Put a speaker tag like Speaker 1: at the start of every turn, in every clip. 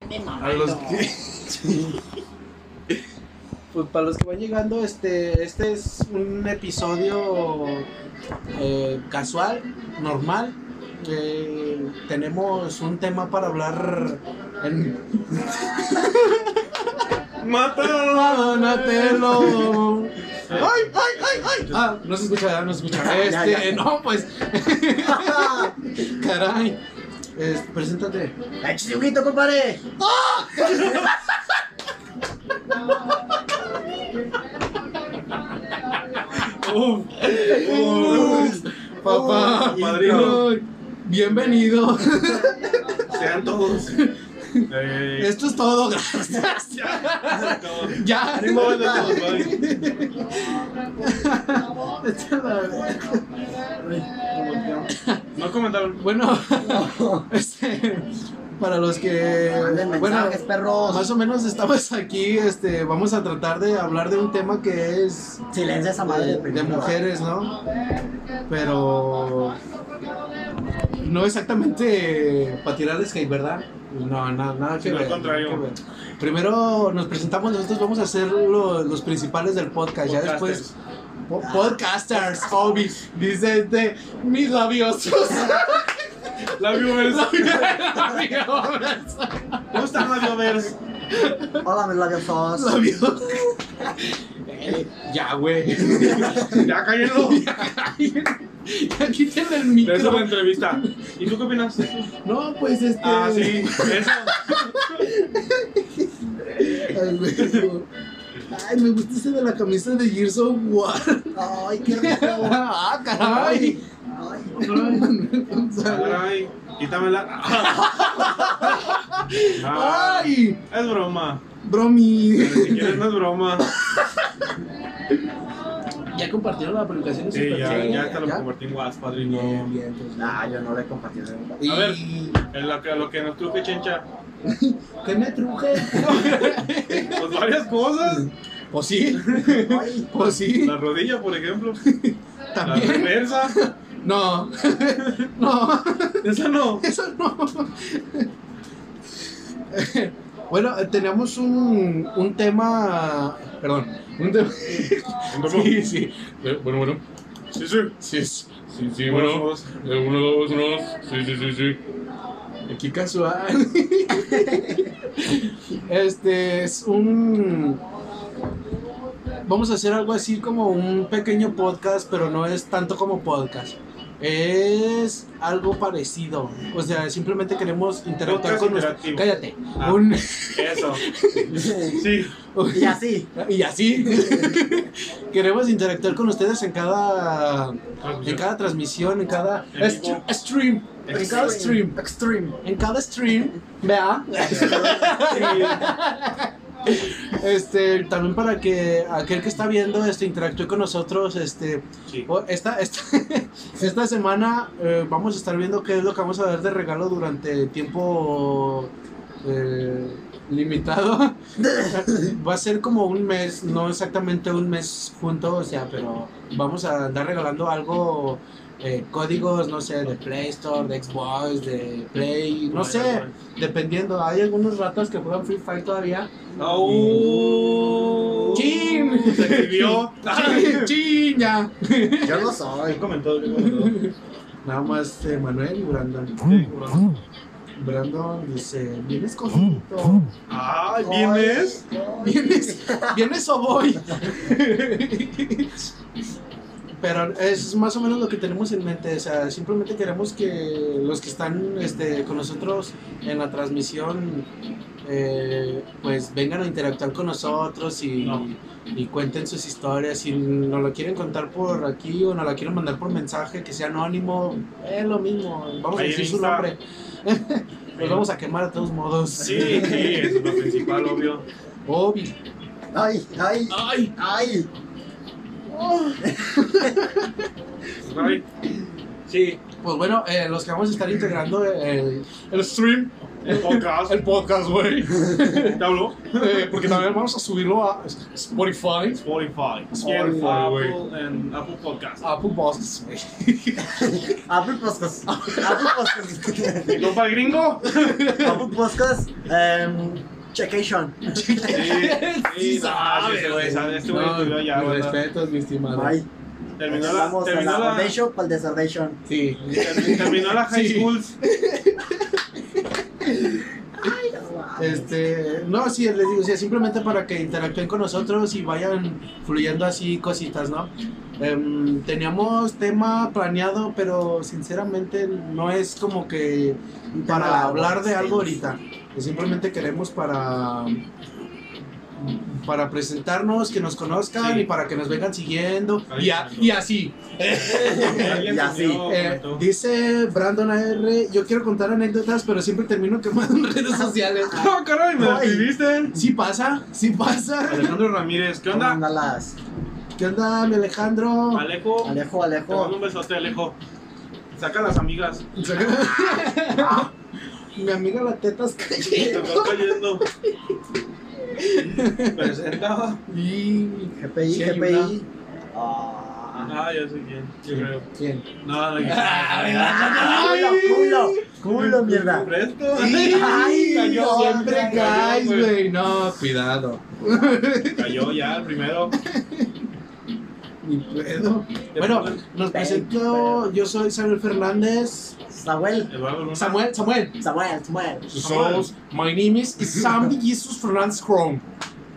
Speaker 1: ande mamando.
Speaker 2: A los que. Sí.
Speaker 3: Pues para los que van llegando, este, este es un episodio eh, casual, normal. Eh, tenemos un tema para hablar en... ¡Mátalo! ¡Mátelo! ¡Ay, ay, ay, ay! Ah, no se escucha, no se escucha. Este,
Speaker 1: Ya, ya.
Speaker 3: no, pues... Caray. Es- preséntate.
Speaker 1: ¡Ay, chiquito, compadre!
Speaker 2: Uf. Uf.
Speaker 3: Papá,
Speaker 2: Uy,
Speaker 3: padrino, bienvenido.
Speaker 2: Sean todos. Eh,
Speaker 3: Esto es todo, gracias.
Speaker 2: se acabó.
Speaker 3: Ya.
Speaker 2: Ánimo, banda, por favor.
Speaker 3: Esta es la-
Speaker 2: No comentaron.
Speaker 3: Bueno, este, para los que
Speaker 1: Manden
Speaker 3: bueno,
Speaker 1: mensajes, perros.
Speaker 3: más o menos estamos aquí, este, vamos a tratar de hablar de un tema que es
Speaker 1: Silencio esa madre
Speaker 3: Eh, de,
Speaker 1: de
Speaker 3: de
Speaker 1: primero.
Speaker 3: mujeres, ¿no? Pero no exactamente para tirarles hate, ¿verdad? No, nada, nada que
Speaker 2: Sino
Speaker 3: ver,
Speaker 2: al
Speaker 3: nada
Speaker 2: contrario.
Speaker 3: que ver. Primero nos presentamos, nosotros vamos a ser lo- los principales del podcast, ya después po- podcasters, Obi, dice este, mis labios.
Speaker 2: La viewers.
Speaker 3: labios.
Speaker 2: ¿Cómo están las viewers?
Speaker 1: Hola, mis labios sos.
Speaker 3: Labios. Eh, ya, güey.
Speaker 2: Ya cállenlo.
Speaker 3: ya quiten el
Speaker 2: De eso la
Speaker 3: micro.
Speaker 2: entrevista. ¿Y tú qué opinas?
Speaker 3: No, pues este.
Speaker 2: Ah, sí. Eso.
Speaker 3: Ay, güey. Ay, me gusta ese de la camisa de Gears of War.
Speaker 1: Ay, qué rico.
Speaker 3: ah, caray.
Speaker 1: Ay,
Speaker 2: Ay, quítamela. Ah,
Speaker 3: Ay,
Speaker 2: Es broma.
Speaker 3: bromi.
Speaker 2: Pero si quieres, no es broma.
Speaker 3: Ya compartieron la publicación de
Speaker 2: Sí, ya,
Speaker 3: Superchat?
Speaker 2: ya hasta lo convertí en WhatsApp, padrino.
Speaker 3: Bien, bien, pues,
Speaker 1: Nah, Ah, yo no le compartí.
Speaker 3: Y-
Speaker 2: A ver. En lo que, lo que nos truje, chencha.
Speaker 3: ¿Qué me truje?
Speaker 2: Pues varias cosas.
Speaker 3: Pues sí,
Speaker 1: Ay,
Speaker 3: pues sí,
Speaker 2: La rodilla, por ejemplo. La
Speaker 3: también.
Speaker 2: reversa.
Speaker 3: No, no,
Speaker 2: Esa no.
Speaker 3: eso no. Bueno, eh, tenemos un, un tema. Perdón, un tema. Sí, sí. Eh, Bueno, bueno.
Speaker 2: Sí, sí.
Speaker 3: Sí, sí, sí, sí,
Speaker 2: Bueno,
Speaker 3: bueno.
Speaker 2: vos.
Speaker 3: Eh, Uno, dos, uno, dos. Sí, sí, sí, sí. Aquí casual. Este es un. Vamos a hacer algo así como un pequeño podcast, pero no es tanto como podcast. Es algo parecido. O sea, simplemente queremos interactuar
Speaker 2: Podcast
Speaker 3: con nuestro.
Speaker 2: interactivo.
Speaker 3: Cállate.
Speaker 2: Ah.
Speaker 3: Un-
Speaker 2: Eso. Sí.
Speaker 1: Y así.
Speaker 3: y así. queremos interactuar con ustedes en cada en cada transmisión, en cada
Speaker 2: En
Speaker 3: est-
Speaker 2: vivo.
Speaker 3: stream, en cada stream,
Speaker 1: Extreme.
Speaker 3: en cada stream, vea, este, también para que aquel que está viendo este interactúe con nosotros, este,
Speaker 2: Sí.
Speaker 3: o- esta, esta, esta semana eh, vamos a estar viendo qué es lo que vamos a dar de regalo durante tiempo eh, limitado, va a ser como un mes, no exactamente un mes junto, o sea, pero vamos a andar regalando algo, eh, códigos, no sé, de Play Store, de Xbox, de Play, no sé, dependiendo. Hay algunos ratos que juegan Free Fire todavía.
Speaker 2: ¡Au!
Speaker 3: ¡Chin!
Speaker 2: Uh, Se escribió.
Speaker 3: ¡Chin, chin, ya!
Speaker 1: Yo no soy.
Speaker 2: comentó, comentó.
Speaker 3: Nada más eh, Manuel y Brandon.
Speaker 2: Mm.
Speaker 3: Brandon dice, ¿vienes cosito?
Speaker 2: ¡Ay, vienes!
Speaker 3: ¿Vienes, ¿Vienes o voy? Pero es más o menos lo que tenemos en mente. O sea, simplemente queremos que los que están este, con nosotros en la transmisión, eh, pues vengan a interactuar con nosotros y,
Speaker 2: No.
Speaker 3: y cuenten sus historias. Si nos lo quieren contar por aquí o nos la quieren mandar por mensaje, que sea anónimo, es lo mismo. Vamos a
Speaker 2: Ahí en
Speaker 3: decir su
Speaker 2: Insta.
Speaker 3: nombre. Los vamos a quemar de todos modos.
Speaker 2: Sí, sí, eso es lo principal, obvio.
Speaker 3: Obvio.
Speaker 1: Ay, ay,
Speaker 3: ¡Ay!
Speaker 1: ay.
Speaker 2: Ay, Sí,
Speaker 3: Pues bueno, eh, los que vamos a estar integrando eh, el, el stream,
Speaker 2: el podcast.
Speaker 3: el podcast, güey.
Speaker 2: ¿Te habló?
Speaker 3: Eh, porque también vamos a subirlo a Spotify,
Speaker 2: Spotify.
Speaker 3: Spotify, güey.
Speaker 2: Apple, and Apple Podcast.
Speaker 3: Apple Podcasts, güey.
Speaker 1: Apple Podcast. Apple Podcast.
Speaker 2: ¿Mi compa el gringo?
Speaker 1: Apple Podcast. em, Checation.
Speaker 3: Sí
Speaker 2: no,
Speaker 3: sabe,
Speaker 2: ese
Speaker 3: güey.
Speaker 2: sabe, Este güey
Speaker 3: No,
Speaker 2: estudió ya,
Speaker 3: mis
Speaker 2: güey.
Speaker 3: respetos, mi estimado.
Speaker 1: Ay,
Speaker 2: Terminó la.
Speaker 1: Vamos a
Speaker 2: Terminó
Speaker 1: la
Speaker 2: la.
Speaker 1: Foundation para el Desordation.
Speaker 3: Sí.
Speaker 2: termi- Terminó la high
Speaker 3: Sí.
Speaker 2: school.
Speaker 3: Este, no, sí, les digo, o sea, simplemente para que interactúen con nosotros y vayan fluyendo así cositas, ¿no? Em, teníamos tema planeado, pero sinceramente no es como que para hablar de algo ahorita. que Simplemente queremos para para presentarnos, que nos conozcan
Speaker 2: Sí.
Speaker 3: y para que nos vengan siguiendo
Speaker 2: Ahí
Speaker 3: y, a-
Speaker 2: está.
Speaker 3: y así.
Speaker 2: Alguien
Speaker 1: Ya, sí.
Speaker 2: enseñó,
Speaker 3: Eh,
Speaker 2: comentó.
Speaker 3: dice Brandon AR, yo quiero contar anécdotas, pero siempre termino quemado en redes sociales.
Speaker 2: ¡Ah, caray! ¿Me
Speaker 1: Ay.
Speaker 2: escribiste?
Speaker 3: Sí pasa, sí pasa.
Speaker 2: Alejandro Ramírez, ¿qué onda?
Speaker 1: Mándalas.
Speaker 3: ¿Qué onda, mi Alejandro?
Speaker 2: Alejo.
Speaker 1: Alejo,
Speaker 2: Te mando un
Speaker 1: Alejo.
Speaker 2: besote, Alejo. Saca a las amigas.
Speaker 3: mi amiga la tetas
Speaker 2: Se me va cayendo. Presenta.
Speaker 3: Y...
Speaker 1: GPI,
Speaker 3: Sí, hay
Speaker 1: GPI. Ah.
Speaker 2: Ah, ya sé quién. Yo creo.
Speaker 3: ¿Quién?
Speaker 2: No, no,
Speaker 1: Culo, culo, culo, mierda.
Speaker 2: Presto.
Speaker 3: Ay,
Speaker 2: cayó,
Speaker 1: no,
Speaker 3: siempre
Speaker 2: cayó,
Speaker 3: caes,
Speaker 2: güey.
Speaker 3: güey. No, cuidado.
Speaker 2: Cayó ya el primero.
Speaker 3: Ni puedo. Bueno, nos presento. Yo soy Samuel Fernández.
Speaker 1: Samuel.
Speaker 2: Eduardo Luna.
Speaker 3: Samuel, Samuel.
Speaker 1: Samuel, Samuel.
Speaker 2: Samuel.
Speaker 3: So, my name is Sam Jesus Fernández Chrome.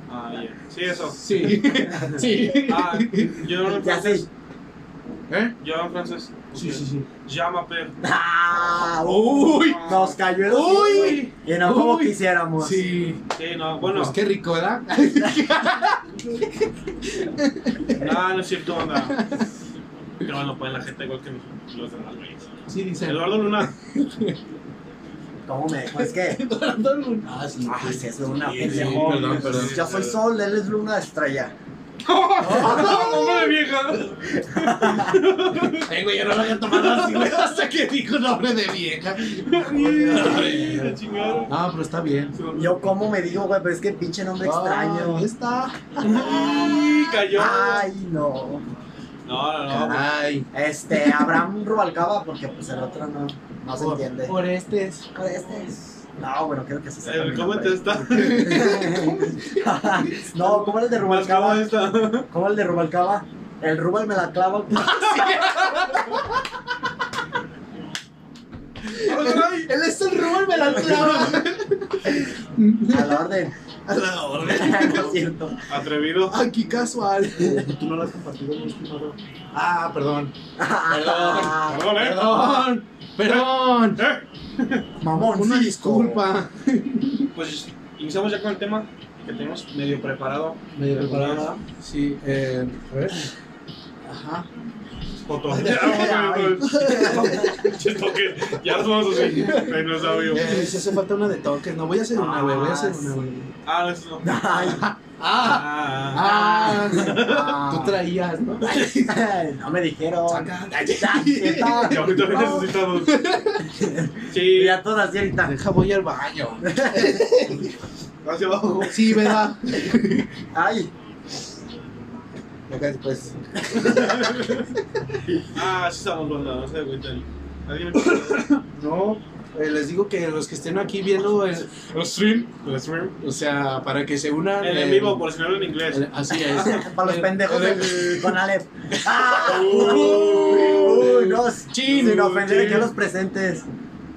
Speaker 2: Ah, ya. Sí, eso.
Speaker 3: Sí. Sí.
Speaker 2: Ah, yo
Speaker 1: Ya
Speaker 2: francés.
Speaker 1: sí.
Speaker 3: ¿Eh?
Speaker 2: Yo francés.
Speaker 3: Sí, sí, sí.
Speaker 2: Llama per.
Speaker 1: Ah,
Speaker 3: ¡Uy!
Speaker 1: Nos cayó el hocico,
Speaker 3: ¡Uy!
Speaker 1: Y no como
Speaker 3: Uy.
Speaker 1: quisiéramos.
Speaker 3: Sí.
Speaker 2: Sí, no, bueno.
Speaker 3: Pues qué rico, ¿verdad?
Speaker 2: ah, No, no es cierto, onda. Pero bueno, pues la gente igual que los demás güeyes.
Speaker 3: Sí, dice.
Speaker 2: Eduardo Luna.
Speaker 1: ¿Cómo me dejó? Es que.
Speaker 3: Eduardo Luna. Ah, sí.
Speaker 1: Ah, sí, es una
Speaker 2: Sí,
Speaker 1: pendejo.
Speaker 2: sí, perdón, perdón.
Speaker 1: Yo soy sol, él es luna estrella.
Speaker 2: ¡Hombre, vieja!
Speaker 3: Ay, güey, yo no lo había tomado así, güey, hasta que dijo nombre de vieja.
Speaker 2: Ay, la chingada.
Speaker 3: No, pero está bien.
Speaker 1: Yo, ¿cómo me digo, güey? Pero es que pinche nombre extraño.
Speaker 3: Ahí está.
Speaker 2: Ay, cayó.
Speaker 1: Ay, no.
Speaker 2: No, no, no.
Speaker 3: Ay.
Speaker 1: Este, Abraham Rubalcaba, porque pues el otro no, no se
Speaker 3: Por-
Speaker 1: entiende.
Speaker 3: Por este es.
Speaker 1: Por este es- No, bueno, creo que se sepa mi
Speaker 2: El Eh, cómo te
Speaker 1: nombre.
Speaker 2: está.
Speaker 1: no, ¿cómo era el de
Speaker 2: Más cómo
Speaker 1: Rubalcaba?
Speaker 2: está.
Speaker 1: ¿Cómo era el de Rubalcaba? El Rubal me la clava.
Speaker 2: Ay,
Speaker 3: Él es el Rubén, me la clava.
Speaker 1: A la orden.
Speaker 3: A la orden.
Speaker 1: no es cierto.
Speaker 2: Atrevido.
Speaker 3: Aquí casual. Eh, Tú no lo has compartido, este no Ah, perdón.
Speaker 2: Perdón, eh.
Speaker 3: Perdón. Perdón.
Speaker 2: Eh,
Speaker 1: Mamón,
Speaker 3: Una
Speaker 1: sí,
Speaker 3: disculpa.
Speaker 2: Pues iniciamos ya con el tema que tenemos medio preparado.
Speaker 3: Medio
Speaker 2: preparada.
Speaker 3: Sí, eh. A ver. Ajá.
Speaker 2: Foto.
Speaker 1: Ay.
Speaker 2: Pinches toques. Ya nos vamos así. Ay, no es audio.
Speaker 3: Eh, si hace falta una de toques. No, voy a hacer una, güey. Voy a hacer una, güey.
Speaker 2: Ah, no, eso no.
Speaker 1: Ay,
Speaker 3: Ah,
Speaker 2: Ah,
Speaker 3: ah,
Speaker 1: ah.
Speaker 3: tú traías, ¿no?
Speaker 1: no me dijeron.
Speaker 3: Saca.
Speaker 1: Neta.
Speaker 2: yo ahorita me
Speaker 1: No.
Speaker 2: necesitamos. Sí,
Speaker 1: Ya todas así ahorita.
Speaker 3: Deja, voy al baño.
Speaker 2: hacia abajo.
Speaker 3: Sí, ¿verdad?
Speaker 1: Ay,
Speaker 3: Acá después.
Speaker 2: Ah, sí estamos banda, no se agüiten. ¿Alguien?
Speaker 3: No, eh, les digo que los que estén aquí viendo el, el stream,
Speaker 2: ¿El stream?
Speaker 3: o sea, para que se unan.
Speaker 2: El
Speaker 3: eh,
Speaker 2: en vivo, por si no hablan inglés.
Speaker 3: el- así es.
Speaker 1: para los
Speaker 3: El-
Speaker 1: pendejos
Speaker 3: el-
Speaker 1: de- con Aleph. Ah,
Speaker 3: Uy.
Speaker 1: uy, nos.
Speaker 3: Uh. Chin,
Speaker 1: Sin ofender
Speaker 3: chin.
Speaker 1: que los presentes.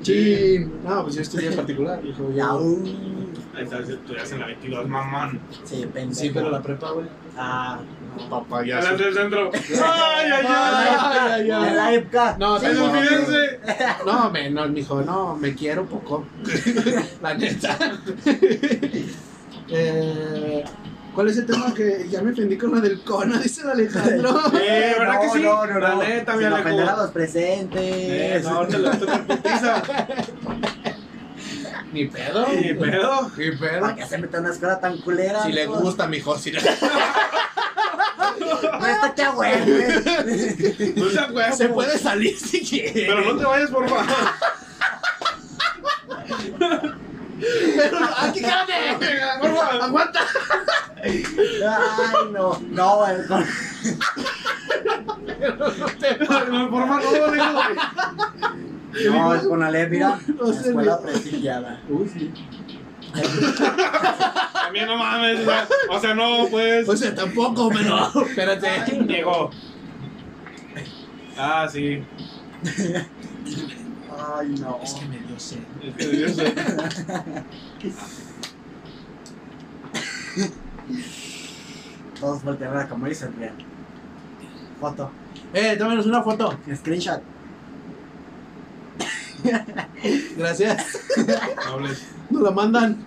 Speaker 3: Chin. No, pues yo estudié en particular. Dijo,
Speaker 1: Ya, uh.
Speaker 3: ya. uh,
Speaker 1: uy.
Speaker 2: Ahí está, tú ya en la 22, mamán.
Speaker 1: Sí, pendejo.
Speaker 3: Sí, pero la prepa, güey.
Speaker 1: Ah.
Speaker 3: uh, Papá,
Speaker 2: Ya la del centro. ¡Ay, ay, ay!
Speaker 3: Ay, ay, ay.
Speaker 1: En la época.
Speaker 3: No,
Speaker 2: ¡Es
Speaker 3: no,
Speaker 2: un firense!
Speaker 3: No, me, no, mijo, no, me quiero poco. La neta. Eh, ¿Cuál es el tema que ya me ofendí con lo del cono? Dice el Alejandro.
Speaker 2: Eh, ¿verdad
Speaker 1: no,
Speaker 2: que sí?
Speaker 1: No, no,
Speaker 2: la
Speaker 1: no.
Speaker 2: neta, mi
Speaker 1: Sin
Speaker 2: Alejo.
Speaker 1: ofender a los presentes.
Speaker 2: Eh, no, ahorita le estoy con putiza.
Speaker 3: Ni pedo.
Speaker 2: Ni pedo.
Speaker 3: Ni pedo.
Speaker 1: ¿Para qué se mete a una escuela tan culera?
Speaker 3: Si le
Speaker 1: amigos?
Speaker 3: gusta, mijo. Si le...
Speaker 1: Contesta que a huevo, güey.
Speaker 2: No seas huevo.
Speaker 3: Se puede salir si quiere.
Speaker 2: Pero no te vayas, por favor.
Speaker 3: Pero, aquí quédate.
Speaker 2: Por
Speaker 3: Por favor,
Speaker 2: favor.
Speaker 3: aguanta.
Speaker 1: Ay, no. No, güey. con-
Speaker 2: No, Por favor, no, no, no.
Speaker 1: No, el Conalep, mira.
Speaker 3: No sé,
Speaker 1: escuela
Speaker 3: güey.
Speaker 1: prestigiada.
Speaker 3: Uy, sí.
Speaker 2: También no mames. güey. O sea, no, pues.
Speaker 3: O sea, eh, tampoco, pero. Espérate.
Speaker 2: Llegó. Ah, sí.
Speaker 1: Ay, no.
Speaker 3: Es que me dio sed.
Speaker 2: Es que eh, yo sé.
Speaker 1: Todos voltearon a la cámara y se ríen. Foto.
Speaker 3: Eh, tómenos una foto.
Speaker 1: Screenshot.
Speaker 3: Gracias.
Speaker 2: No hables.
Speaker 3: Nos la mandan.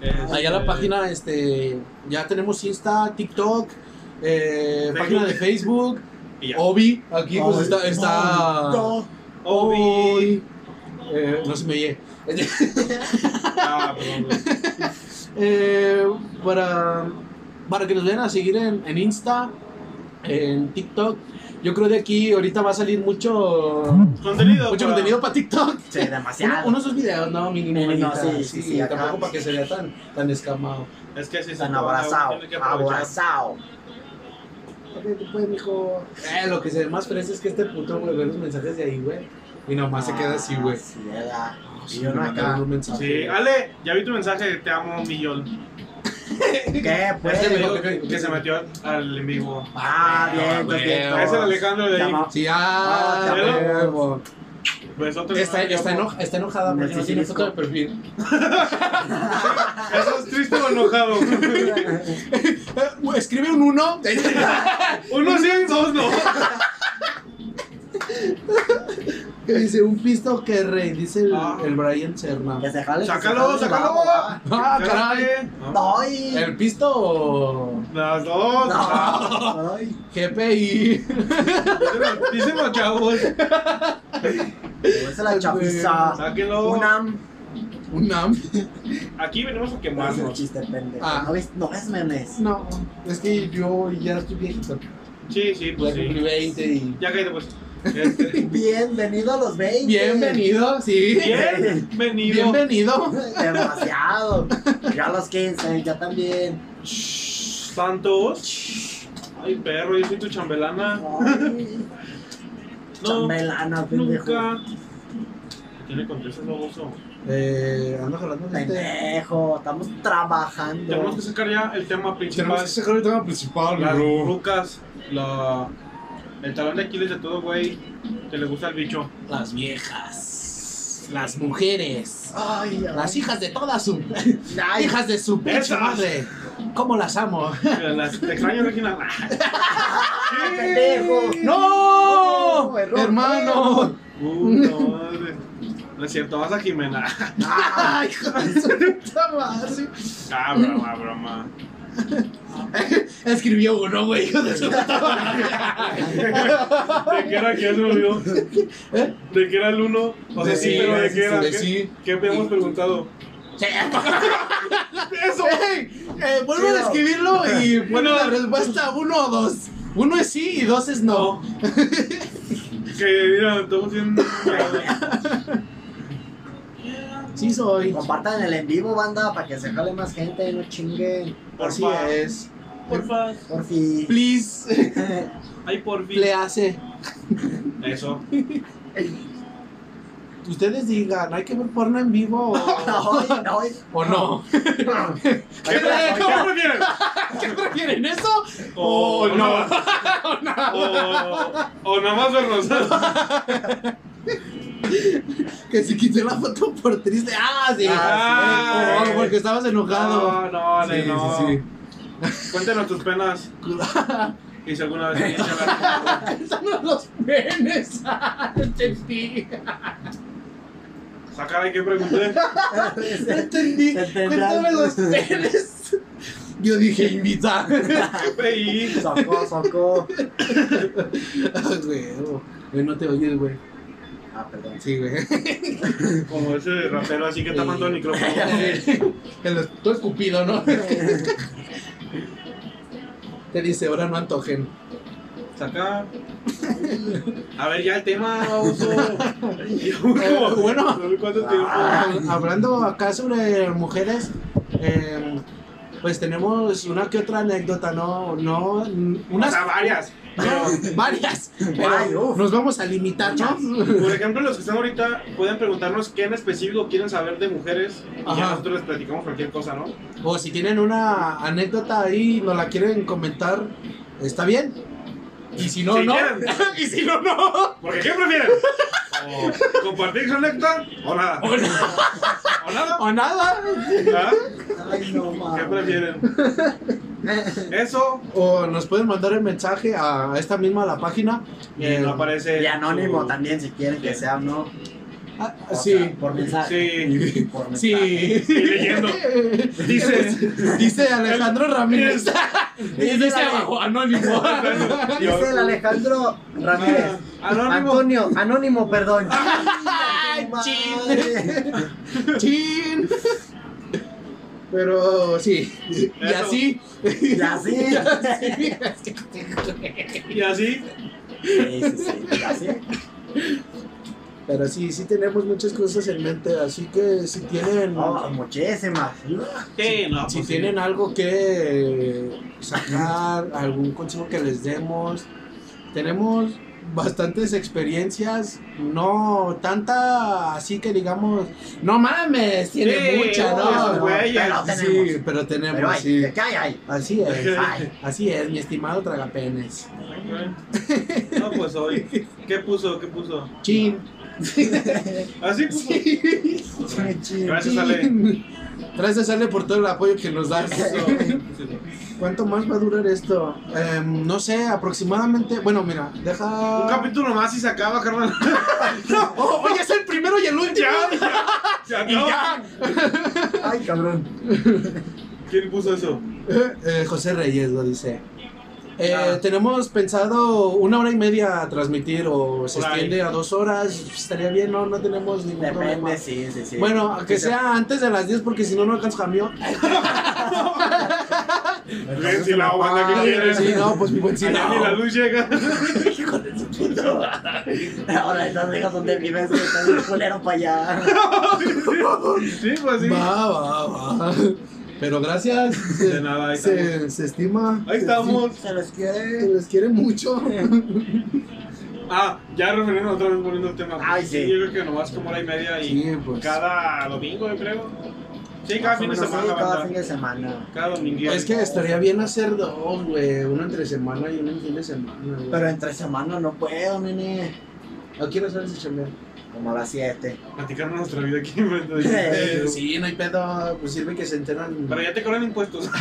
Speaker 2: Es,
Speaker 3: Allá
Speaker 2: eh,
Speaker 3: la página, este. Ya tenemos Insta, TikTok. eh, página de Facebook,
Speaker 2: y ya.
Speaker 3: Obi, aquí pues
Speaker 1: Ay,
Speaker 3: está, está
Speaker 1: no.
Speaker 2: Obi.
Speaker 3: Eh, no se me oye.
Speaker 2: Ah, perdón, güey.
Speaker 3: Eh, para, para que nos vayan a seguir en, en Insta, en TikTok. Yo creo de aquí ahorita va a salir mucho,
Speaker 2: Contenido.
Speaker 3: mucho
Speaker 2: para-
Speaker 3: contenido para TikTok.
Speaker 1: Mm. Sí,
Speaker 3: Uno,
Speaker 1: demasiado.
Speaker 3: unos dos videos, no, mínimo.
Speaker 1: Mínimo,
Speaker 3: ahorita,
Speaker 1: sí, sí, sí, acá.
Speaker 3: tampoco para que se vea tan, tan escamado.
Speaker 2: Es que así se
Speaker 1: Están
Speaker 2: trabaja,
Speaker 1: abrazado.
Speaker 2: tiene que aprovechar.
Speaker 1: Abrazado.
Speaker 3: Pues, mijo. Eh, lo que se ve más fresa es que este puto, güey, ve los mensajes de ahí, güey. Y nomás se queda así, güey.
Speaker 1: Sí, era.
Speaker 3: Sí,
Speaker 1: Y yo
Speaker 3: me
Speaker 1: no
Speaker 3: mandaron
Speaker 1: acá.
Speaker 3: un mensaje.
Speaker 2: Sí, ah, Ale, ya vi tu mensaje, te amo un millón.
Speaker 1: ¿Qué? Pues.
Speaker 3: Este
Speaker 2: Ese
Speaker 3: me
Speaker 2: amigo
Speaker 3: dijo que-
Speaker 2: que, que se metió al en vivo.
Speaker 1: Ah, bien,
Speaker 3: güey.
Speaker 1: bien.
Speaker 2: Ese es el Alejandro de ahí.
Speaker 1: Llama-
Speaker 3: Sí,
Speaker 1: Ah,
Speaker 3: ah,
Speaker 2: ¿te
Speaker 1: acuerdas?
Speaker 3: huevo.
Speaker 2: Pues otro
Speaker 3: Está,
Speaker 2: que-
Speaker 3: está, eno- está enojada porque no tiene foto de perfil.
Speaker 2: Eso es triste o enojado.
Speaker 3: Eh, Escribe un 1.
Speaker 2: Uno sí, dos no.
Speaker 3: dice un pisto que rey, dice el,
Speaker 2: Ah.
Speaker 3: el Brian Serna.
Speaker 1: Que se jale. que se
Speaker 2: Sácalo,
Speaker 1: jale,
Speaker 2: sácalo.
Speaker 1: va,
Speaker 3: ¡Ah, caray!
Speaker 2: Espérate. No.
Speaker 1: Ay.
Speaker 3: ¿El pisto o
Speaker 2: Las dos. ah.
Speaker 1: No. Ay.
Speaker 3: GPI?
Speaker 2: Díselo, chavos.
Speaker 1: Es la chapiza.
Speaker 2: Sáquenlo.
Speaker 1: Unam.
Speaker 3: ¿Un NAM?
Speaker 2: Aquí venimos
Speaker 1: No es
Speaker 2: a
Speaker 1: un
Speaker 2: quemarnos.
Speaker 1: chiste, pendejo.
Speaker 3: Ah.
Speaker 1: No ves, no ves memes.
Speaker 3: No, es que yo ya estoy viejito.
Speaker 2: Sí, sí,
Speaker 3: Ya
Speaker 2: pues
Speaker 3: cumplí
Speaker 2: sí.
Speaker 3: 20 y.
Speaker 2: Ya cállate, pues. Este,
Speaker 1: Bienvenido a los 20.
Speaker 3: Bienvenido, sí.
Speaker 2: Bienvenido.
Speaker 3: Bienvenido.
Speaker 1: Demasiado. Ya a los 15, ya también.
Speaker 2: Shh, Santos. Ay, perro, yo soy tu chambelana.
Speaker 1: Ay.
Speaker 2: No,
Speaker 1: Chambelana, pendejo.
Speaker 2: nunca. ¿Qué le contestas, baboso?
Speaker 3: Eh, ando jalando de este.
Speaker 1: Pendejo, estamos
Speaker 2: Tenemos
Speaker 1: trabajando.
Speaker 2: que sacar ya el tema
Speaker 3: Tenemos
Speaker 2: principal.
Speaker 3: que sacar el tema principal,
Speaker 2: Las
Speaker 3: bro.
Speaker 2: rucas, la... el talón de Aquiles de todo, güey, que le gusta al bicho.
Speaker 3: Las viejas. Las mujeres.
Speaker 1: Ay, ay.
Speaker 3: Las hijas de todas su.
Speaker 1: Ay,
Speaker 3: Hijas de su pinche
Speaker 2: Esas.
Speaker 3: madre. ¿Cómo las amo?
Speaker 2: Las- Te extraño, Regina.
Speaker 1: pendejo.
Speaker 3: ¡No!
Speaker 1: No, error,
Speaker 3: ¡Hermano!
Speaker 2: Puta madre. No es cierto, vas a Jimena.
Speaker 1: Ay,
Speaker 2: Ah, broma, broma.
Speaker 3: Escribió uno, güey, hijo de su puta madre.
Speaker 2: ¿De qué era que ya se me olvidó?
Speaker 3: ¿Eh?
Speaker 2: ¿De qué era el uno? O sea, sí,
Speaker 3: De-
Speaker 2: pero ¿de qué era?
Speaker 3: de
Speaker 2: ¿Qué-
Speaker 3: sí.
Speaker 2: ¿Qué habíamos preguntado?
Speaker 3: Sí.
Speaker 2: ¡Eso!
Speaker 3: Ey, eh, vuelvo a escribirlo y bueno, la respuesta uno o dos. Uno es sí y dos es no.
Speaker 2: Que mira, estamos bien.
Speaker 3: Sí soy.
Speaker 1: Compartan el en vivo, banda, para que se jale más gente, no chinguen.
Speaker 3: Así
Speaker 2: Porfa.
Speaker 3: es.
Speaker 2: Porfa.
Speaker 1: Por fin.
Speaker 3: Please,
Speaker 2: Ay, por fin.
Speaker 3: le hace.
Speaker 2: Eso.
Speaker 3: Ustedes digan, ¿hay que ver porno en vivo o,
Speaker 1: Ay, ay.
Speaker 3: o no?
Speaker 2: ¿Qué, ¿Qué prefieres?
Speaker 3: ¿Qué prefieren eso? O
Speaker 2: O
Speaker 3: Oh, no.
Speaker 2: O nada. O, o nada más vernos.
Speaker 3: Que se quitó la foto por triste. Ah, sí. Ah,
Speaker 2: Ah,
Speaker 3: Eh, o porque estabas enojado.
Speaker 2: No, no, Ale,
Speaker 3: Sí,
Speaker 2: no.
Speaker 3: sí,
Speaker 2: Cuéntanos tus penas. Y si alguna vez viniste a la-
Speaker 3: sí. Son los penes. Entendí.
Speaker 2: Sacar hay que preguntar.
Speaker 3: No entendí.
Speaker 1: Se entenderán.
Speaker 3: Cuéntame los penes. Yo dije, invita.
Speaker 2: Y
Speaker 1: Socó, socó.
Speaker 3: Ah, güey, oh, güey, no te oyes, güey.
Speaker 1: Ah, perdón.
Speaker 3: Sí, güey.
Speaker 2: como ese rapero así que tapando el micrófono.
Speaker 3: El- Todo escupido, ¿no? te dice, ahora no antojen.
Speaker 2: Saca. A ver, ya el tema, baboso. Y
Speaker 3: Eh,
Speaker 2: yo, como,
Speaker 3: bueno.
Speaker 2: no sé ¿Cuánto tiempo?
Speaker 1: Ah.
Speaker 3: Hablando acá sobre mujeres, eh, pues tenemos una que otra anécdota, no, no,
Speaker 2: O
Speaker 3: unas
Speaker 2: sea, varias. Pero,
Speaker 3: varias,
Speaker 1: Ay,
Speaker 3: pero
Speaker 1: uf.
Speaker 3: nos vamos a limitar, ¿no?
Speaker 2: por ejemplo, los que están ahorita pueden preguntarnos qué en específico quieren saber de mujeres. Y
Speaker 3: Ajá.
Speaker 2: ya nosotros les platicamos cualquier cosa, ¿no?
Speaker 3: O si tienen una anécdota ahí, nos la quieren comentar, está bien. Y si no,
Speaker 2: Si
Speaker 3: no.
Speaker 2: quieren.
Speaker 3: y si no, no.
Speaker 2: Porque ¿qué prefieren? O ¿Compartir su néctar o nada?
Speaker 3: O
Speaker 2: ¿O nada?
Speaker 3: O nada.
Speaker 2: ¿Ah?
Speaker 1: Ay, no mames.
Speaker 2: ¿Qué prefieren? Eso
Speaker 3: O nos pueden mandar el mensaje a esta misma la página.
Speaker 2: y
Speaker 3: Eh,
Speaker 2: no aparece.
Speaker 1: Y anónimo
Speaker 2: su-
Speaker 1: también, si quieren que sea, ¿no?
Speaker 3: ah,
Speaker 1: O
Speaker 3: sí.
Speaker 1: sea, por mensaje.
Speaker 3: Sí.
Speaker 1: Por mensaje.
Speaker 3: Sí.
Speaker 2: Y leyendo. Dice.
Speaker 3: Dice Alejandro Ramírez.
Speaker 1: Dice
Speaker 3: Y dice
Speaker 1: la-
Speaker 3: abajo, anónimo.
Speaker 1: Dice el Alejandro Ramírez.
Speaker 2: Anónimo.
Speaker 1: Antonio, anónimo, perdón. Ah,
Speaker 3: Ay,
Speaker 1: Madre.
Speaker 3: Chin. Pero sí. Y
Speaker 2: Eso.
Speaker 3: así.
Speaker 1: Y así.
Speaker 3: Y así.
Speaker 2: Y así.
Speaker 1: Sí, sí, sí. Así.
Speaker 3: Pero sí, sí tenemos muchas cosas en mente. Así que si tienen.
Speaker 1: No, muchísimas.
Speaker 2: Sí, no,
Speaker 3: Si
Speaker 2: pues sí.
Speaker 3: tienen algo que sacar, algún consejo que les demos, tenemos bastantes experiencias, no tanta así que digamos, no mames, tiene
Speaker 2: Sí,
Speaker 3: mucha,
Speaker 2: no, pues,
Speaker 3: ¿no?
Speaker 2: esos güeyes.
Speaker 1: pero tenemos.
Speaker 3: Sí, pero tenemos,
Speaker 1: Pero hay,
Speaker 3: sí.
Speaker 1: ¿de ¿qué hay ahí?
Speaker 3: Así es,
Speaker 1: Ay,
Speaker 3: así es, mi estimado Tragapenes.
Speaker 2: No, pues hoy. ¿Qué puso? ¿Qué puso?
Speaker 3: Chin.
Speaker 2: Así puso.
Speaker 1: qué chido.
Speaker 2: Gracias, Ale.
Speaker 3: Chin. Gracias, Ale, por todo el apoyo que nos das.
Speaker 2: Un
Speaker 3: ¿Cuánto más va a durar esto? Em, no sé, aproximadamente. Bueno, mira, deja.
Speaker 2: capítulo más y se acaba, carnal.
Speaker 3: No, oh, oye, es el primero y el último.
Speaker 2: Ya, ya. Se
Speaker 3: Y
Speaker 2: acaba.
Speaker 3: ya.
Speaker 1: Ay, cabrón.
Speaker 2: ¿Quién puso eso?
Speaker 3: Eh, eh, José Reyes lo dice. Eh,
Speaker 2: Ah.
Speaker 3: Tenemos pensado una hora y media a transmitir o se
Speaker 2: Por ahí.
Speaker 3: extiende a dos horas. Estaría bien, no, no tenemos ningún problema.
Speaker 1: Depende, sí, sí, sí.
Speaker 3: Bueno, a que
Speaker 1: Sí,
Speaker 3: sea antes de las 10 porque si no, no alcanza camión.
Speaker 2: Ah,
Speaker 1: sí.
Speaker 2: Ven, si la aguanta que quiere.
Speaker 3: sí, no, pues mi buen sí,
Speaker 2: Allá ni la
Speaker 3: no.
Speaker 2: luz llega.
Speaker 1: Hijo de su puta madre. Ahora esas viejas donde vives, güey, están del culero para allá.
Speaker 2: Sí, pues sí.
Speaker 3: Va, va, va. Pero gracias. Se,
Speaker 2: De nada, ahí
Speaker 3: se, se estima.
Speaker 2: Ahí estamos.
Speaker 1: Se los
Speaker 3: Se
Speaker 1: quiere.
Speaker 3: les quiere mucho.
Speaker 2: Ah, ya refiriendo otra vez volviendo al tema.
Speaker 1: Ay, sí.
Speaker 2: Yo creo que nomás como hora y media y
Speaker 3: Sí, pues.
Speaker 2: cada domingo, yo creo. Sí, cada fin de
Speaker 1: Más o menos,
Speaker 2: semana,
Speaker 1: sí, cada
Speaker 2: banda.
Speaker 1: fin de semana.
Speaker 2: Cada domingo.
Speaker 3: Pues Es que este- estaría bien hacer dos, güey. Uno entre semana y uno en fin de semana, güey.
Speaker 1: Pero entre semana no puedo, nene.
Speaker 3: ¿A qué hora sales a chambear?
Speaker 1: Como a las 7.
Speaker 2: Platicarnos nuestra vida aquí enfrente de
Speaker 1: Eh,
Speaker 3: sí, no hay pedo. Pues sirve que se enteran.
Speaker 2: Pero ya te cobran impuestos.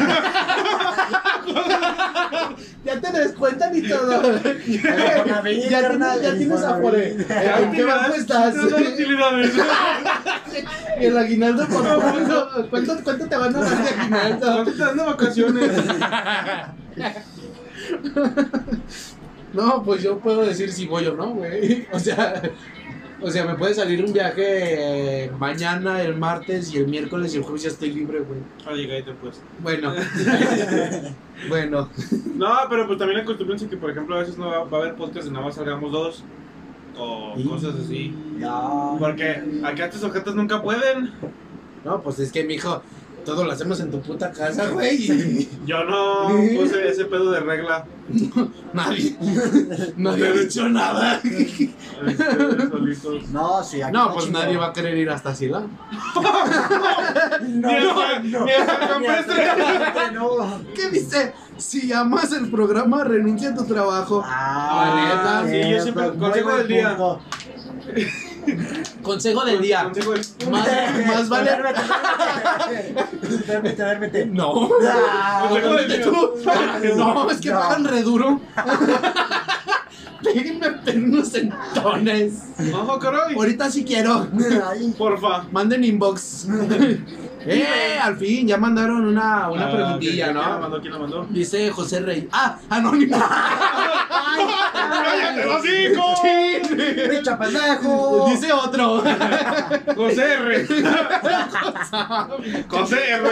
Speaker 3: Ya te descuentan y todo. ya,
Speaker 1: Infonavit,
Speaker 3: ya
Speaker 1: carnal,
Speaker 3: tienes, ya tienes Afore.
Speaker 1: Infonavit.
Speaker 3: Eh, ¿En qué banco estás?
Speaker 2: No, no, utilidades.
Speaker 3: Y el aguinaldo por cuánto. ¿Cuánto, cuánto te van a dar de aguinaldo?
Speaker 2: ¿Cuánto estás de vacaciones?
Speaker 3: No, pues yo puedo decir si voy o no, güey. O sea, o sea, me puede salir un viaje eh, mañana, el martes y el miércoles y el jueves ya estoy libre, güey.
Speaker 2: Oye, cállate pues.
Speaker 3: Bueno. bueno.
Speaker 2: No, pero pues también acostúmbrense que, por ejemplo, a veces no va, va a haber podcast y nada más salgamos dos. O cosas así.
Speaker 1: No.
Speaker 2: Porque acá estos objetos nunca pueden.
Speaker 3: No, pues es que, mijo, todo lo hacemos en tu puta casa, güey. y
Speaker 2: Yo no puse ese pedo de regla.
Speaker 3: Nadie. Nadie ha dicho nada.
Speaker 2: Este, solitos.
Speaker 1: No, sí, aquí
Speaker 3: No,
Speaker 1: está
Speaker 3: pues
Speaker 1: chido.
Speaker 3: nadie va a querer ir hasta Sila.
Speaker 1: No,
Speaker 2: Ni el-
Speaker 1: no, no.
Speaker 2: ni el campestre.
Speaker 1: No.
Speaker 3: ¿Qué dice? Si amas el programa, renuncia a tu trabajo.
Speaker 1: Ah,
Speaker 3: Ah,
Speaker 2: sí, yo
Speaker 1: cierto.
Speaker 2: siempre-
Speaker 1: Muy
Speaker 2: consejo
Speaker 1: buen
Speaker 2: del día.
Speaker 1: punto.
Speaker 3: Consejo del día.
Speaker 2: Consejo del-
Speaker 3: Más, más vale.
Speaker 1: Duérmete, duérmete, duérmete, duérmete.
Speaker 3: No.
Speaker 1: Ah,
Speaker 2: Consejo del
Speaker 3: Ándate
Speaker 2: día.
Speaker 3: tú. No, es que
Speaker 1: No.
Speaker 3: pagan re duro. Déjenme pedir unos centones.
Speaker 2: Ojo, caray.
Speaker 3: Ahorita sí quiero.
Speaker 1: ay.
Speaker 2: Porfa.
Speaker 3: Manden inbox. eh, al fin, ya mandaron una, una
Speaker 2: Ah,
Speaker 3: preguntilla,
Speaker 2: ¿quién- ¿Quién la
Speaker 3: ¿no?
Speaker 2: mandó? ¿Quién la mandó?
Speaker 3: Dice José Rey. ¡Ah! ¡Anónimo!
Speaker 2: ¡Cállate, los hijos!
Speaker 1: ¡Pinche pendejo!
Speaker 3: Dice otro.
Speaker 2: José R. José R.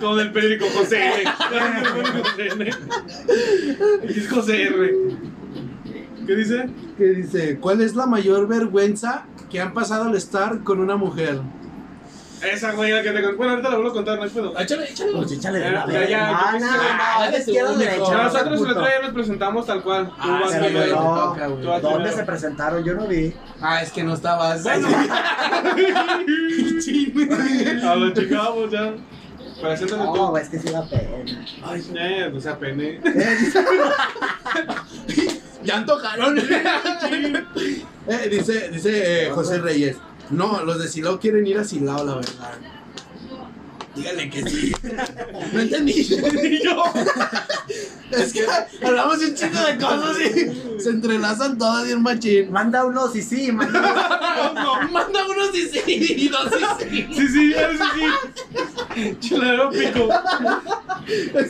Speaker 2: Como del periódico José R. José R. Es José R. ¿Qué dice?
Speaker 3: que dice, ¿cuál es la mayor vergüenza que han pasado al estar con una mujer?
Speaker 2: Esa güey, la que te con- Bueno, ahorita la vuelvo a contar, no hay pedo.
Speaker 4: Échale, échale.
Speaker 1: Pues échale de una
Speaker 2: Ya,
Speaker 1: vez,
Speaker 2: ya,
Speaker 1: hermana,
Speaker 2: ya, ya,
Speaker 1: hermana,
Speaker 4: ya,
Speaker 1: Ah, izquierda,
Speaker 4: ya,
Speaker 1: derecha,
Speaker 4: ya,
Speaker 2: Nosotros el
Speaker 1: puto.
Speaker 2: otro día nos presentamos tal cual. Tú
Speaker 4: Ah,
Speaker 2: vas
Speaker 4: sí,
Speaker 2: primero.
Speaker 4: pero
Speaker 2: Tú
Speaker 1: no.
Speaker 3: Toca, güey.
Speaker 2: vas
Speaker 1: ¿Dónde
Speaker 2: primero.
Speaker 1: se presentaron? Yo no vi.
Speaker 4: Ah, es que no estabas.
Speaker 2: Bueno. A los chicabos ya. Preséntate
Speaker 1: No,
Speaker 2: tú.
Speaker 1: güey, es que sí da pena.
Speaker 2: Ay, eh, no sea pene.
Speaker 3: Ya antojaron. Eh, dice dice eh, José Reyes, no, los de Silao quieren ir a Silao, la verdad. Dígale que sí. No entendí.
Speaker 2: Y yo.
Speaker 3: Es que hablamos un chingo de cosas y se entrelazan todas bien machín.
Speaker 1: Manda uno sí, sí, manda uno.
Speaker 2: No,
Speaker 4: Manda uno sí, sí y dos sí, sí.
Speaker 2: Sí, sí, ya, sí, sí. Chuladero pico.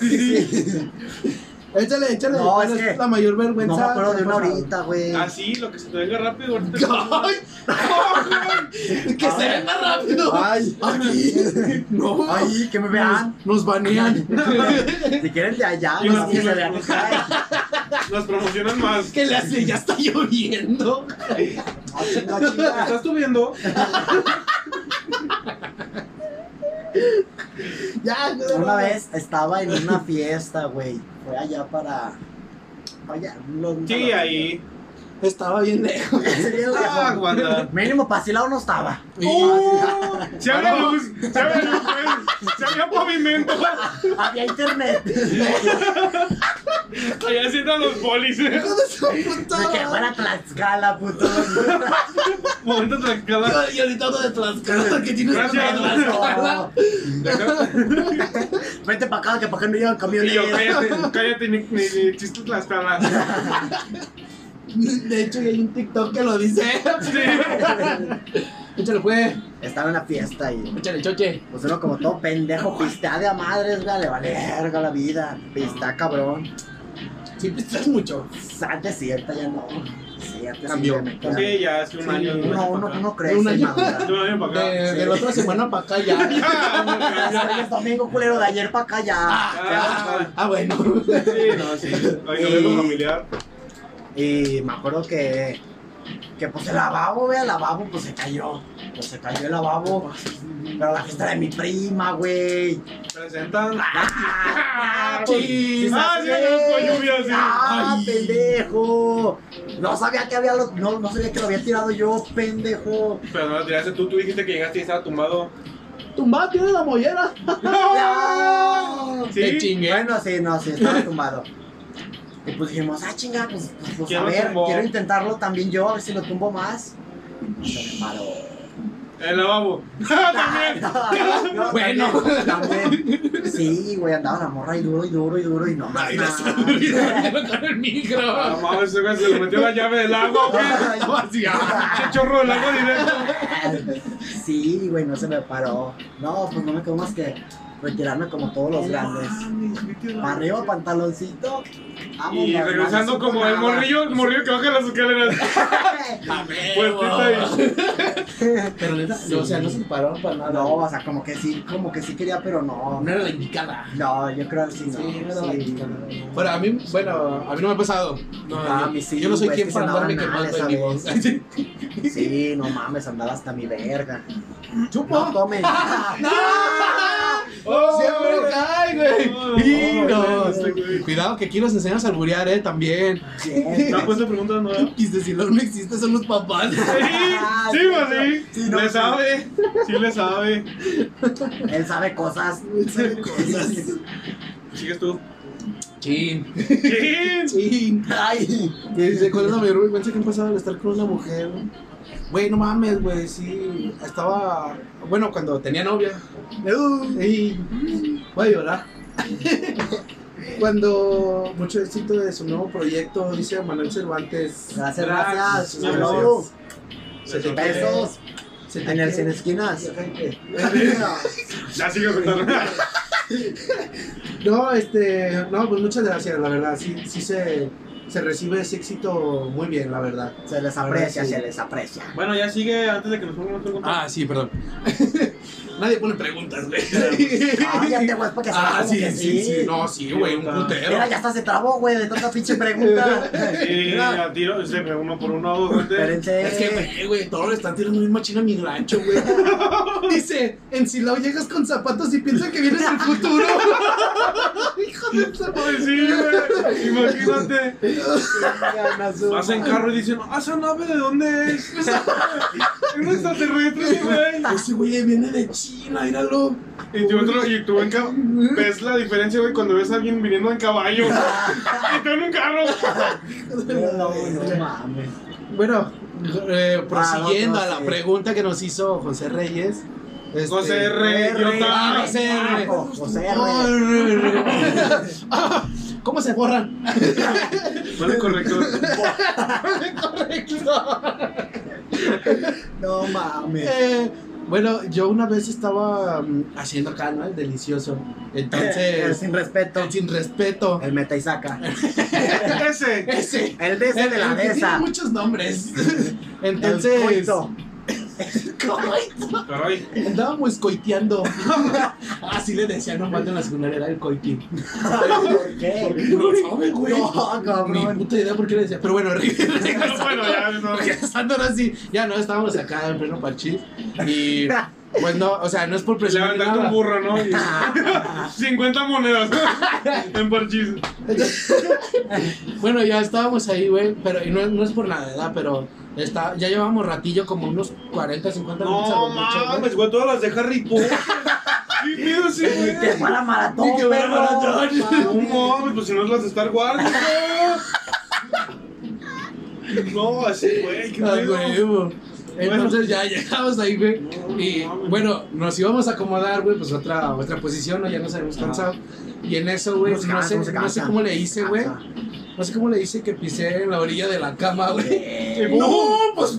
Speaker 2: Sí, sí.
Speaker 3: Échale, échale.
Speaker 1: No,
Speaker 3: ¿Cuál
Speaker 1: es que
Speaker 3: la mayor vergüenza?
Speaker 1: No me acuerdo
Speaker 3: que
Speaker 1: de
Speaker 3: ha
Speaker 1: una
Speaker 3: pasado?
Speaker 1: ahorita, güey.
Speaker 2: Así, lo que se te venga rápido. ahorita te-
Speaker 3: Ay,
Speaker 4: Que se ve más rápido.
Speaker 3: Ay, aquí. No.
Speaker 1: Ay, que me vean.
Speaker 3: Nos, nos banean.
Speaker 1: Si quieren de allá,
Speaker 2: Y
Speaker 1: no
Speaker 2: nos-
Speaker 1: sé
Speaker 2: y
Speaker 1: se
Speaker 2: nos-
Speaker 1: vean. Ay,
Speaker 2: Nos promocionan más.
Speaker 4: Que le hace, ya está lloviendo.
Speaker 1: no, chinga, chinga.
Speaker 2: ¿Estás tú viendo?
Speaker 3: ya,
Speaker 1: Una vez estaba en una fiesta, güey. Fue allá para. Allá, los.
Speaker 2: Sí, ahí.
Speaker 3: Estaba bien lejos.
Speaker 1: Sí, bien lejos.
Speaker 2: Ah, guarda.
Speaker 1: Mínimo para Silao no estaba.
Speaker 2: Uh, se abre luz, se abre luz, güey. se abre pavimento.
Speaker 1: Había internet.
Speaker 2: Allá sientan los ¿eh? polis.
Speaker 3: Hijo de su puta
Speaker 1: Me que
Speaker 3: madre.
Speaker 1: fuera Tlaxcala, puto.
Speaker 2: Momento tranquila.
Speaker 4: Y ahorita uno de Tlaxcala que tiene
Speaker 2: Gracias.
Speaker 4: una Tlaxcala.
Speaker 1: No. Vete para acá, que para acá no llegan
Speaker 2: Y
Speaker 1: camiones.
Speaker 2: yo, cállate, cállate, ni, ni, ni chistes las calas.
Speaker 3: De hecho, ya hay un TikTok que lo dice.
Speaker 2: Sí.
Speaker 3: Échale, pues.
Speaker 1: Estaba en la fiesta y
Speaker 4: Échale, choche.
Speaker 1: pues uno como todo pendejo, pistea de a madres, güey, le vale verga la vida. Pistea cabrón.
Speaker 4: Siempre estás mucho.
Speaker 1: Antes cierta ya no. Sí, antes
Speaker 3: Cambió.
Speaker 1: simplemente era-
Speaker 2: Sí, ya hace un
Speaker 3: Sí,
Speaker 2: año.
Speaker 3: no, Eh.
Speaker 2: un
Speaker 1: Uno,
Speaker 2: año
Speaker 1: uno,
Speaker 2: para acá.
Speaker 1: uno crece,
Speaker 3: Un año.
Speaker 1: madura.
Speaker 2: De un año
Speaker 3: De,
Speaker 2: para acá.
Speaker 3: de la otra semana para acá ya.
Speaker 2: Ah,
Speaker 1: Ya sale el domingo culero de ayer para acá ya.
Speaker 2: ah,
Speaker 3: Ah, bueno.
Speaker 2: Sí, no, sí. Hoy no
Speaker 1: Y-
Speaker 2: vengo familiar.
Speaker 1: Y me acuerdo que, que pues el lavabo, güey, el lavabo pues se cayó. Pues se cayó el lavabo. Pero la fiesta de mi prima, güey.
Speaker 2: Presentan.
Speaker 1: ¡Ah!
Speaker 3: Sí.
Speaker 2: Ah, sí, conozco lluvia, sí.
Speaker 1: ¡Ah,
Speaker 3: Ay.
Speaker 1: pendejo! No sabía que había lo- no, no sabía que lo había tirado yo, pendejo.
Speaker 2: Pero no lo tiraste tú, tú dijiste que llegaste y estaba tumbado.
Speaker 3: Tumbada tiene la mollera.
Speaker 1: No.
Speaker 2: Sí.
Speaker 4: Te chingué.
Speaker 1: Bueno, sí, no, sí, estaba tumbado. Y pues dijimos, ah, chinga, pues, pues, pues, a
Speaker 2: ¿Quién lo
Speaker 1: ver,
Speaker 2: tumbó?
Speaker 1: quiero intentarlo también yo, a ver si lo tumbo más. Se me paró.
Speaker 2: El lavabo. Ah, También.
Speaker 1: No,
Speaker 4: Bueno.
Speaker 1: también, también. Sí, güey, andaba la morra y duro y duro y duro y no. más
Speaker 4: Ay, gracias
Speaker 1: nada.
Speaker 4: a Dios, me con el
Speaker 2: Ah,
Speaker 4: micro.
Speaker 2: mames, ese güey se le metió la llave del agua, güey. Ese chorro del agua directo.
Speaker 1: Sí, güey, no se me paró. No, pues no me quedó más que retirarme como todos los grandes. Para arriba, pantaloncito. Vámonos,
Speaker 2: Y
Speaker 1: no
Speaker 2: regresando
Speaker 1: supo
Speaker 2: como el
Speaker 1: nada.
Speaker 2: morrillo, el morrillo que baja las escaleras.
Speaker 3: Pues,
Speaker 4: A
Speaker 2: Eh,
Speaker 4: ver,
Speaker 2: Puertita ahí.
Speaker 3: Pero neta,
Speaker 1: Sí.
Speaker 3: o sea, no se pararon para nada.
Speaker 1: No, o sea, como que sí, como que sí quería, pero no.
Speaker 4: No era la indicada.
Speaker 1: No, yo creo que sí, no.
Speaker 3: Sí, era la
Speaker 1: sí.
Speaker 3: mexicana. Bueno, a mí, bueno, a mí no me ha pasado. No,
Speaker 1: Ah, a
Speaker 3: yo,
Speaker 1: mí sí,
Speaker 3: yo no soy
Speaker 1: güey,
Speaker 3: quien
Speaker 1: es que
Speaker 3: para
Speaker 1: se andaban
Speaker 3: andarme
Speaker 1: mal
Speaker 3: quemando
Speaker 1: esa
Speaker 3: enemigos.
Speaker 1: Sí, no mames, andaba hasta mi verga.
Speaker 3: Chupo.
Speaker 1: No tomen.
Speaker 2: Oh,
Speaker 3: Siempre cae, güey.
Speaker 2: No,
Speaker 3: Y
Speaker 2: no,
Speaker 3: no.
Speaker 2: este güey.
Speaker 3: Cuidado que aquí los enseñas a alburear, eh, también.
Speaker 1: Yes.
Speaker 2: ¿Te puesto preguntas nuevas?
Speaker 3: Y si no existe, son los papás.
Speaker 2: Sí, sí, pues sí.
Speaker 1: Sí, no,
Speaker 2: le
Speaker 1: sí.
Speaker 2: sabe. Sí le sabe.
Speaker 1: Él sabe cosas.
Speaker 3: sabe cosas.
Speaker 2: ¿Sigues tú?
Speaker 3: Chin.
Speaker 2: Sí.
Speaker 3: Chin.
Speaker 1: Ay.
Speaker 3: Que dice, ¿cuál es la mayor vergüenza que han pasado al estar con una mujer? Güey, no mames, güey, sí. Estaba. Bueno, cuando tenía novia. Y. Voy a llorar. Cuando mucho éxito de su nuevo proyecto, dice Manuel Cervantes.
Speaker 1: Gracias,
Speaker 2: Gracias,
Speaker 1: gracias.
Speaker 2: muchas
Speaker 1: Salud.
Speaker 3: Se te quiere,
Speaker 1: Besos
Speaker 3: se te
Speaker 1: en el
Speaker 3: quiere.
Speaker 1: sin esquinas.
Speaker 2: Ya sigue contando.
Speaker 3: No, este, no, pues muchas gracias, la verdad, sí, sí se, se recibe ese éxito muy bien, la verdad.
Speaker 1: Se les aprecia,
Speaker 3: Sí.
Speaker 1: se les aprecia.
Speaker 2: Ah, Bueno, ya sigue antes de que nos pongan otro contacto.
Speaker 3: sí, perdón. Ah, nadie pone preguntas, güey.
Speaker 1: Cállate, güey, porque se va
Speaker 3: Ah,
Speaker 1: como
Speaker 3: sí,
Speaker 1: que
Speaker 3: sí, sí, No, sí, güey, un putero.
Speaker 1: Mira, ya hasta se trabó, güey, de tanta pinche pregunta.
Speaker 2: Sí, a tiro, siempre uno por uno, dos, gente.
Speaker 1: Espérense.
Speaker 3: Es que, güey, güey, todos le están tirando bien machina a mi rancho, güey. Dice, en Silao llegas con zapatos y piensa que vienes del futuro. Hijo de esa
Speaker 2: Ay, sí, güey. Imagínate. Vas en
Speaker 3: madre.
Speaker 2: carro y dicen, ah, esa nave de dónde es? Es un extraterrestre, güey.
Speaker 3: Ese güey viene de China, míralo.
Speaker 2: Y tú, otro, y tú en ca- ves la diferencia, güey, cuando ves a alguien viniendo en caballo. y tú en un carro.
Speaker 1: No, no mames.
Speaker 3: Eh,
Speaker 1: Ah,
Speaker 3: Bueno, eh, prosiguiendo
Speaker 1: no, no,
Speaker 3: a la
Speaker 1: sí.
Speaker 3: pregunta que nos hizo José Reyes. este-
Speaker 2: José R,
Speaker 3: Ah,
Speaker 2: idiota.
Speaker 3: José R.
Speaker 1: Paco, José R.
Speaker 3: Oh, R, R. Ah, ¿Cómo se borran?
Speaker 2: Vale, correcto.
Speaker 3: Correcto.
Speaker 1: No mames.
Speaker 3: Eh, bueno, yo una vez estaba mm, haciendo acá, ¿no? El delicioso.
Speaker 1: El
Speaker 3: Entonces,
Speaker 1: sin respeto.
Speaker 3: el sin respeto.
Speaker 1: El meta y saca.
Speaker 2: Ese.
Speaker 3: Ese.
Speaker 1: El de ese
Speaker 3: El,
Speaker 1: de
Speaker 3: el
Speaker 1: la
Speaker 3: que tiene
Speaker 1: mesa.
Speaker 3: muchos nombres.
Speaker 1: El
Speaker 3: Entonces,
Speaker 1: coito.
Speaker 2: Caray.
Speaker 3: andábamos coiteando. Así le decían nomás en la secundaria, era el coitín.
Speaker 1: ¿Por qué?
Speaker 3: No sabe, güey.
Speaker 1: No,
Speaker 3: Ni
Speaker 1: cabrón.
Speaker 3: puta idea por qué le decía. Pero bueno, re-
Speaker 2: No, bueno, ya, no.
Speaker 3: regresando ahora sí. Ya no, estábamos acá en pleno parchís. Y pues no, o sea, no es por presionar.
Speaker 2: Levantaste un
Speaker 3: nada.
Speaker 2: burro, ¿no? Y- 50 monedas. en parchís.
Speaker 3: Bueno, ya estábamos ahí, güey. Pero y no, no es por nada, ¿verdad? Pero está, ya llevamos ratillo, como unos 40, 50 minutos. a
Speaker 2: No
Speaker 3: lo mucho, güey.
Speaker 2: mames, güey, todas las de Harry Potter. Sí, mira, sí, güey.
Speaker 1: Que fue la maratón.
Speaker 3: Ni que fuera
Speaker 1: perro.
Speaker 3: maratón.
Speaker 2: No
Speaker 1: Mames.
Speaker 2: mames, pues si no es las de Star Wars, güey. No, así, güey, qué
Speaker 3: Ah,
Speaker 2: pedo.
Speaker 3: huevo. Entonces ya llegamos ahí, güey.
Speaker 2: No,
Speaker 3: Y
Speaker 2: no mames.
Speaker 3: bueno, nos íbamos a acomodar, güey, pues otra, otra posición, ¿no? Ya nos habíamos
Speaker 2: Ajá.
Speaker 3: cansado. Y en eso, güey,
Speaker 1: Nos
Speaker 3: no
Speaker 1: cansa,
Speaker 3: sé,
Speaker 1: nos
Speaker 3: no sé
Speaker 1: cansa.
Speaker 3: cómo le hice, güey. No sé cómo le hice que pisé en la orilla de la cama, güey. No, pues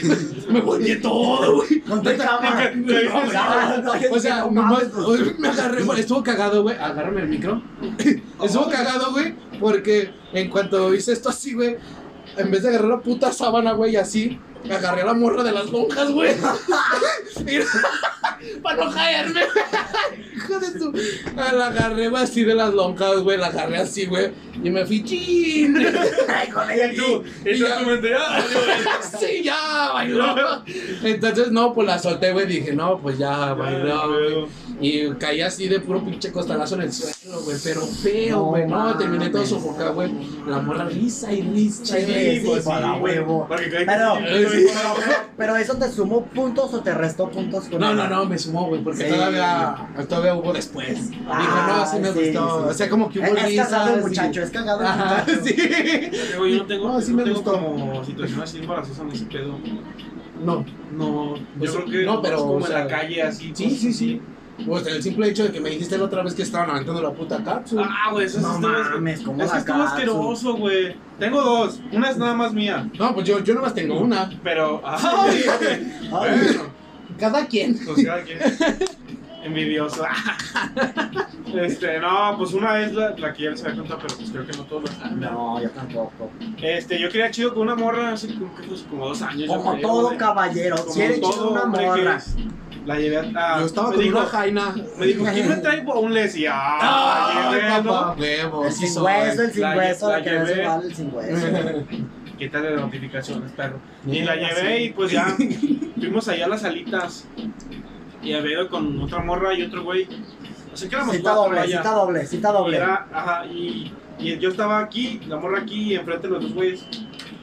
Speaker 3: me volví todo, güey.
Speaker 1: No te cama.
Speaker 2: Ni que- ni que-
Speaker 1: No, ya, no, yo
Speaker 3: O
Speaker 1: dije,
Speaker 3: sea,
Speaker 1: no
Speaker 3: nomás-
Speaker 1: mames,
Speaker 3: o sea, me agarré, güey, estuvo cagado, güey. Agárrame el micro. Estuvo cagado, güey, porque en cuanto hice esto así, güey, en vez de agarrar la puta sábana, güey, así, me agarré a la morra de las lonjas, güey. Para no caerme. Hijo de tu. Ah, La agarré güey, así de las lonjas, güey, la agarré así, güey, y me fui chin.
Speaker 1: Ay, con ella.
Speaker 2: Y tú, y tú
Speaker 3: Y ya.
Speaker 2: en tu mente, ah,
Speaker 3: Sí, ya, bailó. Entonces, no, pues la solté, güey, dije, no, pues ya, bailó, güey.
Speaker 2: güey.
Speaker 3: Y caí así de puro pinche costalazo en el suelo, güey. Pero feo, güey. No,
Speaker 1: mames.
Speaker 3: terminé todo sofocado, güey. La morra risa y risa.
Speaker 1: Sí, pues.
Speaker 3: güey.
Speaker 1: sí, para huevo.
Speaker 2: Para que caiga.
Speaker 1: Pero-
Speaker 2: Sí, para huevo.
Speaker 1: Pero eso te sumó puntos o te restó puntos con
Speaker 3: No,
Speaker 1: ella?
Speaker 3: no, no, me sumó, güey, porque
Speaker 1: Sí.
Speaker 3: todavía, todavía hubo después. Dijo, no,
Speaker 1: Ah,
Speaker 3: sí me
Speaker 1: sí,
Speaker 3: gustó.
Speaker 1: sí.
Speaker 3: O sea, como que hubo
Speaker 1: Es, es cagado el
Speaker 3: risas y-
Speaker 1: muchacho, es cagado el
Speaker 3: Ajá,
Speaker 1: muchacho.
Speaker 3: sí.
Speaker 2: Güey, yo no tengo,
Speaker 3: No, sí
Speaker 2: yo
Speaker 3: me
Speaker 2: tengo
Speaker 3: gustó.
Speaker 2: como situación así embarazosa en ese pedo.
Speaker 3: No,
Speaker 2: No, yo
Speaker 3: Pues,
Speaker 2: creo que
Speaker 3: no, pero,
Speaker 2: es como
Speaker 3: o
Speaker 2: en
Speaker 3: sea,
Speaker 2: la calle así. pues,
Speaker 3: sí, sí, sí. O sea, pues, el simple hecho de que me dijiste la otra vez que estaban aventando la puta cápsula.
Speaker 2: Ah, güey, eso sí
Speaker 1: No
Speaker 2: estuvo asque-
Speaker 1: mames, ¿cómo
Speaker 2: Es que
Speaker 1: la
Speaker 2: estuvo
Speaker 1: cagas,
Speaker 2: asqueroso, güey. Tengo dos. Una es nada más mía.
Speaker 3: No, pues yo, yo nomás tengo una.
Speaker 2: Pero. ¡Ay!
Speaker 1: Ay,
Speaker 3: Cada quien.
Speaker 2: Pues cada quien. Envidioso. Este, no, pues una es la, la que ya les había contado, pero pues creo que no todos la saben.
Speaker 1: No, yo tampoco.
Speaker 2: Este, yo quería chido con una morra hace como, que hace como dos años. yo
Speaker 1: Como
Speaker 2: creo,
Speaker 1: todo
Speaker 2: güey.
Speaker 1: caballero,
Speaker 2: Como
Speaker 1: si eres chido
Speaker 2: todo
Speaker 1: una
Speaker 2: hombre que
Speaker 1: morra.
Speaker 2: es. La llevé a.
Speaker 3: yo estaba
Speaker 2: me
Speaker 3: con
Speaker 2: dijo,
Speaker 3: una jaina.
Speaker 2: Me dijo, ¿quién me trae boneless? Y ah,
Speaker 3: Ay,
Speaker 2: llevé,
Speaker 3: papá,
Speaker 2: Ah, ¿no?
Speaker 3: huevo,
Speaker 1: El
Speaker 3: sí
Speaker 1: sin
Speaker 3: soy.
Speaker 1: hueso, el sin
Speaker 2: La lle-
Speaker 1: hueso,
Speaker 2: la
Speaker 1: la que no es
Speaker 2: llevé.
Speaker 1: igual, el sin hueso.
Speaker 2: Quítale las notificaciones, perro. Y
Speaker 3: Mierda,
Speaker 2: la llevé
Speaker 3: sí.
Speaker 2: y pues ya fuimos allá a las alitas. Y había ido con otra morra y otro güey. Así que éramos
Speaker 1: Cita
Speaker 2: cuatro
Speaker 1: doble,
Speaker 2: allá.
Speaker 1: cita doble, cita
Speaker 2: Y
Speaker 1: doble.
Speaker 2: era- ajá, y, y yo estaba aquí, la morra aquí, y enfrente de los dos güeyes,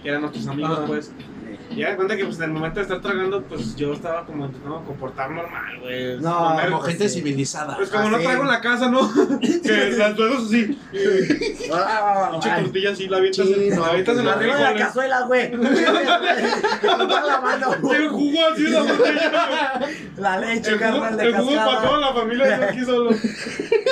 Speaker 2: que eran nuestros amigos,
Speaker 3: Ajá.
Speaker 2: pues. Y ya de cuenta que pues, en el momento de estar tragando, pues yo estaba como intentando comportar normal, güey.
Speaker 1: No,
Speaker 2: Comer-
Speaker 3: Como
Speaker 1: pues,
Speaker 3: gente
Speaker 1: sí.
Speaker 3: civilizada.
Speaker 2: Pues como no
Speaker 1: así.
Speaker 2: traigo en la casa, ¿no? que las dos así,
Speaker 1: Ah,
Speaker 2: pinche
Speaker 1: ay.
Speaker 2: tortilla así, la avientas,
Speaker 3: Sí, no,
Speaker 2: la avientas en los
Speaker 1: Arriba de la
Speaker 2: frijoles.
Speaker 1: cazuela, güey. Con la mano.
Speaker 2: El jugo así en la botella, güey.
Speaker 1: La leche,
Speaker 2: El jugo,
Speaker 1: carnal de
Speaker 2: el jugo para toda
Speaker 1: cascada.
Speaker 2: la familia, yo aquí solo.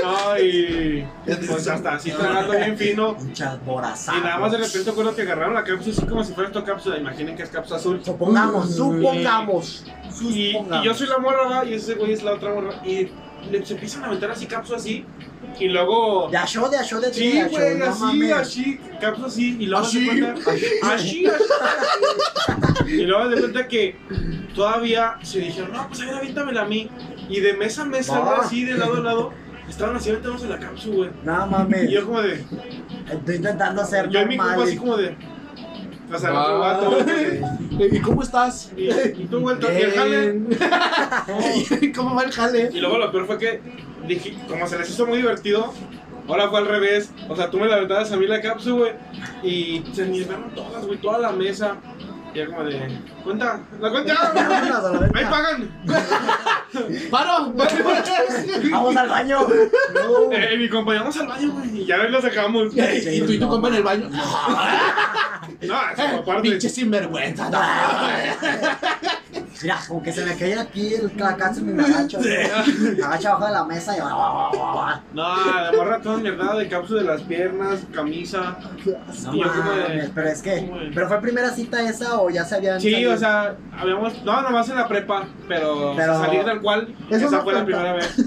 Speaker 2: No, y. Pues hasta así tragando bien fino.
Speaker 1: Muchas boras.
Speaker 2: Y nada más de repente acuerdo que agarraron la cápsula así como si fuera esta cápsula. Imaginen que es cápsula azul.
Speaker 1: Supongamos,
Speaker 3: Mm.
Speaker 1: supongamos.
Speaker 2: Y,
Speaker 1: supongamos.
Speaker 2: y yo soy la morra, ¿va? y ese güey es la otra morra. Y le, se empiezan a aventar así cápsula así. Y luego.
Speaker 1: De achó, de achó, de achó, de
Speaker 2: Sí,
Speaker 1: achó,
Speaker 2: güey,
Speaker 1: no
Speaker 2: así,
Speaker 1: mames.
Speaker 2: así, cápsula así, y luego
Speaker 3: Así.
Speaker 2: se cuenta, así, así. y luego de cuenta que todavía se dijeron, no, pues a ver, aviéntamela a mí. Y de mesa a mesa,
Speaker 1: Va.
Speaker 2: güey, así de lado a lado, estaban así aventados en la cápsula, güey.
Speaker 1: No
Speaker 2: Y
Speaker 1: mames.
Speaker 2: yo como de,
Speaker 1: Estoy intentando ser
Speaker 2: yo y mi
Speaker 1: normal.
Speaker 2: compa así como de, o sea, el otro
Speaker 3: Ah.
Speaker 2: vato, güey.
Speaker 3: ¿Y cómo estás?
Speaker 2: Y, y tú, güey, también, jale.
Speaker 3: Bien. ¿Cómo va el jale?
Speaker 2: Y luego lo peor fue que dije, como se les hizo muy divertido, ahora fue al revés. O sea, tú me la verdad a mí la cápsula, güey. Y se me llenaron todas, güey, toda la mesa. Y yo como de, cuenta, la cuenta.
Speaker 1: Vámonos a la verga.
Speaker 2: Ahí pagan.
Speaker 3: ¡Paro!
Speaker 1: Vamos al baño. No.
Speaker 2: Eh, mi compañero, vamos al baño, güey. Y ya lo sacamos. No,
Speaker 3: Ey, Y tú y tu compa en el baño.
Speaker 2: eso aparte.
Speaker 3: Pinche sinvergüenza. no.
Speaker 1: Mira, como que se me cae aquí el clacazo y me agacho. Me agacho abajo de la mesa y. No
Speaker 2: No, la morra toda mierdada de cápsula de las piernas, camisa. Y yo como de-
Speaker 1: mames, pero es
Speaker 2: como de-
Speaker 1: que. ¿Pero fue primera cita esa o ya se habían.?
Speaker 2: Sí,
Speaker 1: salido?
Speaker 2: o sea, habíamos. No, nomás en la prepa, pero,
Speaker 1: Pero-
Speaker 2: salir tal cual,
Speaker 1: Eso
Speaker 2: esa
Speaker 1: no
Speaker 2: fue la
Speaker 1: cuenta.
Speaker 2: primera vez.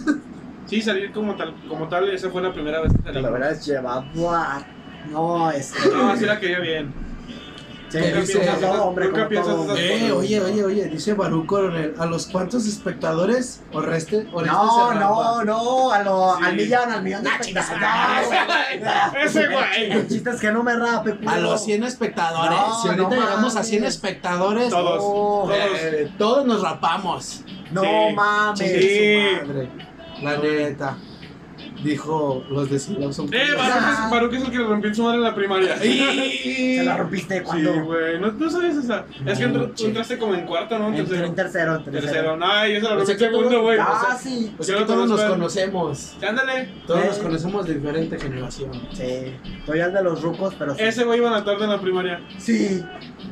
Speaker 2: Sí, salir como tal, como tal, esa fue la primera vez que
Speaker 1: Te lo
Speaker 2: salí.
Speaker 1: hubieras llevado a. No, es que.
Speaker 2: No, así la quería bien.
Speaker 1: Sí,
Speaker 3: Nunca
Speaker 1: dice,
Speaker 3: piensas-
Speaker 1: todo hombre,
Speaker 2: nunca
Speaker 1: como
Speaker 2: piensas
Speaker 1: todo.
Speaker 2: esas
Speaker 3: Eh, oye, oye, oye, dice Barú Coronel, ¿a los cuantos espectadores o reste?
Speaker 1: No, no, no, a lo,
Speaker 2: Sí.
Speaker 1: al millón, al millón. de espectadores. No,
Speaker 2: Ese
Speaker 1: güey.
Speaker 2: güey.
Speaker 1: El chiste es que no me rape, culo.
Speaker 3: A los 100 espectadores.
Speaker 1: No,
Speaker 3: si ahorita
Speaker 1: no
Speaker 3: llegamos a 100
Speaker 1: mames.
Speaker 3: espectadores,
Speaker 2: Todos.
Speaker 1: No,
Speaker 3: eh, todos nos rapamos.
Speaker 1: no
Speaker 2: Sí.
Speaker 1: mames.
Speaker 2: Sí.
Speaker 3: Su madre. La neta. Dijo los de Silao son
Speaker 2: Eh,
Speaker 3: culeros.
Speaker 2: Baruch es, Baruch es el que le rompió su madre en la primaria.
Speaker 1: Se la
Speaker 3: Y-
Speaker 1: rompiste
Speaker 2: Sí,
Speaker 1: cuando.
Speaker 2: güey. No, no sabías esa. Es que entr- tú entraste como en cuarto, ¿no? En
Speaker 1: Entré
Speaker 2: tercero.
Speaker 1: en tercero, en tercero.
Speaker 2: Tercero. No, yo se la rompí
Speaker 3: Pensé
Speaker 2: en
Speaker 3: que tú-
Speaker 2: segundo, güey.
Speaker 1: Ah,
Speaker 2: O
Speaker 1: sí.
Speaker 2: sea,
Speaker 3: O sea
Speaker 2: Yo
Speaker 3: Pues que
Speaker 2: lo
Speaker 3: todos nos
Speaker 2: conozco.
Speaker 3: conocemos.
Speaker 2: Ándale.
Speaker 3: Todos
Speaker 1: Eh.
Speaker 3: nos conocemos de diferente generación.
Speaker 1: Sí. Soy el de los rucos, pero sí.
Speaker 2: Ese güey iba en la tarde en la primaria.
Speaker 1: Sí.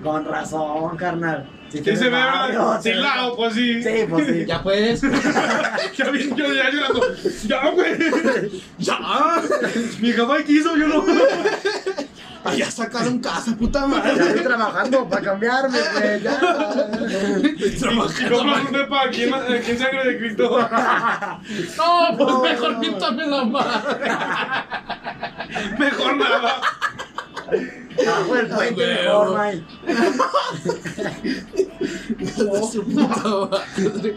Speaker 1: Con razón, carnal. Sí,
Speaker 2: Sí,
Speaker 1: tienes
Speaker 2: se ve,
Speaker 1: barrio,
Speaker 2: ¿verdad? Sí,
Speaker 1: tienes-
Speaker 2: claro, pues sí.
Speaker 1: Sí, pues sí.
Speaker 3: Ya puedes.
Speaker 2: Ya vi, yo ya llorando. Ya, güey. Ya. Mi papá quiso, yo no.
Speaker 3: Ay, Ah, ya sacaron casa, puta
Speaker 1: Ya
Speaker 3: madre.
Speaker 1: estoy trabajando para cambiarme, güey. Ya.
Speaker 2: Yo me para eh, aquí en, la- aquí en Sangre de Cristo.
Speaker 3: No, pues
Speaker 1: No.
Speaker 3: mejor píntame la madre.
Speaker 2: Mejor nada.
Speaker 1: Bajo el puente
Speaker 3: Huevo.
Speaker 2: Ah,
Speaker 1: mejor, güey.
Speaker 3: Su puta madre.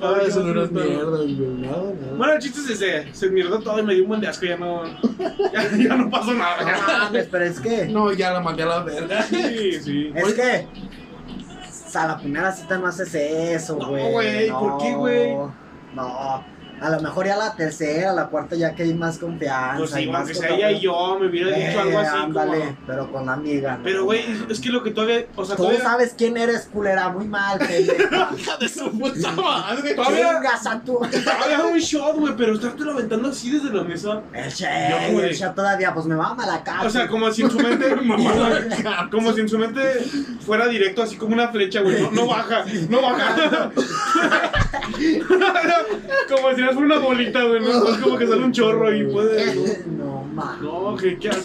Speaker 3: Ay, son unas mierdas, güey. Nada, nada.
Speaker 2: Bueno, el chiste es ese. Se mierdó todo y me dio un buen de asco. Ya no. Ya, ya no pasó nada.
Speaker 1: No mames, pero es que.
Speaker 3: No, ya la mandé a la verga.
Speaker 2: Sí, sí. Pues
Speaker 1: Es que. A la primera cita no haces eso,
Speaker 2: No,
Speaker 1: güey.
Speaker 2: güey, ¿por qué, güey?
Speaker 1: No. A lo mejor ya la tercera, la cuarta, ya que hay más confianza.
Speaker 2: Pues sí,
Speaker 1: hay más
Speaker 2: aunque sea ella y yo, me hubiera
Speaker 1: Eh,
Speaker 2: dicho algo así.
Speaker 1: ándale,
Speaker 2: Como...
Speaker 1: pero con la amiga. ¿no?
Speaker 2: Pero, güey, es que lo que todavía. O sea,
Speaker 1: Tú
Speaker 2: todavía.
Speaker 1: sabes quién eres, culera, muy mal, pendeja.
Speaker 3: Hija de su puta madre.
Speaker 2: Todavía.
Speaker 1: Chingas a tu.
Speaker 2: Todavía un shot, güey, pero estarte aventando así desde la mesa.
Speaker 1: El
Speaker 2: Yo,
Speaker 1: che,
Speaker 2: güey.
Speaker 1: el che todavía, pues me mama la cara.
Speaker 2: O sea, como si en su mente. Como si en su mente fuera directo, así como una flecha, güey. No, no baja, no baja. como si fuera una bolita, güey. ¿no? Es como que sale un chorro y puede.
Speaker 1: No mames.
Speaker 2: No, que qué asco.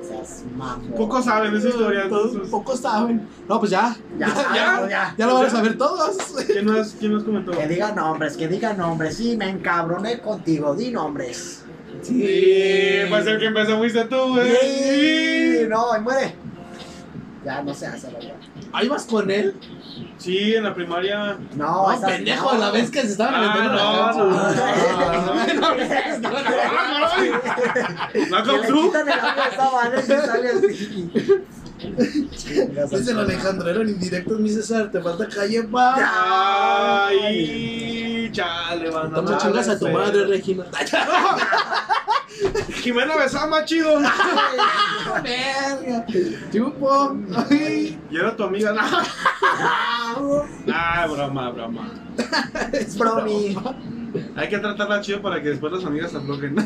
Speaker 1: seas mamón.
Speaker 2: Pocos saben de esa historia.
Speaker 3: Todos
Speaker 2: entonces,
Speaker 3: pocos saben. No, pues ya.
Speaker 1: Ya,
Speaker 3: ya,
Speaker 1: ya, ya.
Speaker 3: ya lo van a saber todos.
Speaker 2: ¿Quién nos, quién nos comentó?
Speaker 1: Que digan nombres, que digan nombres. Sí, me encabroné contigo, di nombres.
Speaker 2: Sí, pues el que empezó fuiste tú, güey.
Speaker 1: Sí, No, y muere. Ya no se hace, la verdad.
Speaker 3: Ahí vas con él.
Speaker 2: Sí, en la primaria.
Speaker 1: No,
Speaker 3: No,
Speaker 1: esas-
Speaker 3: pendejo,
Speaker 1: no.
Speaker 3: la vez que se estaban
Speaker 2: Ah,
Speaker 3: aventando la
Speaker 2: no,
Speaker 3: casa.
Speaker 2: no.
Speaker 3: Ah, no, no, no.
Speaker 2: ¡Ah, caray! ¿La
Speaker 1: Que le
Speaker 2: Capsu?
Speaker 1: quitan el agua a esa madre y sale así. Chingas a
Speaker 3: Dice el
Speaker 1: tu
Speaker 3: Alejandro, eran indirectos, mi César, te falta calle, pa.
Speaker 2: Ay, chale, van
Speaker 3: No me chingas a tu madre, Regina.
Speaker 2: Jimena besaba más chido.
Speaker 3: Ah, verga. Chupo. Ay,
Speaker 2: Y era tu amiga, nada. Nah, broma, broma.
Speaker 1: Es bromi.
Speaker 2: Hay que tratarla chido para que después las amigas se aflojen.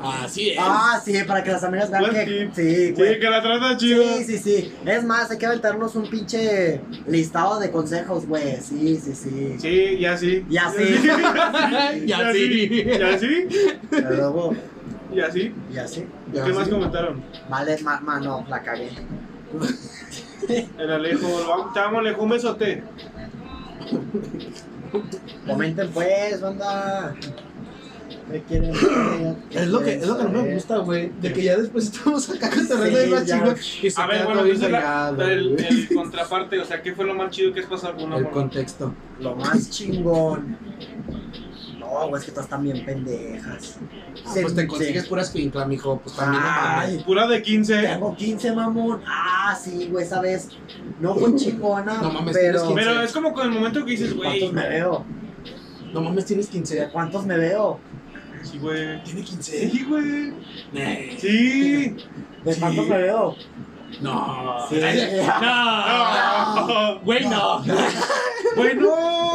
Speaker 3: Así es.
Speaker 1: Ah, sí, para que las amigas vean
Speaker 2: Buen
Speaker 1: que.
Speaker 2: tip.
Speaker 1: Sí,
Speaker 2: Sí,
Speaker 1: güey.
Speaker 2: que la trata chido.
Speaker 1: Sí, sí, sí. Es más, hay que aventarnos un pinche listado de consejos, güey. Sí, sí, sí.
Speaker 2: Sí, y así.
Speaker 1: Y así.
Speaker 3: Y así.
Speaker 2: Y así.
Speaker 1: Pero luego,
Speaker 2: Y así.
Speaker 1: y así.
Speaker 3: Ya,
Speaker 2: ¿Qué más
Speaker 3: sí.
Speaker 2: comentaron?
Speaker 1: Vale, ma, ma- no, la cagué.
Speaker 2: El Alejo. lo am- Te amo, Alejo. Un besote.
Speaker 1: Comenten pues, banda. Me quieren ver, Este,
Speaker 3: Es lo que, es lo que no me
Speaker 1: saber.
Speaker 3: gusta, güey. De que ya después estamos acá cotorreando
Speaker 1: Pues, Sí,
Speaker 3: y más
Speaker 1: ya.
Speaker 3: chingón. Y se
Speaker 2: A ver,
Speaker 3: queda
Speaker 2: bueno,
Speaker 3: todo bien
Speaker 2: entonces la,
Speaker 3: callado,
Speaker 2: el,
Speaker 3: güey.
Speaker 2: el contraparte, o sea, ¿qué fue lo más chido que has pasado con una
Speaker 3: El
Speaker 2: morra?
Speaker 3: contexto.
Speaker 1: Lo más chingón. No, güey, es que todas están bien pendejas.
Speaker 3: Ah,
Speaker 1: Se-
Speaker 3: pues te
Speaker 1: se-
Speaker 3: consigues puras cuincla, mijo. Pues también no mames.
Speaker 1: Ay,
Speaker 2: Pura de 15.
Speaker 1: tengo 15, mamón. Ah, sí, güey, esa vez. No fue chingona,
Speaker 3: No mames,
Speaker 1: pero.
Speaker 3: tienes
Speaker 2: Pero es como con el momento que dices, güey.
Speaker 1: ¿Cuántos me veo?
Speaker 3: No mames, tienes 15
Speaker 1: ¿De
Speaker 3: años.
Speaker 1: cuántos me veo?
Speaker 2: Sí, güey.
Speaker 3: ¿Tiene 15?
Speaker 2: Sí, güey.
Speaker 3: Eh,
Speaker 2: Sí.
Speaker 1: ¿De
Speaker 3: Sí.
Speaker 1: cuántos me veo?
Speaker 3: No.
Speaker 1: Sí.
Speaker 4: No.
Speaker 2: Ah.
Speaker 4: Güey, no.
Speaker 2: Güey, no.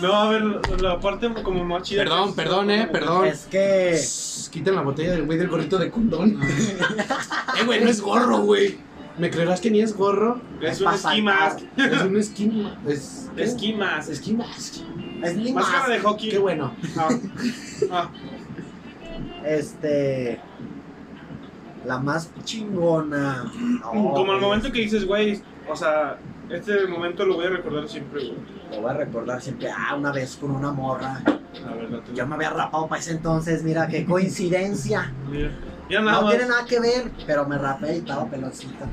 Speaker 2: No, a ver, la parte como más chida.
Speaker 3: Perdón, perdón, eh, perdón.
Speaker 1: Es que.
Speaker 3: Shh, Quiten la botella del güey del gorrito de condón. eh, güey, no es gorro, güey. ¿Me creerás que ni es gorro?
Speaker 2: Es un esquima.
Speaker 3: Es un esquima. Es. ¿qué?
Speaker 2: Esquimas.
Speaker 3: Esquima.
Speaker 1: Es ni más.
Speaker 2: Máscara de
Speaker 3: Qué
Speaker 2: hockey.
Speaker 3: bueno.
Speaker 2: Ah. Ah.
Speaker 1: Este. La más chingona. No,
Speaker 2: Como el
Speaker 1: güey,
Speaker 2: momento que dices, güey, o sea, este momento lo voy a recordar siempre, güey.
Speaker 1: Lo voy a recordar siempre. Ah, una vez con una morra.
Speaker 2: La verdad.
Speaker 1: Yo me había rapado para ese entonces. Mira, qué coincidencia.
Speaker 2: Mira, mira nada
Speaker 1: No
Speaker 2: más.
Speaker 1: tiene nada que ver, pero me rapé y estaba peloncita.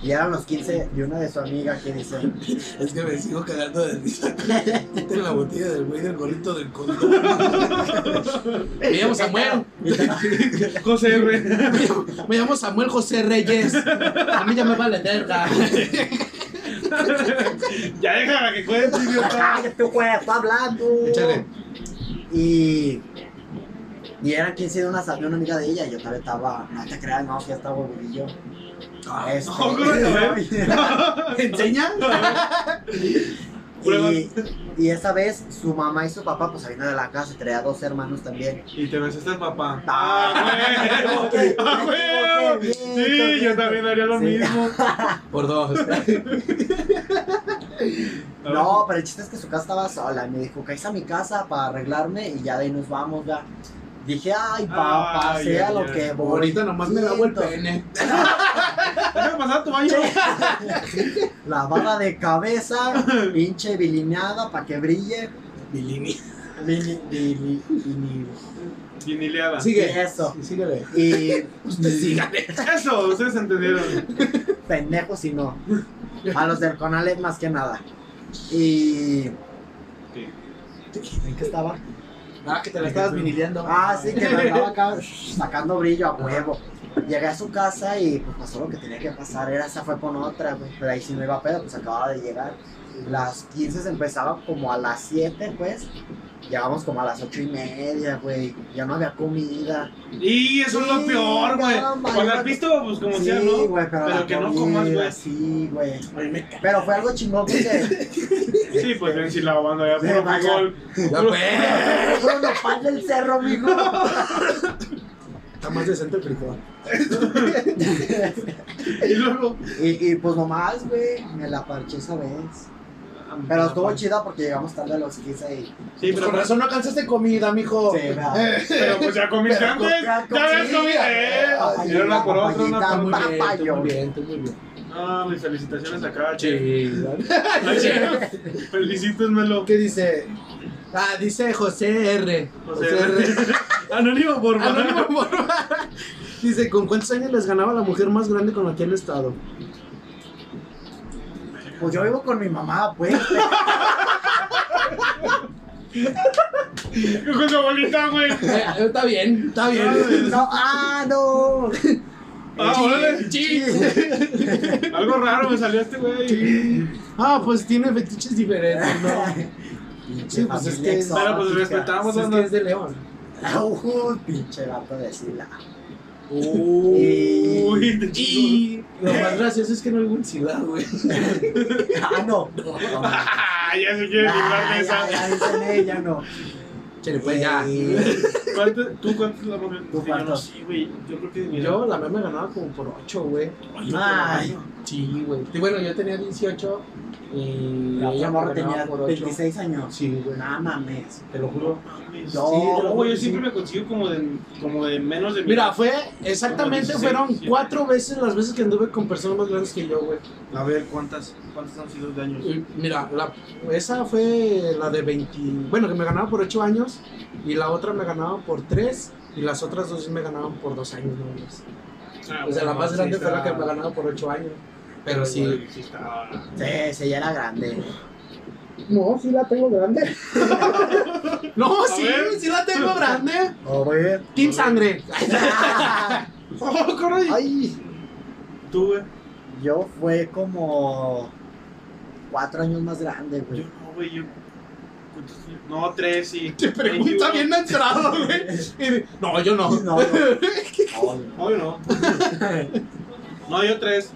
Speaker 1: Y eran los 15 de una de su amiga que dice:
Speaker 3: Es que me sigo cagando de risa. Quiten la botella del güey del gorrito del condón. Me llamo Samuel.
Speaker 2: José
Speaker 3: Me
Speaker 2: R.
Speaker 3: llamo- Me llamo Samuel José Reyes. A mí ya me vale verga.
Speaker 2: ya déjala que cuente, idiota.
Speaker 1: ¡Cállate, güey! ¡Está hablando!
Speaker 3: Échale.
Speaker 1: Y. Y eran 15 de una, de una amiga de ella. Y yo todavía estaba. No te creas, no, ya estaba huevillo. Este,
Speaker 2: no, güey.
Speaker 3: ¿Enseña?
Speaker 1: Y, y esa vez su mamá y su papá pues salieron de la casa y traía dos hermanos también.
Speaker 2: Y te besaste al papá.
Speaker 1: Ah,
Speaker 2: ¡Ah,
Speaker 1: ok,
Speaker 2: güey! ¡Ah,
Speaker 1: ok,
Speaker 2: güey!
Speaker 1: bien,
Speaker 2: Sí,
Speaker 1: correcto.
Speaker 2: yo también haría lo
Speaker 1: Sí.
Speaker 2: mismo.
Speaker 3: Por dos.
Speaker 1: No, pero el chiste es que su casa estaba sola y me dijo, caes a mi casa para arreglarme y ya de ahí nos vamos ya. Dije, ay papá,
Speaker 2: Ay,
Speaker 1: sea
Speaker 2: ay,
Speaker 1: lo
Speaker 2: ay.
Speaker 1: que voy.
Speaker 3: Ahorita nomás me lavo el
Speaker 1: siento".
Speaker 3: pene.
Speaker 2: Déjame pasar a tu baño.
Speaker 1: Lavada de cabeza, pinche bilineada para que brille.
Speaker 3: Milini.
Speaker 1: Vili- vili- vinil.
Speaker 2: Vinileada.
Speaker 1: Y
Speaker 3: Sigue.
Speaker 1: eso.
Speaker 3: Síguele.
Speaker 1: Y
Speaker 3: Usted
Speaker 2: eh.
Speaker 3: sígale.
Speaker 2: Eso, ustedes entendieron.
Speaker 1: pendejos y no. A los del Conalep más que nada. Y.
Speaker 2: ¿Qué?
Speaker 1: ¿En qué estaba?
Speaker 3: Ah, que te la estabas vinileando.
Speaker 1: Ah, sí, que me andaba acá sacando brillo a huevo. Llegué a su casa y pues pasó lo que tenía que pasar. Era esa fue con otra, güey. Pero ahí sí no iba a pedo, pues acababa de llegar. Las 15 se empezaban como a las 7, pues. Llegamos como a las 8 y media, güey. Ya no había comida.
Speaker 2: Y eso es lo
Speaker 1: Sí,
Speaker 2: peor, güey.
Speaker 1: no,
Speaker 2: Con la
Speaker 1: vale.
Speaker 2: pisto, pues como
Speaker 1: sí,
Speaker 2: sea, ¿no?
Speaker 1: güey, pero,
Speaker 2: Pero
Speaker 1: la
Speaker 2: que no comas,
Speaker 1: comida,
Speaker 2: güey.
Speaker 1: Sí, güey.
Speaker 3: A mí me cae.
Speaker 1: Pero fue algo chingón porque.
Speaker 2: Sí, pues ven si la banda ya
Speaker 1: Sí,
Speaker 2: puro
Speaker 1: vaya.
Speaker 2: fútbol.
Speaker 3: Ya fue.
Speaker 1: Fueron los pan del cerro, mijo.
Speaker 3: Está más decente el frijol.
Speaker 2: Y luego.
Speaker 1: Y, y pues nomás, güey, me la parché esa vez. Pero estuvo chida porque llegamos tarde a los 15 y.
Speaker 2: Sí, pero, pero,
Speaker 3: no alcanzaste comida, mijo.
Speaker 1: Sí, ¿verdad?
Speaker 2: pues ya comiste
Speaker 1: Pero
Speaker 2: antes. Ya
Speaker 1: ya comí,
Speaker 2: habías comido.
Speaker 1: eh,
Speaker 2: Y era una por otra, una
Speaker 1: papayita,
Speaker 2: por
Speaker 3: Muy bien, tú
Speaker 2: otra.
Speaker 1: Papayo.
Speaker 3: muy bien, tú muy bien.
Speaker 2: Ah, mis felicitaciones acá, che.
Speaker 3: Sí.
Speaker 2: Ay, che. Felicítenmelo.
Speaker 3: ¿Qué dice? Ah, dice José R.
Speaker 2: José R. Anónimo por favor.
Speaker 3: Anónimo Borba. Dice, ¿con cuántos años les ganaba la mujer más grande con la que han estado?
Speaker 1: Pues yo vivo con mi mamá, pues.
Speaker 2: Con su abuelita, güey.
Speaker 3: Eh, está bien, está
Speaker 2: bien.
Speaker 1: No, ah, no.
Speaker 2: Ah, órale.
Speaker 3: Sí.
Speaker 2: Algo raro me salió este güey.
Speaker 3: Ah, pues tiene fetiches diferentes, ¿no?
Speaker 1: Pinche
Speaker 3: pues es
Speaker 1: familia
Speaker 3: que-
Speaker 2: Pero pues
Speaker 1: exótica.
Speaker 2: respetamos,
Speaker 3: Pues es
Speaker 2: banda.
Speaker 3: que es de León.
Speaker 1: Ujú, pinche gato de Sila.
Speaker 2: Uy, te chingo.
Speaker 3: Y lo más gracioso es que no hay un ciudad, güey.
Speaker 1: Ah, no.
Speaker 2: Ah, ya se quiere librar de
Speaker 1: Ay, ay,
Speaker 2: esa.
Speaker 1: ay, dicen ella, no.
Speaker 3: Chale, pues ya.
Speaker 1: Eh,
Speaker 2: ¿Cuánto- ¿Tú cuánto es la mujer?
Speaker 1: ¿Tú
Speaker 2: Yo no
Speaker 1: cuánto?
Speaker 2: sé, güey. Yo creo que mira.
Speaker 3: Yo la mía me ganaba como por 8, güey.
Speaker 1: Ay.
Speaker 3: Sí, güey. Y bueno, yo tenía 18 Y
Speaker 1: La otra
Speaker 3: ella
Speaker 1: morra
Speaker 3: pagaba
Speaker 1: tenía
Speaker 3: por ocho.
Speaker 1: 26 años.
Speaker 3: Sí, güey.
Speaker 1: Nada mames.
Speaker 3: Te lo juro.
Speaker 1: No,
Speaker 2: No, güey, yo siempre me consigo como de, como de menos de
Speaker 3: Mira, fue exactamente,
Speaker 2: Como 16,
Speaker 3: fueron
Speaker 2: sí.
Speaker 3: cuatro veces las veces que anduve con personas más grandes que yo, güey.
Speaker 2: A ver, ¿cuántas, cuántas han sido de años?
Speaker 3: Y Mira, la, esa fue la de 20, bueno, que me ganaba por 8 años y la otra me ganaba por 3 y las otras dos me ganaban por 2 años no más.
Speaker 2: Ah,
Speaker 3: O sea, la más grande fue la que me ganaba por 8 años. Pero sí.
Speaker 2: Sí, está.
Speaker 1: Sí, sí, ya era grande.
Speaker 3: No, sí la tengo grande. no,
Speaker 2: A
Speaker 3: sí,
Speaker 2: ver.
Speaker 3: sí la tengo grande.
Speaker 1: Oye.
Speaker 3: Team Sangre.
Speaker 2: ¡Oh, caray!
Speaker 1: Ay,
Speaker 2: Tú, güey.
Speaker 1: yo fue como cuatro años más grande,
Speaker 2: Yo
Speaker 1: güey.
Speaker 2: no, güey, yo. No, tres y.
Speaker 3: Te pregunta bien entrado, güey. Y di- No, yo no.
Speaker 1: No, no.
Speaker 2: No, yo no. No, yo tres.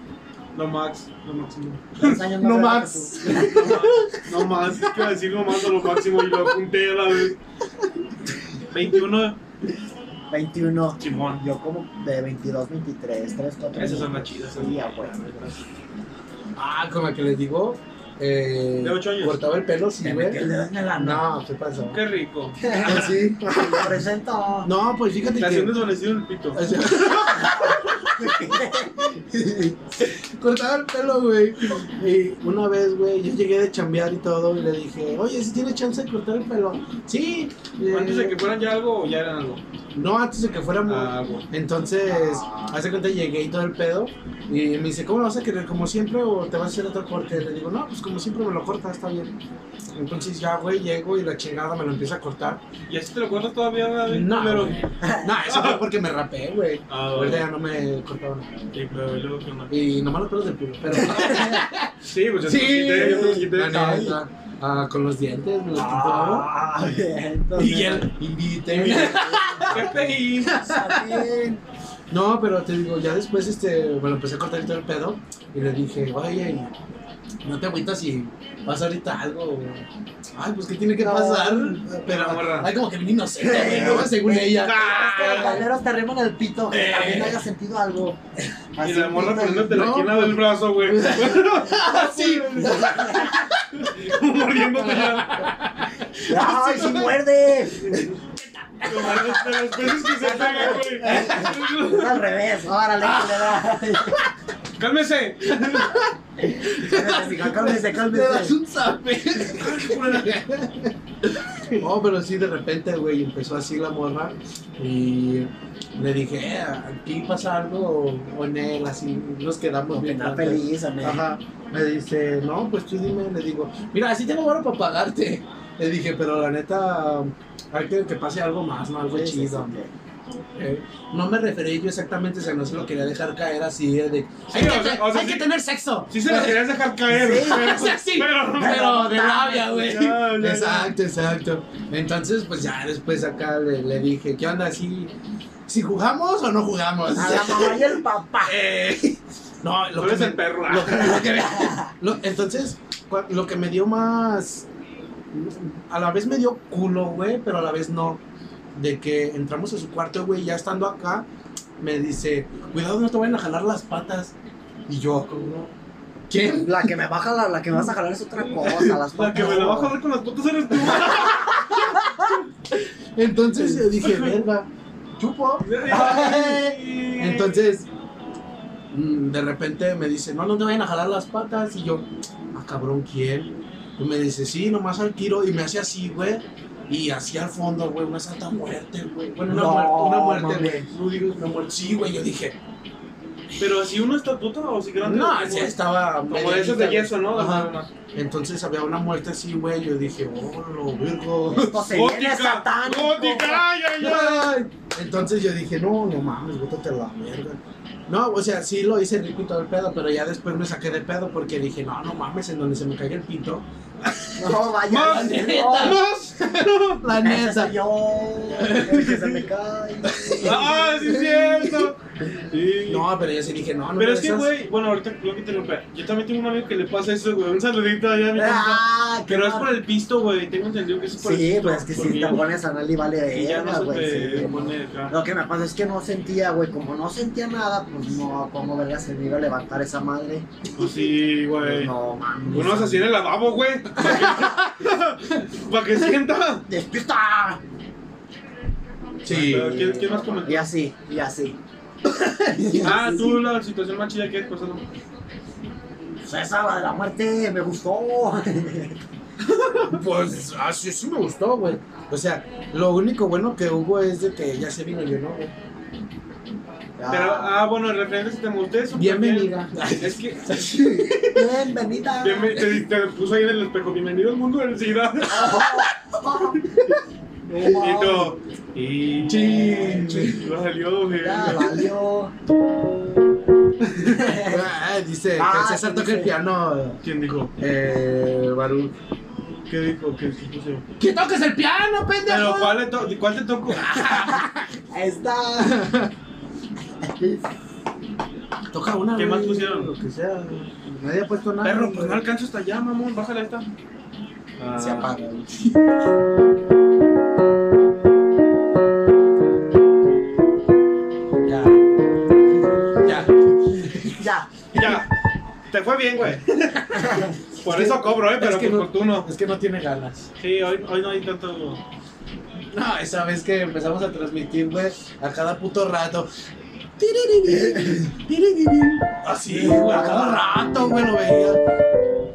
Speaker 2: No, Max. No, máximo.
Speaker 1: Tres años más
Speaker 3: No
Speaker 1: grande
Speaker 3: más.
Speaker 1: que tú.
Speaker 2: No más, es que iba a decir no más a lo máximo y lo apunté a la vez. 21,
Speaker 1: 21.
Speaker 2: Simón.
Speaker 1: Yo como de 22, 23, 3, 4.
Speaker 2: Esas son las chidas.
Speaker 1: Sí, a huevo.
Speaker 3: Ah, como que les digo. Eh,
Speaker 2: De ocho años.
Speaker 3: Cortaba el pelo, sí,
Speaker 1: Te metí
Speaker 3: güey.
Speaker 1: el dedo en el ano.
Speaker 3: No, ¿qué pasa?
Speaker 2: Qué rico.
Speaker 3: Sí.
Speaker 1: Lo presento.
Speaker 3: No, pues fíjate
Speaker 2: Está
Speaker 3: que.
Speaker 2: haciendo desvanecido el pito.
Speaker 3: o sea, Cortaba el pelo, güey. Y una vez, güey, yo llegué de chambear y todo. Y le dije, oye, si tienes chance de cortar el pelo. Sí. eh,
Speaker 2: Antes de que fueran ya algo o ya eran algo.
Speaker 3: No, antes de que fuera muy-
Speaker 2: Ah, algo.
Speaker 3: Entonces,
Speaker 1: Ah.
Speaker 3: hace cuenta llegué y todo el pedo. Y me dice, ¿cómo lo vas a querer? ¿Como siempre o te vas a hacer otro corte? Le digo, no, pues como siempre me lo corta, está bien. Entonces ya, güey, llego y la chingada me lo empieza a cortar.
Speaker 2: ¿Y así te lo acuerdas todavía, Ah, güey?
Speaker 3: No,
Speaker 2: pero.
Speaker 3: güey. no, eso fue porque me rapé, güey.
Speaker 2: Ah,
Speaker 3: Ahorita
Speaker 2: bueno.
Speaker 3: ya no me cortaban.
Speaker 2: Sí, pero luego que no.
Speaker 3: Y nomás los pelos del culo. Pero,
Speaker 2: Sí, pues yo
Speaker 3: sí,
Speaker 2: te lo quité, yo te lo quité.
Speaker 3: la neta. Ah, con los dientes me los quitó.
Speaker 1: Ah, bien,
Speaker 3: Y
Speaker 1: entonces,
Speaker 3: él, invíteme.
Speaker 2: ¡Qué pedí!
Speaker 1: está bien.
Speaker 3: No, pero te digo, ya después este, me lo empecé a cortar y todo el pedo y le dije, oye, no te agüitas si pasa ahorita algo. Ay, pues qué tiene que
Speaker 1: No.
Speaker 3: pasar. Pero
Speaker 2: La morra. Ah,
Speaker 3: ay, como que bien inocente, güey, ¿no? según ella.
Speaker 1: Los banderos te arriman el pito, que también haya sentido algo.
Speaker 2: Y la morra pues,
Speaker 1: pito.
Speaker 2: poniéndotela
Speaker 3: No,
Speaker 2: aquí en la del brazo, güey.
Speaker 3: sí.
Speaker 2: Como mordiéndotela.
Speaker 1: ¡Ay, si muerde!
Speaker 2: Como a las- a las veces que se pega, güey.
Speaker 1: Al revés, órale,
Speaker 2: ¡Cálmese!
Speaker 1: culera. Cálmese,
Speaker 3: Te das
Speaker 1: cálmese.
Speaker 3: un zape. No, pero sí, de repente, güey, empezó así la morra y le dije, eh, aquí pasa algo o en él, así nos quedamos
Speaker 1: Porque
Speaker 3: bien.
Speaker 1: está
Speaker 3: altos".
Speaker 1: feliz, amigo.
Speaker 3: Ajá, me dice, no, pues tú dime, le digo, mira, así tengo varo para pagarte. Le dije, pero la neta, hay que que pase algo más, ¿no? Algo chido. Eh, no me referí yo exactamente, o sea, no se lo quería dejar caer así, eh, de, hay,
Speaker 2: o
Speaker 3: que,
Speaker 2: sea, o sea,
Speaker 3: hay
Speaker 2: sí.
Speaker 3: que tener sexo.
Speaker 2: Sí se la querías dejar caer.
Speaker 1: Sí.
Speaker 2: pero-
Speaker 3: O sea, sí,
Speaker 2: Pero...
Speaker 3: pero de rabia, güey.
Speaker 2: Ya, ya, ya.
Speaker 3: Exacto, exacto. Entonces, pues ya después acá le, le dije, ¿qué onda? ¿Si, si jugamos o no jugamos?
Speaker 1: A la mamá y el papá.
Speaker 3: Eh, no, lo
Speaker 2: Tú
Speaker 3: que
Speaker 2: eres
Speaker 3: me-
Speaker 2: el perro.
Speaker 3: lo que- lo que me- lo- entonces, cua- lo que me dio más. A la vez me dio culo, güey, pero a la vez no. De que entramos a su cuarto, güey, ya estando acá, me dice: Cuidado, no te vayan a jalar las patas. Y yo, ¿cómo? ¿quién?
Speaker 1: La que me baja, la, la que me vas a jalar es otra cosa. Las
Speaker 2: La que me la va a joder con las putas eres tú.
Speaker 3: Entonces yo dije: Verga, chupo. Entonces, mm, de repente me dice, no, no te vayan a jalar las patas. Y yo, ah, cabrón, ¿quién? Y me dice, sí, nomás al tiro. Y me hace así, güey. Y así al fondo, güey, una santa muerte, güey. Bueno, una
Speaker 1: No,
Speaker 3: muerte, una muerte,
Speaker 1: mami.
Speaker 3: güey. No digo una muerte. Sí, güey, yo dije,
Speaker 2: Pero si una estatuta o si grande.
Speaker 3: no,
Speaker 2: como-
Speaker 3: así estaba.
Speaker 2: Como de esas de yeso, ¿no?
Speaker 3: Ajá. Entonces había una muerte así, güey. Yo dije, oh, lo virgo.
Speaker 1: Esto se viene
Speaker 2: Gótica.
Speaker 1: satánico.
Speaker 2: Gótica. Ay, ay, ay.
Speaker 3: Ay. Entonces yo dije, no, no mames, bótate a la verga. No, o sea, sí lo hice rico y todo el pedo, pero ya después me saqué de pedo porque dije, no, no mames, en donde se me caiga el pito.
Speaker 1: No, vaya.
Speaker 2: Más.
Speaker 1: no.
Speaker 2: Más.
Speaker 3: La
Speaker 1: Ese
Speaker 3: neta.
Speaker 1: soy yo. el que se me cae.
Speaker 2: Ah, sí es cierto. Sí.
Speaker 3: No, pero yo sí dije, no, no.
Speaker 2: Pero es
Speaker 3: esas-
Speaker 2: que, güey, bueno, ahorita creo que te lo Yo también tengo un amigo que le pasa eso, güey. Un saludito allá a mi compa.
Speaker 1: Ah, qué
Speaker 2: Pero es
Speaker 1: mal.
Speaker 2: por el pisto, güey. Tengo entendido que es por el
Speaker 1: Sí,
Speaker 2: pisto.
Speaker 1: pues es que si te
Speaker 2: porque-
Speaker 1: pones anal y vale
Speaker 2: Y ya no
Speaker 1: verga,
Speaker 2: se
Speaker 1: güey.
Speaker 2: te
Speaker 1: sí.
Speaker 2: pone acá.
Speaker 1: Lo que me pasa es que no sentía, güey. Como no sentía nada, pues no, ¿cómo verga se me iba a levantar esa madre?
Speaker 2: Pues sí,
Speaker 1: Pues
Speaker 2: güey.
Speaker 1: no, mames.
Speaker 2: Uno se así en el lavabo, güey. Para que sienta.
Speaker 1: ¡Despierta!
Speaker 3: Sí.
Speaker 2: Pero, ¿Quién, quién más comentó?
Speaker 1: Y así, y así.
Speaker 2: Ah, tú la situación más chida que has pasado.
Speaker 1: Pues esa, la de la muerte, me gustó.
Speaker 3: Pues así sí me gustó, güey. O sea, lo único bueno que hubo es de que ya se vino yo, ¿no? güey?
Speaker 2: Pero, ah, bueno, el referente se te gustó eso.
Speaker 3: Bienvenida.
Speaker 2: porque- Es que.
Speaker 1: Bienvenida.
Speaker 2: bienve- Te, te puso ahí en el espejo. Bienvenido al mundo del SIDA. Y todo. Y.
Speaker 3: Chin.
Speaker 2: Lo salió, güey.
Speaker 1: Ya valió.
Speaker 3: Ah, dice que
Speaker 1: Ah,
Speaker 3: el César
Speaker 1: sí,
Speaker 3: toca
Speaker 1: dice.
Speaker 3: el piano.
Speaker 2: ¿Quién dijo?
Speaker 3: Eh, Barú.
Speaker 2: ¿Qué dijo? ¿Qué qué puso?
Speaker 4: ¡Que toques el piano,
Speaker 2: Pero,
Speaker 4: pendejo!
Speaker 2: ¿cuál, le to- ¿cuál te tocó?
Speaker 1: Ahí está.
Speaker 3: Toca una.
Speaker 2: ¿Qué
Speaker 3: güey,
Speaker 2: más pusieron?
Speaker 3: Lo que sea. güey. Nadie ha puesto nada.
Speaker 2: Perro, pues no
Speaker 3: güey.
Speaker 2: alcanzo hasta allá, mamón. Bájale esta. Ah.
Speaker 3: Se apaga. güey. Ya. Ya.
Speaker 1: Ya.
Speaker 2: Ya. Te fue bien, güey. Por eso cobro, eh, pero
Speaker 3: es que
Speaker 2: por
Speaker 3: no-
Speaker 2: fortuna.
Speaker 3: Es que no tiene ganas.
Speaker 2: Sí, hoy, hoy no hay tanto.
Speaker 3: No, esa vez que empezamos a transmitir, güey, a cada puto rato. Así, güey, a cada rato, güey, lo veía.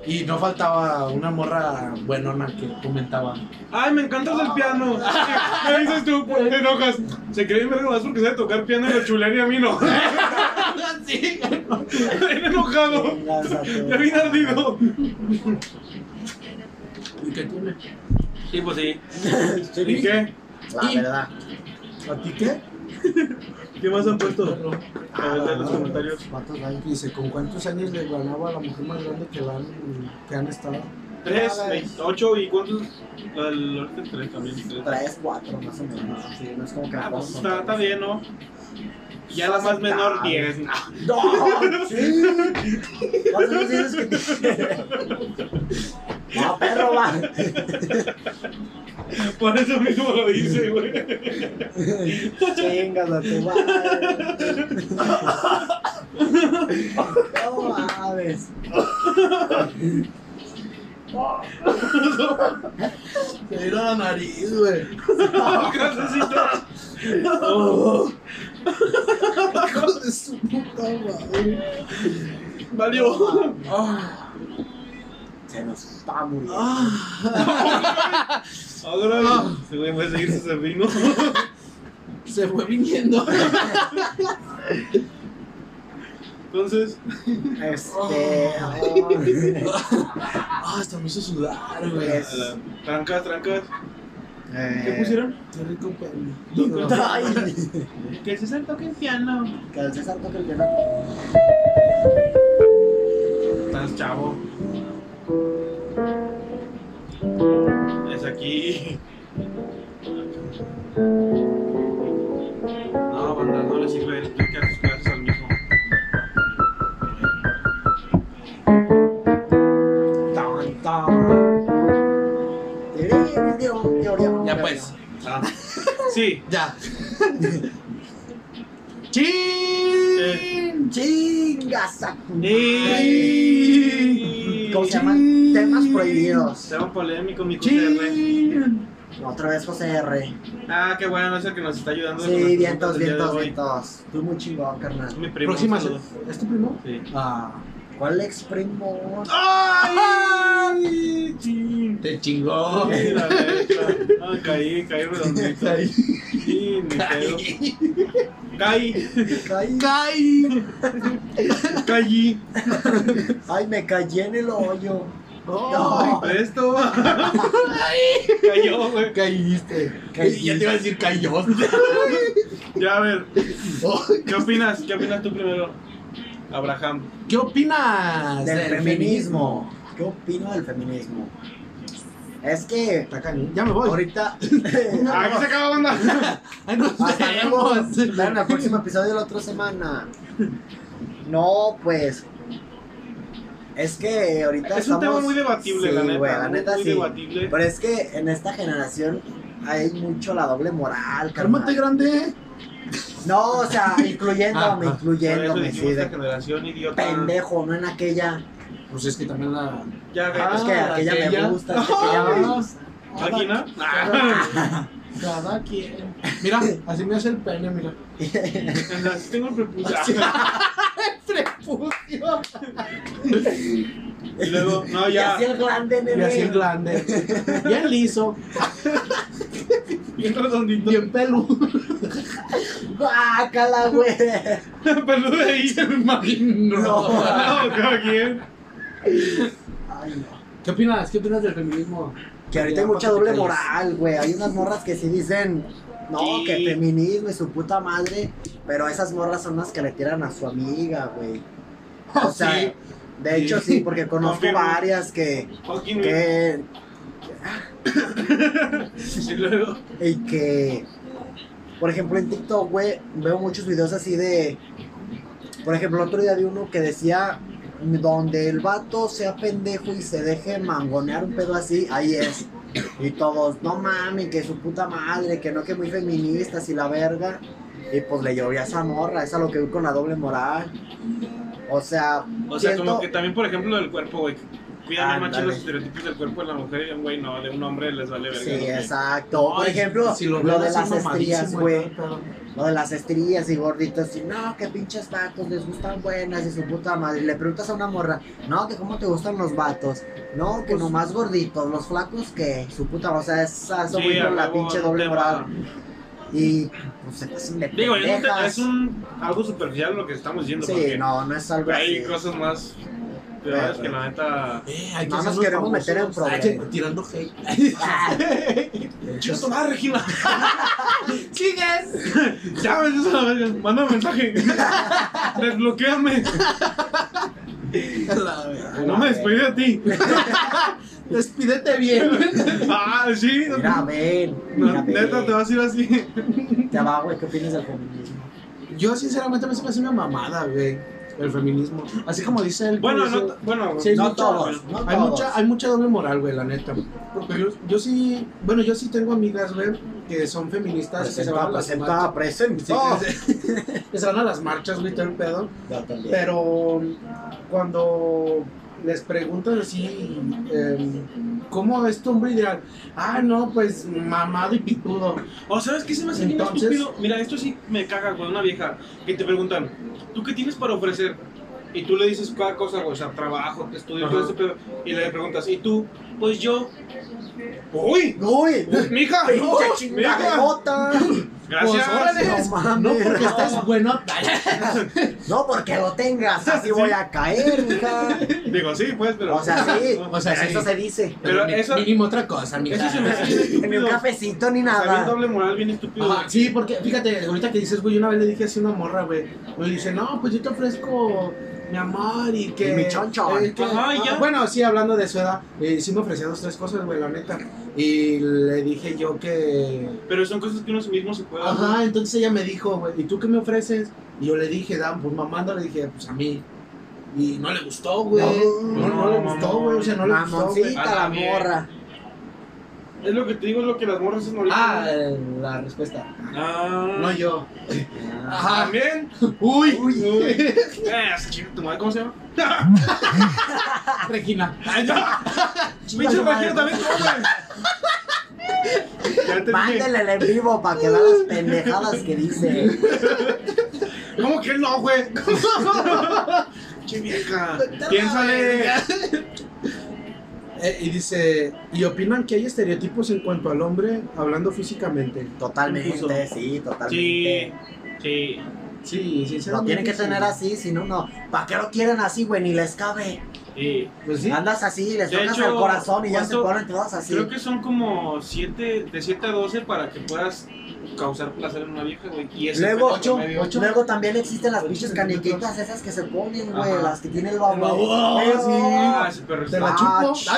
Speaker 3: Y no faltaba una morra buenona que comentaba.
Speaker 2: Ay, me encantas el piano. ¿Qué dices tú? ¿Por qué enojas? Se cree en verga más porque sabe tocar piano y lo chulean y a mí no.
Speaker 3: Así,
Speaker 2: Bien enojado.
Speaker 1: Vengas a tu-
Speaker 2: Ya bien ardido.
Speaker 3: ¿Y qué tiene?
Speaker 2: Sí, pues sí. ¿Y qué?
Speaker 1: La verdad.
Speaker 3: ¿A ti qué?
Speaker 2: ¿Qué más han puesto?
Speaker 3: Perro.
Speaker 2: A ver, en los comentarios.
Speaker 1: ¿Cuántos hay?
Speaker 3: Dice, ¿con cuántos años le ganaba a la mujer más grande que, la han, que han estado?
Speaker 2: Tres, ocho y cuántos. El ahorita tres también. tres.
Speaker 1: Tres, cuatro, más o menos. Sí, no es como que
Speaker 2: Ah, pues
Speaker 1: vamos a
Speaker 2: está,
Speaker 1: contar.
Speaker 2: está bien, ¿no? Ya la más menor, diez.
Speaker 1: ¡No! ¡Sí! Más o menos dices que te- No, perro, va.
Speaker 2: Por eso mismo lo dice, güey.
Speaker 1: Chingas a tu madre. No mames.
Speaker 3: Se vino la nariz, güey.
Speaker 2: Gracias,
Speaker 3: Hijo de su puta madre.
Speaker 2: Valió.
Speaker 3: Ah,
Speaker 1: Se nos está muriendo.
Speaker 3: ah.
Speaker 2: Ahora se güey puede seguir su servino.
Speaker 3: se fue viniendo.
Speaker 2: Entonces,
Speaker 1: Este. ah,
Speaker 3: Ah, hasta me hizo sudar, güey.
Speaker 1: Pues,
Speaker 2: eh, trancas, trancas. ¿Qué
Speaker 1: eh,
Speaker 2: pusieron?
Speaker 3: Qué rico
Speaker 2: No.
Speaker 3: perro.
Speaker 1: Ay,
Speaker 2: Que se César toque el piano.
Speaker 1: que el César toque el piano.
Speaker 2: Estás chavo. Es aquí. No, banda, no le sirve explicar sus clases al mismo.
Speaker 1: Tan, tan.
Speaker 3: Ya pues,
Speaker 2: Ah. Sí.
Speaker 3: ya.
Speaker 1: Eh.
Speaker 3: ¡Chin!
Speaker 1: Chingas a tu
Speaker 2: Y...
Speaker 1: ¿Cómo se llaman? Temas prohibidos.
Speaker 2: Tema polémico, mi güey.
Speaker 3: ¡Chin!
Speaker 1: Otra vez José R.
Speaker 2: Ah, qué bueno, es el que nos está ayudando. con
Speaker 1: Sí,
Speaker 2: nuestros
Speaker 1: vientos,
Speaker 2: puntos del día de
Speaker 1: vientos,
Speaker 2: hoy.
Speaker 1: vientos. Tú muy chingón,
Speaker 2: Es
Speaker 1: carnal.
Speaker 2: mi primo.
Speaker 3: Próxima.
Speaker 2: un saludo.
Speaker 3: ¿Es tu primo?
Speaker 2: Sí.
Speaker 3: Ah.
Speaker 1: ¿Cuál ex primo?
Speaker 2: ¡Ay!
Speaker 3: Te chingó.
Speaker 2: Mira, neta. Ah, caí, caí redondito.
Speaker 3: Caí.
Speaker 2: Sí, ni pedo. Caí,
Speaker 1: Ay,
Speaker 3: ¡Cay!
Speaker 2: caí.
Speaker 1: ay, me caí en el hoyo.
Speaker 3: ¡Oh!
Speaker 2: Esto. Cayó, güey.
Speaker 3: Caíste.
Speaker 1: Caíste.
Speaker 3: Ya te iba a decir cayó.
Speaker 2: Ya, a ver. ¿Qué opinas? ¿Qué opinas tú primero? Abraham.
Speaker 3: ¿Qué opinas
Speaker 1: Del feminismo. ¿Qué opino del feminismo? Es que
Speaker 3: Está cañón. Ya me voy.
Speaker 1: ahorita.
Speaker 2: Aquí se acaba, banda.
Speaker 3: Ahí nos
Speaker 1: Hasta luego.
Speaker 3: vemos.
Speaker 1: Nos vemos en el próximo episodio de la otra semana. No, pues. Es que ahorita
Speaker 2: Es un
Speaker 1: estamos.
Speaker 2: tema muy debatible,
Speaker 1: Sí,
Speaker 2: la neta.
Speaker 1: güey, la neta
Speaker 2: muy
Speaker 1: sí.
Speaker 2: debatible.
Speaker 1: Pero es que en esta generación hay mucho la doble moral, carnal.
Speaker 3: Cálmate, grande.
Speaker 1: No, o sea, incluyéndome,
Speaker 3: Ah, ah.
Speaker 2: Por eso
Speaker 1: incluyéndome, sí,
Speaker 2: dijimos ah. esta
Speaker 1: de
Speaker 2: generación idiota.
Speaker 1: pendejo, no en aquella.
Speaker 3: Pues es que también la.
Speaker 2: Ya,
Speaker 3: Ah,
Speaker 1: es que aquella,
Speaker 3: aquella.
Speaker 1: me gusta, es que aquella me gusta.
Speaker 2: aquí, ¿no? Ah,
Speaker 3: Cada, cada quien. Mira, eh. así me hace el pene, mira.
Speaker 2: Así tengo el prepucio.
Speaker 3: Prepucio.
Speaker 2: Y luego, no,
Speaker 1: Y
Speaker 2: ya.
Speaker 1: así el grande,
Speaker 3: Y
Speaker 1: nene.
Speaker 3: así el grande. Bien liso.
Speaker 2: Bien redondito.
Speaker 3: Bien peludo.
Speaker 1: Guácala, güey.
Speaker 2: Peludo de ahí.
Speaker 3: Me imagino.
Speaker 1: No.
Speaker 2: No, cada quien.
Speaker 1: Ay, no.
Speaker 3: ¿Qué opinas? ¿Qué opinas del feminismo?
Speaker 1: Que ahorita hay
Speaker 3: Ya,
Speaker 1: mucha doble
Speaker 2: pues,
Speaker 3: papi,
Speaker 1: moral, güey. Hay unas morras que sí dicen, no,
Speaker 2: Sí.
Speaker 1: que feminismo y su puta madre. Pero esas morras son las que le tiran a su amiga, güey. O sea,
Speaker 2: Sí.
Speaker 1: de hecho sí, porque conozco
Speaker 2: Confirmo.
Speaker 1: varias que,
Speaker 2: Fucking
Speaker 1: que
Speaker 2: Y luego.
Speaker 1: Y que, por ejemplo, en TikTok, güey, veo muchos videos así de. Por ejemplo, el otro día vi uno que decía: Donde el vato sea pendejo y se deje mangonear un pedo así, ahí es. Y todos, no mami, que su puta madre, que no, que muy feministas y la verga. Y pues le llovía a esa morra, es a lo que vi con la doble moral. O sea,
Speaker 2: O sea,
Speaker 1: siento-
Speaker 2: como que también, por ejemplo, del cuerpo, güey. Cuidan más
Speaker 1: Ándale.
Speaker 2: los estereotipos del cuerpo de la mujer y de un güey, no, de un hombre les vale verga.
Speaker 1: Sí,
Speaker 2: ¿no?
Speaker 1: exacto. Por
Speaker 3: Ay,
Speaker 1: ejemplo,
Speaker 3: si
Speaker 1: lo,
Speaker 3: veo
Speaker 1: de
Speaker 3: así
Speaker 1: las
Speaker 3: mamadísimo
Speaker 1: estrías,
Speaker 3: y
Speaker 1: güey.
Speaker 3: todo el pedo.
Speaker 1: Lo de las estrías y gorditos, y no, que pinches vatos, les gustan buenas y su puta madre. Y le preguntas a una morra, no, que cómo te gustan los vatos, no,
Speaker 2: Pues
Speaker 1: que nomás gorditos, los flacos que su puta, o sea, es a eso
Speaker 2: Sí,
Speaker 1: voy
Speaker 2: a
Speaker 1: con la
Speaker 2: huevo,
Speaker 1: pinche
Speaker 2: un
Speaker 1: doble
Speaker 2: tema.
Speaker 1: moral. Y pues se pasan de
Speaker 2: Digo, es un, te-
Speaker 1: pendejas.
Speaker 2: es un- algo superficial lo que estamos diciendo.
Speaker 1: Sí,
Speaker 2: porque
Speaker 1: no, no es algo
Speaker 2: Hay
Speaker 1: así.
Speaker 2: cosas más peores que la neta.
Speaker 3: Eh, hay que
Speaker 1: No nos
Speaker 3: hacernos
Speaker 1: queremos
Speaker 3: famosos.
Speaker 1: meter en problemas.
Speaker 3: Ay, Tirando hate.
Speaker 1: Ah,
Speaker 2: ¡Chinga tu madre, Regina!
Speaker 4: Chicas.
Speaker 2: ¡Ya, ves eso a la verga! ¡Mándame mensaje! ¡Desbloquéame! ¡No me despedí de ti!
Speaker 3: Despídete bien.
Speaker 2: ¡Ah, sí! no-
Speaker 1: Mira, ven, mira,
Speaker 2: no, neta, te
Speaker 1: ven.
Speaker 2: vas a ir así.
Speaker 1: Te va, güey, ¿qué opinas del feminismo?
Speaker 3: Yo sinceramente me parece una mamada, güey. El feminismo. Así como dice el
Speaker 2: Bueno,
Speaker 3: dice-
Speaker 2: no, bueno,
Speaker 3: Sí,
Speaker 1: No
Speaker 3: mucha-
Speaker 1: todos, no
Speaker 3: hay
Speaker 1: todos.
Speaker 3: mucha, hay mucha doble moral, güey, la neta. Porque yo, yo sí, bueno, yo sí tengo amigas, güey, que son feministas, que se van a
Speaker 1: Presenta,
Speaker 3: las
Speaker 1: presenta,
Speaker 3: marchas. Sí,
Speaker 2: Oh.
Speaker 1: presenta.
Speaker 3: que se- que se van a las marchas, güey, todo el pedo.
Speaker 1: Yo también.
Speaker 3: Pero um, cuando les preguntas así, em, ¿cómo es tu hombre ideal? Ah, no, pues mamado y pitudo.
Speaker 2: O sabes qué se me hace bien
Speaker 3: Entonces-
Speaker 2: estúpido. Mira, esto sí me caga, güey, una vieja. Que te preguntan, ¿tú qué tienes para ofrecer? Y tú le dices cada cosa, güey, o sea, trabajo, estudio, todo
Speaker 3: Ajá.
Speaker 2: ese pedo. Y le preguntas, ¿y tú? Pues yo. ¡Uy!
Speaker 1: ¡Uy!
Speaker 2: ¡Mija! ¡No!
Speaker 1: ¡Pinche
Speaker 2: ¡Mija!
Speaker 1: chingadota!
Speaker 3: Pues
Speaker 2: ¡Gracias!
Speaker 3: órale,
Speaker 1: no mames.
Speaker 3: no porque estás bueno.
Speaker 1: No porque lo tengas, así voy a caer, hija.
Speaker 2: Digo, sí, pues, pero.
Speaker 1: O sea, sí.
Speaker 3: O sea,
Speaker 1: Eso
Speaker 3: sí.
Speaker 1: se dice.
Speaker 2: Pero
Speaker 3: mi-
Speaker 2: eso-
Speaker 3: Mínimo otra cosa, mija.
Speaker 2: Eso se me hace bien
Speaker 1: Ni
Speaker 2: estúpido.
Speaker 1: un cafecito ni
Speaker 2: O sea, bien
Speaker 1: nada.
Speaker 2: doble moral, bien estúpido.
Speaker 3: Ajá, sí, porque fíjate, ahorita que dices, güey, una vez le dije así a una morra, güey. Me dice, no, pues yo te ofrezco mi amor y que.
Speaker 1: Y mi choncho.
Speaker 3: eh, que-
Speaker 2: Ajá, y
Speaker 3: ah,
Speaker 2: ya.
Speaker 3: Bueno, sí, hablando de su edad, eh, sí me ofrecía dos, tres cosas, güey, la neta. Y le dije yo que.
Speaker 2: Pero son cosas que uno mismo se puede.
Speaker 3: Ajá, entonces ella me dijo, güey, ¿y tú qué me ofreces? Y yo le dije, Dan, pues mamando, le dije, pues a mí. Y no le gustó, güey.
Speaker 1: No,
Speaker 3: No, no, le
Speaker 2: no,
Speaker 3: gustó,
Speaker 2: mamón.
Speaker 3: güey. O sea, no le gustó. güey.
Speaker 1: Mamoncita la
Speaker 2: Ah, bien.
Speaker 1: morra.
Speaker 2: Es lo que te digo, es lo que las morras hacen ahorita.
Speaker 3: Ah, eh, la respuesta.
Speaker 2: Ah.
Speaker 3: No yo. Ajá.
Speaker 2: También.
Speaker 3: Uy,
Speaker 2: Uy. Eh, chinga tu madre, ¿Cómo se llama?
Speaker 3: Regina.
Speaker 2: ¡Ay, no!
Speaker 1: Chinga
Speaker 2: ¡Pinche
Speaker 1: su madre.
Speaker 2: página también come! Ya te dije.
Speaker 1: Mándele el en vivo para que vea las pendejadas que dice.
Speaker 2: ¿Cómo que no, güey? ¡Che vieja! Piénsale.
Speaker 3: Eh, y dice, ¿y opinan que hay estereotipos en cuanto al hombre hablando físicamente?
Speaker 1: Totalmente,
Speaker 2: Incluso.
Speaker 1: sí,
Speaker 2: Sí.
Speaker 1: totalmente.
Speaker 2: Sí.
Speaker 3: Sí, sinceramente.
Speaker 1: Lo tienen que tener
Speaker 3: sí.
Speaker 1: así, si no, no. ¿Para qué lo quieren así, güey? Ni les cabe.
Speaker 2: Sí.
Speaker 3: Pues sí.
Speaker 1: Andas así, les
Speaker 2: De
Speaker 1: tocas
Speaker 2: hecho,
Speaker 1: al corazón y ya se
Speaker 2: ¿cuánto-
Speaker 1: ponen todos así.
Speaker 2: Creo que son como 7, de 7 a 12 para que puedas causar placer en una vieja, güey. Y ese
Speaker 1: Luego,
Speaker 2: fue el
Speaker 3: ocho,
Speaker 2: promedio.
Speaker 3: ocho.
Speaker 1: Luego también existen las
Speaker 3: Ocho
Speaker 1: pinches
Speaker 3: centímetros.
Speaker 1: caniquitas esas que se ponen, güey,
Speaker 2: Ajá.
Speaker 1: las que tiene el babo.
Speaker 3: babón,
Speaker 1: Pero-
Speaker 3: sí.
Speaker 2: Ah, ese perro
Speaker 3: ¿Te
Speaker 2: está-
Speaker 3: la chupo?
Speaker 1: Ah, Ay,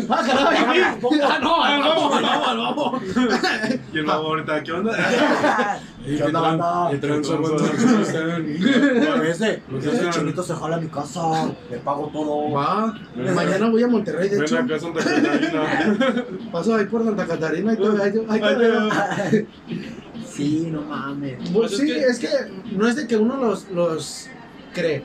Speaker 1: ay.
Speaker 3: ¡Ah, caray! ¡Ah, no!
Speaker 2: Ah,
Speaker 3: ¡Al babo, al
Speaker 2: vamos,
Speaker 3: babo, al babo!
Speaker 2: Y el babo ahorita, ¿qué onda?
Speaker 1: ¿Qué onda, banda? Ese,
Speaker 4: Pues
Speaker 2: Lo que
Speaker 1: ese
Speaker 2: hacen-
Speaker 1: chinito se jala a mi casa, le pago todo.
Speaker 3: Va, Pues mañana voy a Monterrey, de
Speaker 2: Ven
Speaker 3: hecho.
Speaker 2: acá, Santa Catarina.
Speaker 3: Paso ahí por Santa Catarina y todo. ahí te- ahí te
Speaker 2: Ay,
Speaker 3: veo.
Speaker 2: Dios.
Speaker 1: Sí, no mames.
Speaker 3: Pues
Speaker 2: Pues
Speaker 3: sí,
Speaker 2: es
Speaker 3: es que... no es de que uno los, los cree,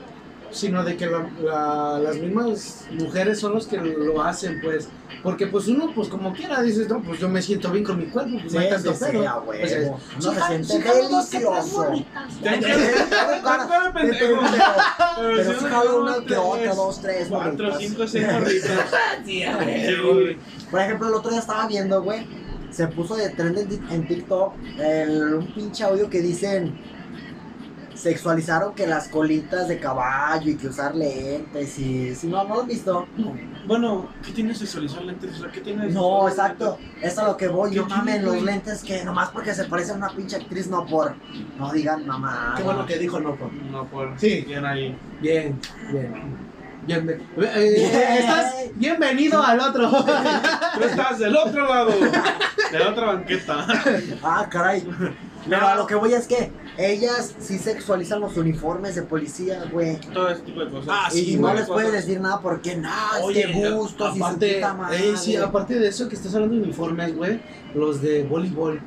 Speaker 3: sino de que la- la- las mismas mujeres son los que lo hacen, pues. Porque pues uno, pues como quiera, dices, no, pues yo me siento bien con mi cuerpo, pues
Speaker 1: Sí,
Speaker 3: no hay tanto
Speaker 1: sí, sí, ah, a
Speaker 3: pedo". O sea,
Speaker 1: huevo. Uno se
Speaker 4: Chíjale,
Speaker 1: siente
Speaker 4: chíjale dos que están
Speaker 1: delicioso.
Speaker 4: bonitas.
Speaker 2: Ya,
Speaker 1: Pero-
Speaker 2: ya, ya.
Speaker 1: pero-
Speaker 2: pendejo.
Speaker 1: Pero sí
Speaker 2: sí,
Speaker 1: jala
Speaker 2: uno,
Speaker 1: una que
Speaker 2: tres,
Speaker 1: otra, dos, tres,
Speaker 2: Cuatro,
Speaker 1: morritas.
Speaker 2: cinco, seis morritas.
Speaker 4: Sí,
Speaker 2: Sí,
Speaker 4: güey.
Speaker 2: güey.
Speaker 1: Por ejemplo, el otro día estaba viendo, güey, se puso de trend en, Tik- en TikTok el- un pinche audio que dicen sexualizaron que las colitas de caballo y que usar lentes y si no, no lo has visto.
Speaker 2: Bueno, ¿qué tiene sexualizar lentes? O sea, ¿qué tiene
Speaker 1: No,
Speaker 2: sexualizar
Speaker 1: exacto, es a lo que voy, yo
Speaker 2: ¿Qué
Speaker 1: mamen
Speaker 2: tiene,
Speaker 1: los
Speaker 2: güey?
Speaker 1: lentes que nomás porque se parece a una pinche actriz, no por, no digan mamá.
Speaker 3: Qué bueno que dijo no, pues.
Speaker 2: lentes? No, por.
Speaker 3: Sí.
Speaker 2: Bien ahí.
Speaker 3: Bien, bien. Bienve- eh,
Speaker 1: Bien.
Speaker 3: Estás bienvenido al otro.
Speaker 2: Tú estás del otro lado. De la otra banqueta.
Speaker 1: Ah, caray. Pero a lo que voy es que ellas sí sexualizan los uniformes de policía, güey.
Speaker 2: Todo ese tipo de cosas.
Speaker 3: Ah, sí,
Speaker 1: y no
Speaker 3: güey.
Speaker 1: les puedes decir nada porque nada, es
Speaker 3: Oye,
Speaker 1: que gustos y su
Speaker 3: aparte,
Speaker 1: puta madre.
Speaker 3: eh, sí, aparte de eso que estás hablando de uniformes, güey, los de voleibol.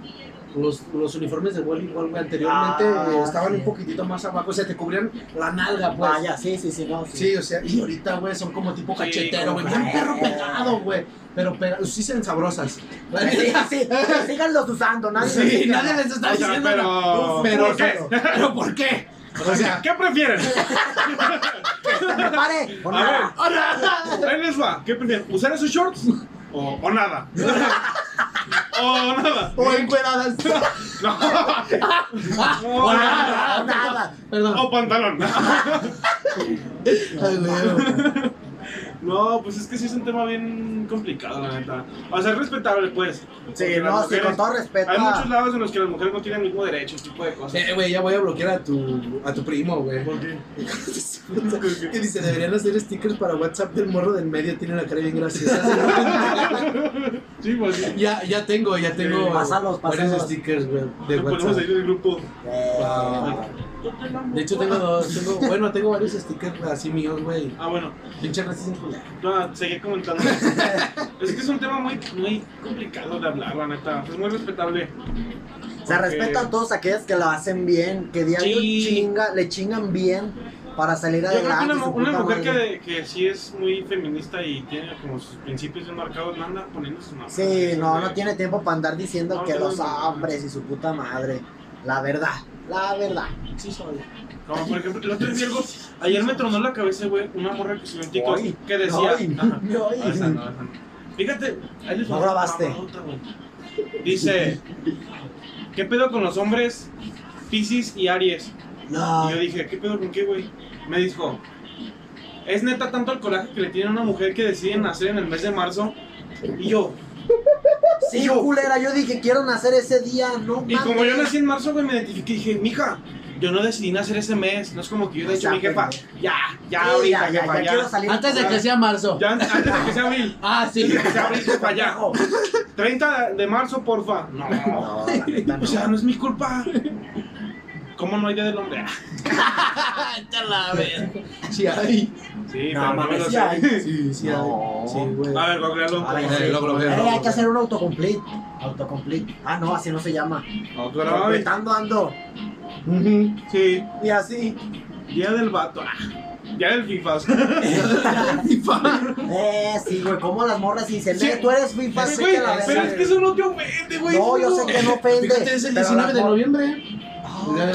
Speaker 3: Los, los uniformes de voleibol, güey, anteriormente
Speaker 1: Ah,
Speaker 3: eh, estaban
Speaker 1: sí.
Speaker 3: un poquitito más abajo, o sea, te cubrían la nalga, pues.
Speaker 1: Vaya, Ah, sí, sí, sí, no, sí.
Speaker 3: Sí, o sea, y ahorita, güey, son como tipo
Speaker 2: Sí,
Speaker 3: cachetero,
Speaker 2: como
Speaker 3: güey, bien
Speaker 1: que-
Speaker 3: perro pegado, güey. Pero pega- sí se sabrosas.
Speaker 1: Sí, Eh, sí, síganlos usando, nadie
Speaker 3: Sí,
Speaker 1: les dice
Speaker 3: nadie
Speaker 1: nada.
Speaker 3: les está
Speaker 2: O sea,
Speaker 3: diciendo.
Speaker 2: pero-
Speaker 3: nada.
Speaker 2: ¿por
Speaker 3: pero,
Speaker 2: qué?
Speaker 3: pero, pero ¿por qué? O sea,
Speaker 2: ¿Qué prefieren?
Speaker 1: Que se prepare, o
Speaker 2: A
Speaker 1: nada.
Speaker 2: ver. Ahí les va. ¿Qué prefieren? ¿Usar esos shorts? O, o nada. o nada.
Speaker 3: o encueradas.
Speaker 2: No.
Speaker 3: o
Speaker 1: Ah,
Speaker 3: nada.
Speaker 1: nada.
Speaker 3: Perdón.
Speaker 2: O pantalón.
Speaker 3: Ay, güey.
Speaker 2: No, pues es que sí es un tema bien complicado, la neta. O sea, es respetable, pues.
Speaker 1: Sí,
Speaker 2: Porque las
Speaker 1: no, sí,
Speaker 2: mujeres-
Speaker 1: con todo respeto.
Speaker 2: Hay
Speaker 1: a-
Speaker 2: muchos lados en los que las mujeres no tienen el mismo derecho, ese tipo de cosas.
Speaker 3: Eh, güey, ya voy a bloquear a tu, a tu primo, güey.
Speaker 2: ¿Por qué?
Speaker 3: Que dice, deberían hacer stickers para WhatsApp del morro del medio, tiene la cara bien graciosa.
Speaker 2: Sí, pues sí.
Speaker 3: ya, ya tengo, ya tengo
Speaker 1: Pásalos,
Speaker 3: varios
Speaker 1: pásalos.
Speaker 3: stickers, güey, de
Speaker 2: Te ponemos ahí
Speaker 3: WhatsApp.
Speaker 2: en el grupo.
Speaker 1: Eh,
Speaker 3: Ah. De hecho, tengo dos, tengo, bueno, tengo varios stickers así míos, güey.
Speaker 2: Ah, bueno,
Speaker 3: Pinche pues, raza sin culo.
Speaker 2: no, seguí comentando. es que es un tema muy, muy complicado de hablar, la neta. Es muy respetable.
Speaker 1: Se
Speaker 2: Porque-
Speaker 1: respeta a todos aquellos que lo hacen bien, que diario
Speaker 2: Sí.
Speaker 1: chinga, le chingan bien para salir
Speaker 2: Yo creo que
Speaker 1: adelante.
Speaker 2: una,
Speaker 1: su
Speaker 2: mu- una
Speaker 1: puta
Speaker 2: mujer
Speaker 1: madre.
Speaker 2: que, que sí es muy feminista y tiene como sus principios bien marcados, no anda poniendo sus manos.
Speaker 1: Sí, no, no tiene tiempo para andar diciendo
Speaker 2: No,
Speaker 1: que
Speaker 2: no,
Speaker 1: los
Speaker 2: no, no.
Speaker 1: hombres y su puta madre. La verdad, la verdad.
Speaker 3: Sí, soy.
Speaker 2: Como por ejemplo, el otro día algo- ayer me tronó la cabeza, güey, una morra que subió en TikTok
Speaker 1: Ay,
Speaker 2: que decía.
Speaker 1: ay,
Speaker 2: Ajá.
Speaker 1: ay.
Speaker 2: No, esa no, esa no. Fíjate, ahí les
Speaker 1: No
Speaker 2: va
Speaker 1: grabaste.
Speaker 2: una mamadota, güey. Dice: ¿Qué pedo con los hombres Piscis y Aries?
Speaker 1: No.
Speaker 2: Y yo dije, ¿qué pedo con qué, güey? Me dijo, es neta tanto el coraje que le tiene a una mujer que decide nacer en el mes de marzo. Y yo,
Speaker 1: Sí, culera, yo dije, quiero nacer ese día, no
Speaker 2: y
Speaker 1: mames.
Speaker 2: como yo nací en marzo, güey, me identifiqué y dije, mija, yo no decidí nacer ese mes. No es como que yo le dije a mi jefa, ya, ya,
Speaker 1: Pues Sí,
Speaker 2: ahorita,
Speaker 1: ya, ya,
Speaker 2: jefa,
Speaker 1: ya,
Speaker 2: ya.
Speaker 1: quiero salir.
Speaker 3: Antes de que sea marzo.
Speaker 2: Ya, antes de que sea abril.
Speaker 3: Ah,
Speaker 2: Sí,
Speaker 3: sí.
Speaker 2: que sea abril, jefa, ya. 30 de marzo, porfa. No,
Speaker 1: No, la neta,
Speaker 2: o
Speaker 1: no.
Speaker 2: sea, no es mi culpa. ¿Cómo no hay día del hombre? Ah,
Speaker 3: Te la verga. Sí, ay.
Speaker 2: Sí,
Speaker 1: No,
Speaker 2: pero no me
Speaker 1: mames,
Speaker 2: lo
Speaker 1: sí hay.
Speaker 2: sé. Ah,
Speaker 3: Sí, sí,
Speaker 1: No.
Speaker 3: ay. Sí, güey.
Speaker 2: A ver, va a crearlo.
Speaker 1: A ver,
Speaker 3: Eh, luego lo veo,
Speaker 1: eh,
Speaker 3: luego
Speaker 1: hay
Speaker 3: lo
Speaker 1: que
Speaker 3: veo.
Speaker 1: hacer un autocomplete. Autocomplete. Ah, no, así no se llama.
Speaker 2: Autograma.
Speaker 1: Completando ando.
Speaker 3: Ujú.
Speaker 2: Sí.
Speaker 1: Y así.
Speaker 2: Día del vato. ah, Día del FIFA.
Speaker 1: Eh, sí, güey, como las morras y dicen,
Speaker 2: Sí.
Speaker 1: "Eh, tú eres FIFA, sé que la
Speaker 2: pero
Speaker 1: verga.
Speaker 2: es que eso no te ofende, güey.
Speaker 1: No,
Speaker 2: eso
Speaker 1: yo sé que no pende.
Speaker 3: Fíjate, es el 19 de noviembre.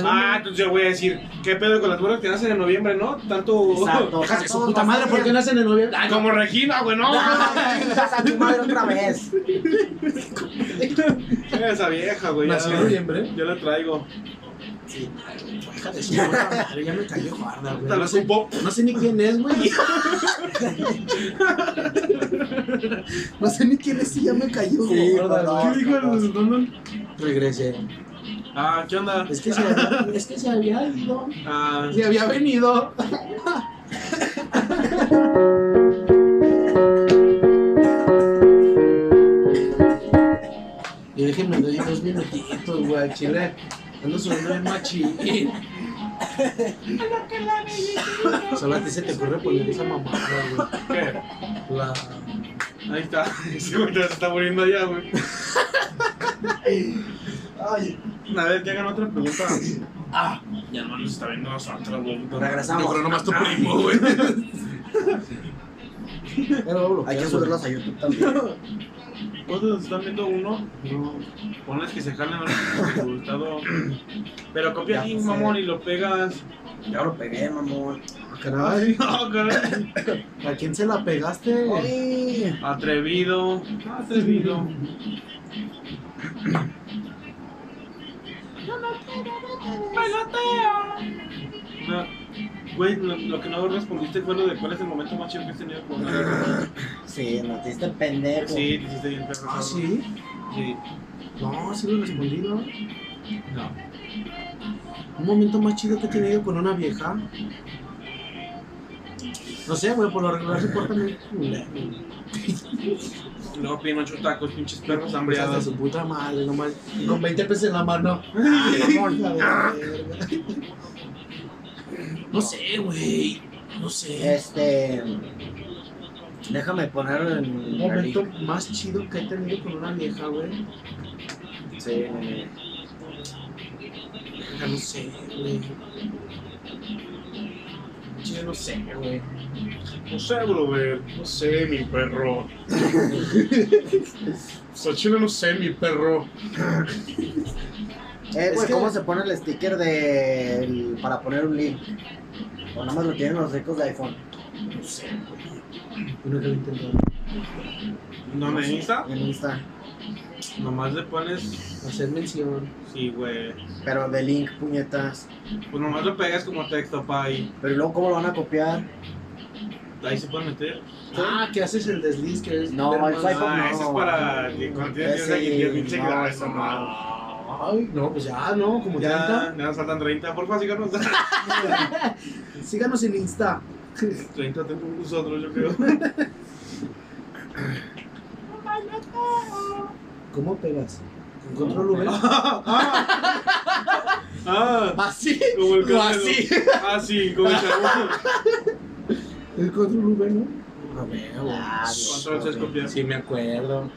Speaker 2: Ah, entonces yo voy a decir, ¿qué pedo con las morras que nacen en noviembre, no? Tanto. Ah,
Speaker 1: Exacto.
Speaker 3: Hija de su
Speaker 1: Todos
Speaker 3: puta madre,
Speaker 1: pasan
Speaker 3: ¿por qué nacen en noviembre? Ay,
Speaker 2: Como Regina, güey, no.
Speaker 1: Ah, chingas a tu madre otra vez.
Speaker 2: Esa vieja, güey. ya-
Speaker 3: Nació en noviembre.
Speaker 2: Yo la traigo.
Speaker 3: Hija de su puta madre, ya me cayó guarda, güey.
Speaker 2: Tal
Speaker 3: No
Speaker 2: vez
Speaker 3: sé,
Speaker 2: un poco.
Speaker 3: no sé ni quién es, güey. No sé ni quién es y ya me cayó.
Speaker 1: Sí,
Speaker 3: gorda,
Speaker 1: gorda.
Speaker 3: güey.
Speaker 2: ¿Qué dijo el London?
Speaker 3: Regresé.
Speaker 2: Ah, ¿qué onda?
Speaker 3: Es que se había, es que se había ido.
Speaker 2: Ah,
Speaker 3: Se había venido. Y déjenme doy dos minutitos, güey, al chile. Ando subiendo bien machín. Solo a ti se te ocurre poner esa mamada, güey.
Speaker 2: ¿qué?
Speaker 3: La...
Speaker 2: Ahí está. Ese güey se está muriendo allá, güey.
Speaker 1: Ay,
Speaker 2: A ver, que hagan otra pregunta.
Speaker 4: Ah,
Speaker 2: Ya no nos está viendo nosotros, güey.
Speaker 1: regresamos.
Speaker 3: Pero nomás tu primo, güey. Pero lo
Speaker 1: Hay que
Speaker 3: quiero,
Speaker 1: subirlos a YouTube también.
Speaker 2: ¿Cuántos nos están viendo uno?
Speaker 3: güey. No.
Speaker 2: Ponles que se jalen el resultado. Pero copia
Speaker 1: Ya,
Speaker 2: aquí,
Speaker 1: pues,
Speaker 2: mamón,
Speaker 1: eh.
Speaker 2: y lo pegas.
Speaker 1: Ya lo pegué, mamón.
Speaker 3: Caray,
Speaker 2: Ay, no, caray.
Speaker 3: ¿A quién se la pegaste?
Speaker 1: Ay,
Speaker 2: Atrevido. Atrevido. No. Güey, lo, lo que no respondiste fue lo de cuál es el momento más chido que has tenido con una morra.
Speaker 1: Sí, nos diste pendejo.
Speaker 2: Sí, te hiciste bien perro.
Speaker 3: Ah, sí.
Speaker 2: Sí.
Speaker 3: No, sí lo respondí, ¿no?
Speaker 2: No.
Speaker 3: Un momento más chido que he tenido con una vieja. No sé, güey, por lo regular se portan bien Pues culeros, güey.
Speaker 2: Y Luego piden ocho tacos, pinches perros
Speaker 3: Hijas de
Speaker 2: hambriados.
Speaker 3: su puta madre, nomás. Y con 20 pesos en la mano.
Speaker 1: Mamón.
Speaker 3: La verga. No sé, güey. No sé.
Speaker 1: Este. Déjame poner
Speaker 3: Un
Speaker 1: en.
Speaker 3: momento más chido que he tenido con una vieja, güey.
Speaker 1: Sí,
Speaker 3: Ya no sé, güey. Yo no sé, güey.
Speaker 2: No sé, brother. No sé, mi perro.
Speaker 5: Pues al chile no sé, mi perro.
Speaker 1: Eh,
Speaker 3: Es
Speaker 1: güey,
Speaker 3: que-
Speaker 1: ¿cómo se pone el sticker de para poner un link? O nada más lo tienen los ricos de iPhone.
Speaker 3: No sé, güey. Yo nunca lo he intentado.
Speaker 2: ¿No me insta?
Speaker 1: En Insta.
Speaker 2: Nomás le pones.
Speaker 3: Hacer mención.
Speaker 2: Sí, güey.
Speaker 1: Pero de link, puñetas.
Speaker 2: Pues nomás lo pegas como texto, pa. Y
Speaker 1: Pero luego, ¿cómo lo van a copiar?
Speaker 2: ahí se puede meter.
Speaker 3: Ah, que haces el desliz que es.
Speaker 1: No,
Speaker 3: ver
Speaker 1: el
Speaker 3: más-
Speaker 1: iPhone
Speaker 2: Ah,
Speaker 1: no.
Speaker 2: eso es para. que Cuando tienes
Speaker 1: Ese-
Speaker 2: 10 mil
Speaker 1: no,
Speaker 2: seguidores,
Speaker 1: eso
Speaker 2: no,
Speaker 1: no.
Speaker 3: Ay, no, pues ya, no, como
Speaker 2: Ya,
Speaker 3: 30.
Speaker 2: ya nos faltan 30. Porfa, síganos.
Speaker 3: Síganos en Insta.
Speaker 2: 30 tenemos nosotros, yo creo.
Speaker 3: ¿Cómo pegas? ¿Con control V?
Speaker 2: Ah,
Speaker 3: ¿Así?
Speaker 2: como el
Speaker 3: ¿O
Speaker 2: Canelo.
Speaker 3: así?
Speaker 2: Ah, sí, como el chabón.
Speaker 3: ¿El control V, no? A
Speaker 1: Ah, Dios,
Speaker 2: Control C es
Speaker 1: güey.
Speaker 2: copiar.
Speaker 3: Sí, me acuerdo.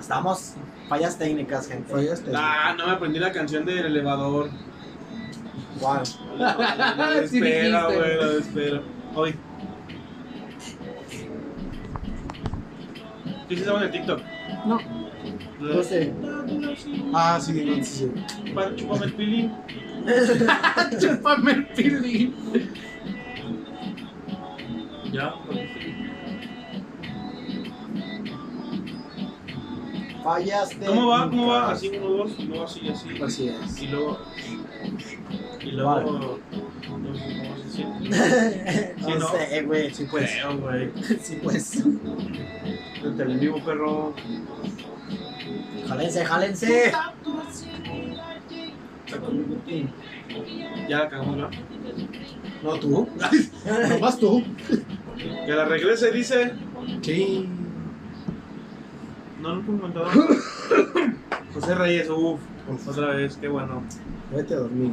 Speaker 1: Estamos. Fallas técnicas, gente.
Speaker 3: Fallaste.
Speaker 2: Ah, no me aprendí la canción del elevador.
Speaker 1: ¿Cuál?
Speaker 2: La de
Speaker 3: Ah, Sí
Speaker 2: espera,
Speaker 3: dijiste.
Speaker 2: güey, la de espera. Hoy. ¿Qué se llama en el TikTok?
Speaker 3: No.
Speaker 2: La de-
Speaker 1: No sé.
Speaker 3: Ah, sí, no, sí, sí.
Speaker 2: Pa- Chúpame el pilín.
Speaker 3: Chúpame el pilín.
Speaker 2: Ya. pues,
Speaker 1: Fallas técnicas.
Speaker 2: ¿Cómo va? ¿Cómo va? Así, uno, dos, y luego así, así.
Speaker 3: Así es.
Speaker 2: Y luego. Y luego. No sé cómo se siente. Sí,
Speaker 1: Eh, no
Speaker 2: ¿no?
Speaker 1: sé, güey.
Speaker 3: Sí, pues.
Speaker 2: Creo, güey.
Speaker 3: Sí, pues.
Speaker 2: Desde el vivo, perro.
Speaker 1: Jálense, jálense.
Speaker 2: Ya la cagamos, ¿no?
Speaker 3: No, tú. No vas tú.
Speaker 2: Que la regrese, dice.
Speaker 3: Sí.
Speaker 2: No lo he comentado. José Reyes, uff. Otra vez, qué bueno.
Speaker 3: Vete a dormir.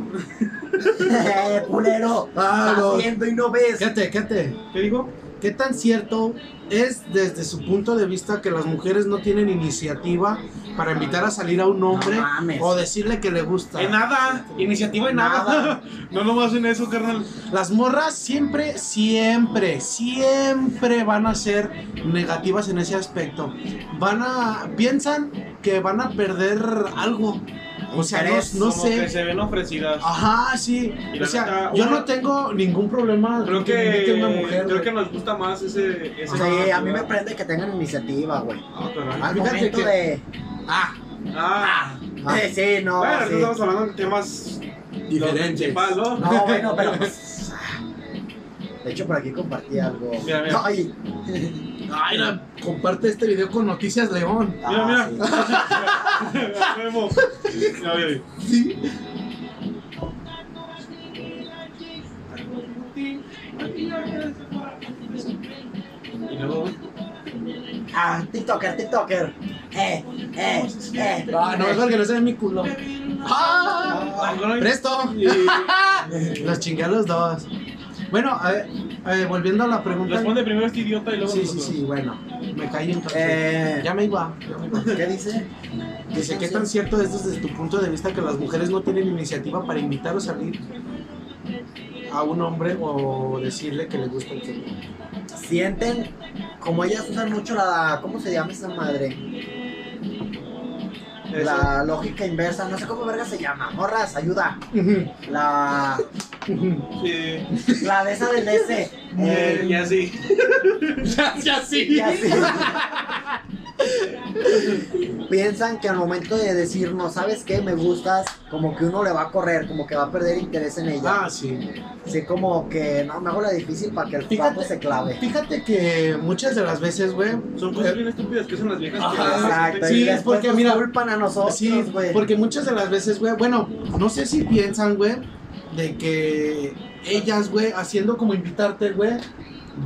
Speaker 1: ¡Eh, culero!
Speaker 3: Ah,
Speaker 1: Estás
Speaker 3: no.
Speaker 1: viendo y no ves.
Speaker 3: Quédate, quédate.
Speaker 2: ¿Qué digo?
Speaker 3: ¿Qué tan cierto es desde su punto de vista que las mujeres no tienen iniciativa para invitar a salir a un hombre
Speaker 1: No mames.
Speaker 3: o decirle que le gusta?
Speaker 2: En nada, iniciativa en nada.
Speaker 1: Nada.
Speaker 2: No nomás en eso, carnal.
Speaker 3: Las morras siempre, siempre, siempre van a ser negativas en ese aspecto. Van a, piensan que van a perder algo. O sea, no,
Speaker 1: Interés,
Speaker 3: no
Speaker 2: Como que
Speaker 3: sé. Ah,
Speaker 2: se ven ofrecidas.
Speaker 3: Ajá, sí.
Speaker 2: Y la
Speaker 3: O sea,
Speaker 2: neta,
Speaker 3: yo
Speaker 2: una-
Speaker 3: no tengo ningún problema
Speaker 2: creo
Speaker 3: con que invite
Speaker 2: que,
Speaker 3: una mujer.
Speaker 2: creo
Speaker 3: güey.
Speaker 2: que nos gusta más ese. ese
Speaker 1: Sí, a mí me prende que tengan iniciativa, güey.
Speaker 2: Ah, caray.
Speaker 3: Ah, fíjate
Speaker 1: Momento
Speaker 3: que-
Speaker 1: de.
Speaker 3: Ah,
Speaker 2: Ah,
Speaker 3: Ah.
Speaker 1: Sí, sí, no.
Speaker 2: bueno,
Speaker 1: sí.
Speaker 2: no estamos hablando de temas.
Speaker 3: Diferentes.
Speaker 2: Lo principal, ¿no?
Speaker 1: No, bueno, pero pues, ah, De hecho, por aquí compartí algo.
Speaker 2: Mira, mira.
Speaker 1: Ay.
Speaker 3: Ay, la- comparte este video con Noticias León.
Speaker 2: Mira,
Speaker 1: Ah,
Speaker 2: mira.
Speaker 1: sí.
Speaker 2: Memo. Ya, ya, ya.
Speaker 3: Sí.
Speaker 2: Y luego,
Speaker 1: Ah, TikToker, TikToker. Eh, eh, eh.
Speaker 3: Ah, no, mejor que no se ve mi culo. ¡Ah!
Speaker 1: Ah,
Speaker 3: ¡Presto!
Speaker 2: Y
Speaker 3: Los chingué a los dos. Bueno, a ver, eh, volviendo a la pregunta.
Speaker 2: responde primero este idiota y luego
Speaker 3: Sí, sí,
Speaker 2: nosotros.
Speaker 3: sí, bueno. Me caí entonces.
Speaker 1: eh,
Speaker 3: Ya me iba. ya me iba.
Speaker 1: ¿Qué dice?
Speaker 3: Dice, ¿qué tan cierto es desde tu punto de vista que las mujeres no tienen iniciativa para invitar o salir a un hombre o decirle que le gusta el sexo?
Speaker 1: Sienten, como ellas usan mucho la. ¿Cómo se llama esa madre? La lógica inversa, no sé cómo verga se llama. Morras, ayuda. La.
Speaker 2: Sí.
Speaker 1: La de esa del S.
Speaker 2: Eh, y
Speaker 1: Eh,
Speaker 2: así.
Speaker 4: Ya sí.
Speaker 1: y así. Piensan que al momento de decir no sabes qué me gustas, como que uno le va a correr, como que va a perder interés en ella.
Speaker 3: Ah, sí.
Speaker 1: Así como que no me hago la difícil para que el
Speaker 3: Fíjate.
Speaker 1: papo se clave.
Speaker 3: Fíjate que muchas de las veces, güey,
Speaker 2: Son cosas bien estúpidas que hacen las viejas. que-
Speaker 3: Ajá.
Speaker 1: Exacto,
Speaker 3: Sí,
Speaker 1: y después
Speaker 3: porque
Speaker 1: nos
Speaker 3: mira,
Speaker 1: culpan a nosotros,
Speaker 3: Sí,
Speaker 1: güey.
Speaker 3: porque muchas de las veces, güey, bueno, no sé si piensan, güey, de que ellas, güey, haciendo como invitarte, güey,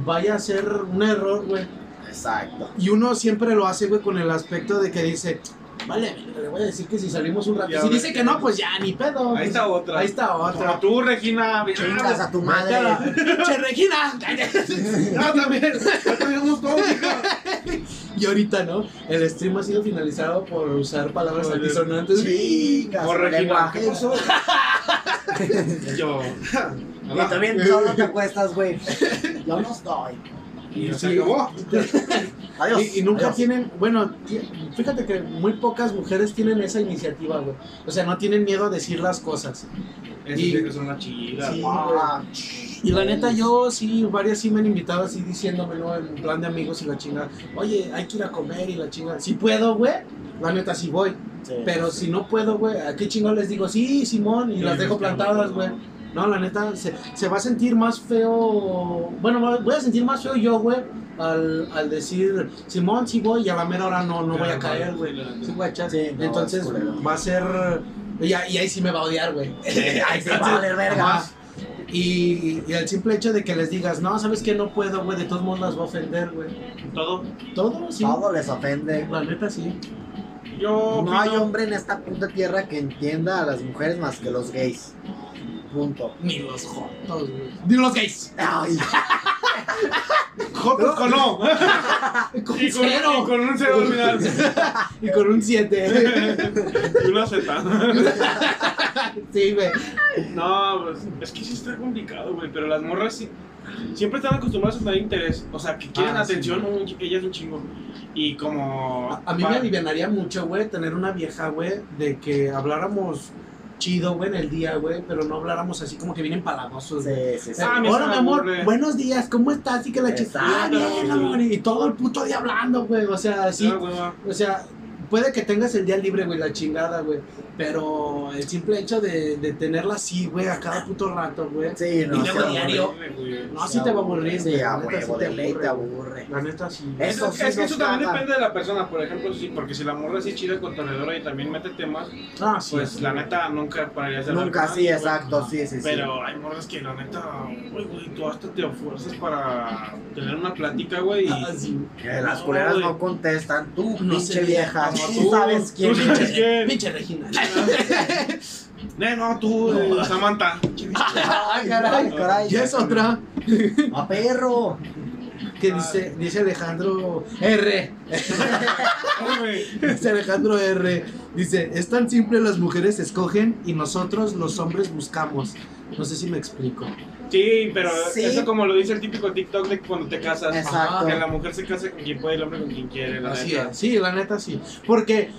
Speaker 3: vaya a ser un error, güey.
Speaker 1: Exacto.
Speaker 3: Y uno siempre lo hace, güey, con el aspecto de que dice, vale, verga, le voy a decir que si salimos un rato.
Speaker 2: Ya,
Speaker 3: Si
Speaker 2: güey.
Speaker 3: dice que no, pues ya, ni pedo.
Speaker 2: Ahí
Speaker 3: pues,
Speaker 2: está otra.
Speaker 3: Ahí está
Speaker 2: Como
Speaker 3: otra.
Speaker 2: tú, Regina.
Speaker 1: Chingas a tu
Speaker 3: Vete a la-
Speaker 1: madre.
Speaker 3: Che, Regina.
Speaker 2: Ah, también. Ya tenemos todo, hija.
Speaker 3: y ahorita, ¿no? El stream ha sido finalizado por usar palabras
Speaker 2: Oye.
Speaker 3: antisonantes.
Speaker 1: Chingas.
Speaker 2: Como
Speaker 1: tu
Speaker 2: Regina.
Speaker 1: lenguaje.
Speaker 2: ¿Qué pasó? Yo.
Speaker 1: Y también solo te acuestas, güey. Yo no estoy.
Speaker 2: Y se
Speaker 3: Sí.
Speaker 2: acabó.
Speaker 1: Adiós.
Speaker 3: Y, y nunca
Speaker 1: Adiós.
Speaker 3: tienen, bueno, ti- fíjate que muy pocas mujeres tienen esa iniciativa, güey. O sea, no tienen miedo a decir las cosas.
Speaker 2: Esas
Speaker 3: Y-
Speaker 2: viejas son las chidas.
Speaker 3: Sí.
Speaker 1: Ah,
Speaker 3: Y la neta, yo sí, varias sí me han invitado así diciéndome, ¿no? En plan de amigos y la chingada. Oye, hay que ir a comer y la chingada. Si puedo, güey, la neta sí voy.
Speaker 1: sí.
Speaker 3: Pero si no puedo, güey, ¿a qué chingón les digo? Sí, Simón, y
Speaker 2: Sí,
Speaker 3: las dejo
Speaker 2: sí,
Speaker 3: plantadas,
Speaker 2: sí.
Speaker 3: güey. No, la neta, se, se va a sentir más feo. Bueno, va- voy a sentir más feo yo, güey, al, al decir, Simón, sí voy, y a la mera hora no, no voy a caer, güey. Sí, voy a echar.
Speaker 1: Sí, no,
Speaker 3: Entonces,
Speaker 1: es culero.
Speaker 3: va a ser. Y, a- y ahí sí me va a odiar, güey.
Speaker 1: Ay, se va a valer verga.
Speaker 3: Ajá. Y, y el simple hecho de que les digas, no, ¿sabes qué? No puedo, güey, de todos modos las voy a ofender, güey.
Speaker 2: Todo.
Speaker 3: Todo, sí.
Speaker 1: Todo les ofende.
Speaker 3: La neta, sí.
Speaker 2: Yo.
Speaker 1: No hay
Speaker 2: opino-
Speaker 1: hombre en esta puta tierra que entienda a las mujeres más que los gays. Punto.
Speaker 3: Ni los jotos, güey. Ni los gays.
Speaker 1: Ay,
Speaker 2: Jotos con no.
Speaker 3: Con
Speaker 2: Y con,
Speaker 3: cero.
Speaker 2: y con un cero al final.
Speaker 3: Y con un 7.
Speaker 2: Y una Z.
Speaker 3: sí, güey.
Speaker 2: No, pues es que sí está complicado, güey. Pero las morras sí. Siempre están acostumbradas a tener interés. O sea, que quieren
Speaker 3: Ah, sí.
Speaker 2: atención, un ch- ellas un chingo. Y como.
Speaker 3: A, a mí me
Speaker 2: pa-
Speaker 3: alivianaría mucho, güey, tener una vieja, güey, de que habláramos chido, güey, en el día, güey, pero no habláramos así como que vienen palagosos, güey.
Speaker 1: sí, sí, sí.
Speaker 2: Ah, me
Speaker 3: Hola,
Speaker 2: suena
Speaker 3: mi amor,
Speaker 2: aburre.
Speaker 3: buenos días, ¿cómo estás? Y que la chica,
Speaker 1: Exacto.
Speaker 3: ah, bien, amor, y todo el puto día hablando, güey, o sea, así,
Speaker 2: Ah, hueva.
Speaker 3: o sea, puede que tengas el día libre, güey, la chingada, güey, pero el simple hecho de, de tenerla así, güey, a cada puto rato, güey,
Speaker 1: Sí, no.
Speaker 3: Y
Speaker 1: sí,
Speaker 3: luego
Speaker 1: aburre.
Speaker 3: diario.
Speaker 2: Güey.
Speaker 3: no, sí te va a aburrir,
Speaker 1: Sí,
Speaker 3: güey,
Speaker 1: a
Speaker 3: la neta, sí
Speaker 1: huevo,
Speaker 3: te
Speaker 1: de ley te
Speaker 3: aburre, güey.
Speaker 1: aburre.
Speaker 3: La neta, sí.
Speaker 1: Es-
Speaker 2: Eso,
Speaker 1: Eso sí
Speaker 2: es que
Speaker 1: nos
Speaker 2: eso también
Speaker 1: caga.
Speaker 2: depende de la persona, por ejemplo, sí, porque si la morra sí es chida, contenedora y también mete temas,
Speaker 3: Ah, sí.
Speaker 2: pues la neta nunca pararías de hablar
Speaker 1: Nunca,
Speaker 2: con
Speaker 1: sí,
Speaker 2: nadie,
Speaker 1: exacto, sí, sí, sí.
Speaker 2: güey. Pero hay morras que la neta, güey, güey, tú hasta te esfuerzas para tener una plática, güey, y
Speaker 3: Ah, sí.
Speaker 1: Que las
Speaker 2: No,
Speaker 1: culeras
Speaker 2: güey.
Speaker 1: no contestan. Tú,
Speaker 3: No
Speaker 1: pinche
Speaker 3: sé,
Speaker 1: vieja.
Speaker 2: como
Speaker 1: Tú
Speaker 2: tú,
Speaker 1: sabes
Speaker 2: tú
Speaker 1: quién
Speaker 2: sí.
Speaker 1: pinche-
Speaker 2: Pinche- ¿Qué?
Speaker 3: Pinche Regina.
Speaker 2: No, no, tú,
Speaker 3: No.
Speaker 2: eh, Samantha.
Speaker 1: Ay, Ah, caray, caray.
Speaker 3: Ya es otra
Speaker 1: A perro.
Speaker 2: Ah.
Speaker 3: que dice, dice Alejandro R.
Speaker 2: Hombre,
Speaker 3: Dice Alejandro R. Dice, es tan simple, las mujeres escogen y nosotros los hombres buscamos. No sé si me explico.
Speaker 2: Sí, pero
Speaker 1: Sí.
Speaker 2: eso como lo dice el típico TikTok de cuando te casas,
Speaker 1: Exacto.
Speaker 2: que la mujer se casa con quien puede y el hombre con quien quiere, la
Speaker 3: Así
Speaker 2: neta.
Speaker 3: es. Sí, la neta sí. Porque,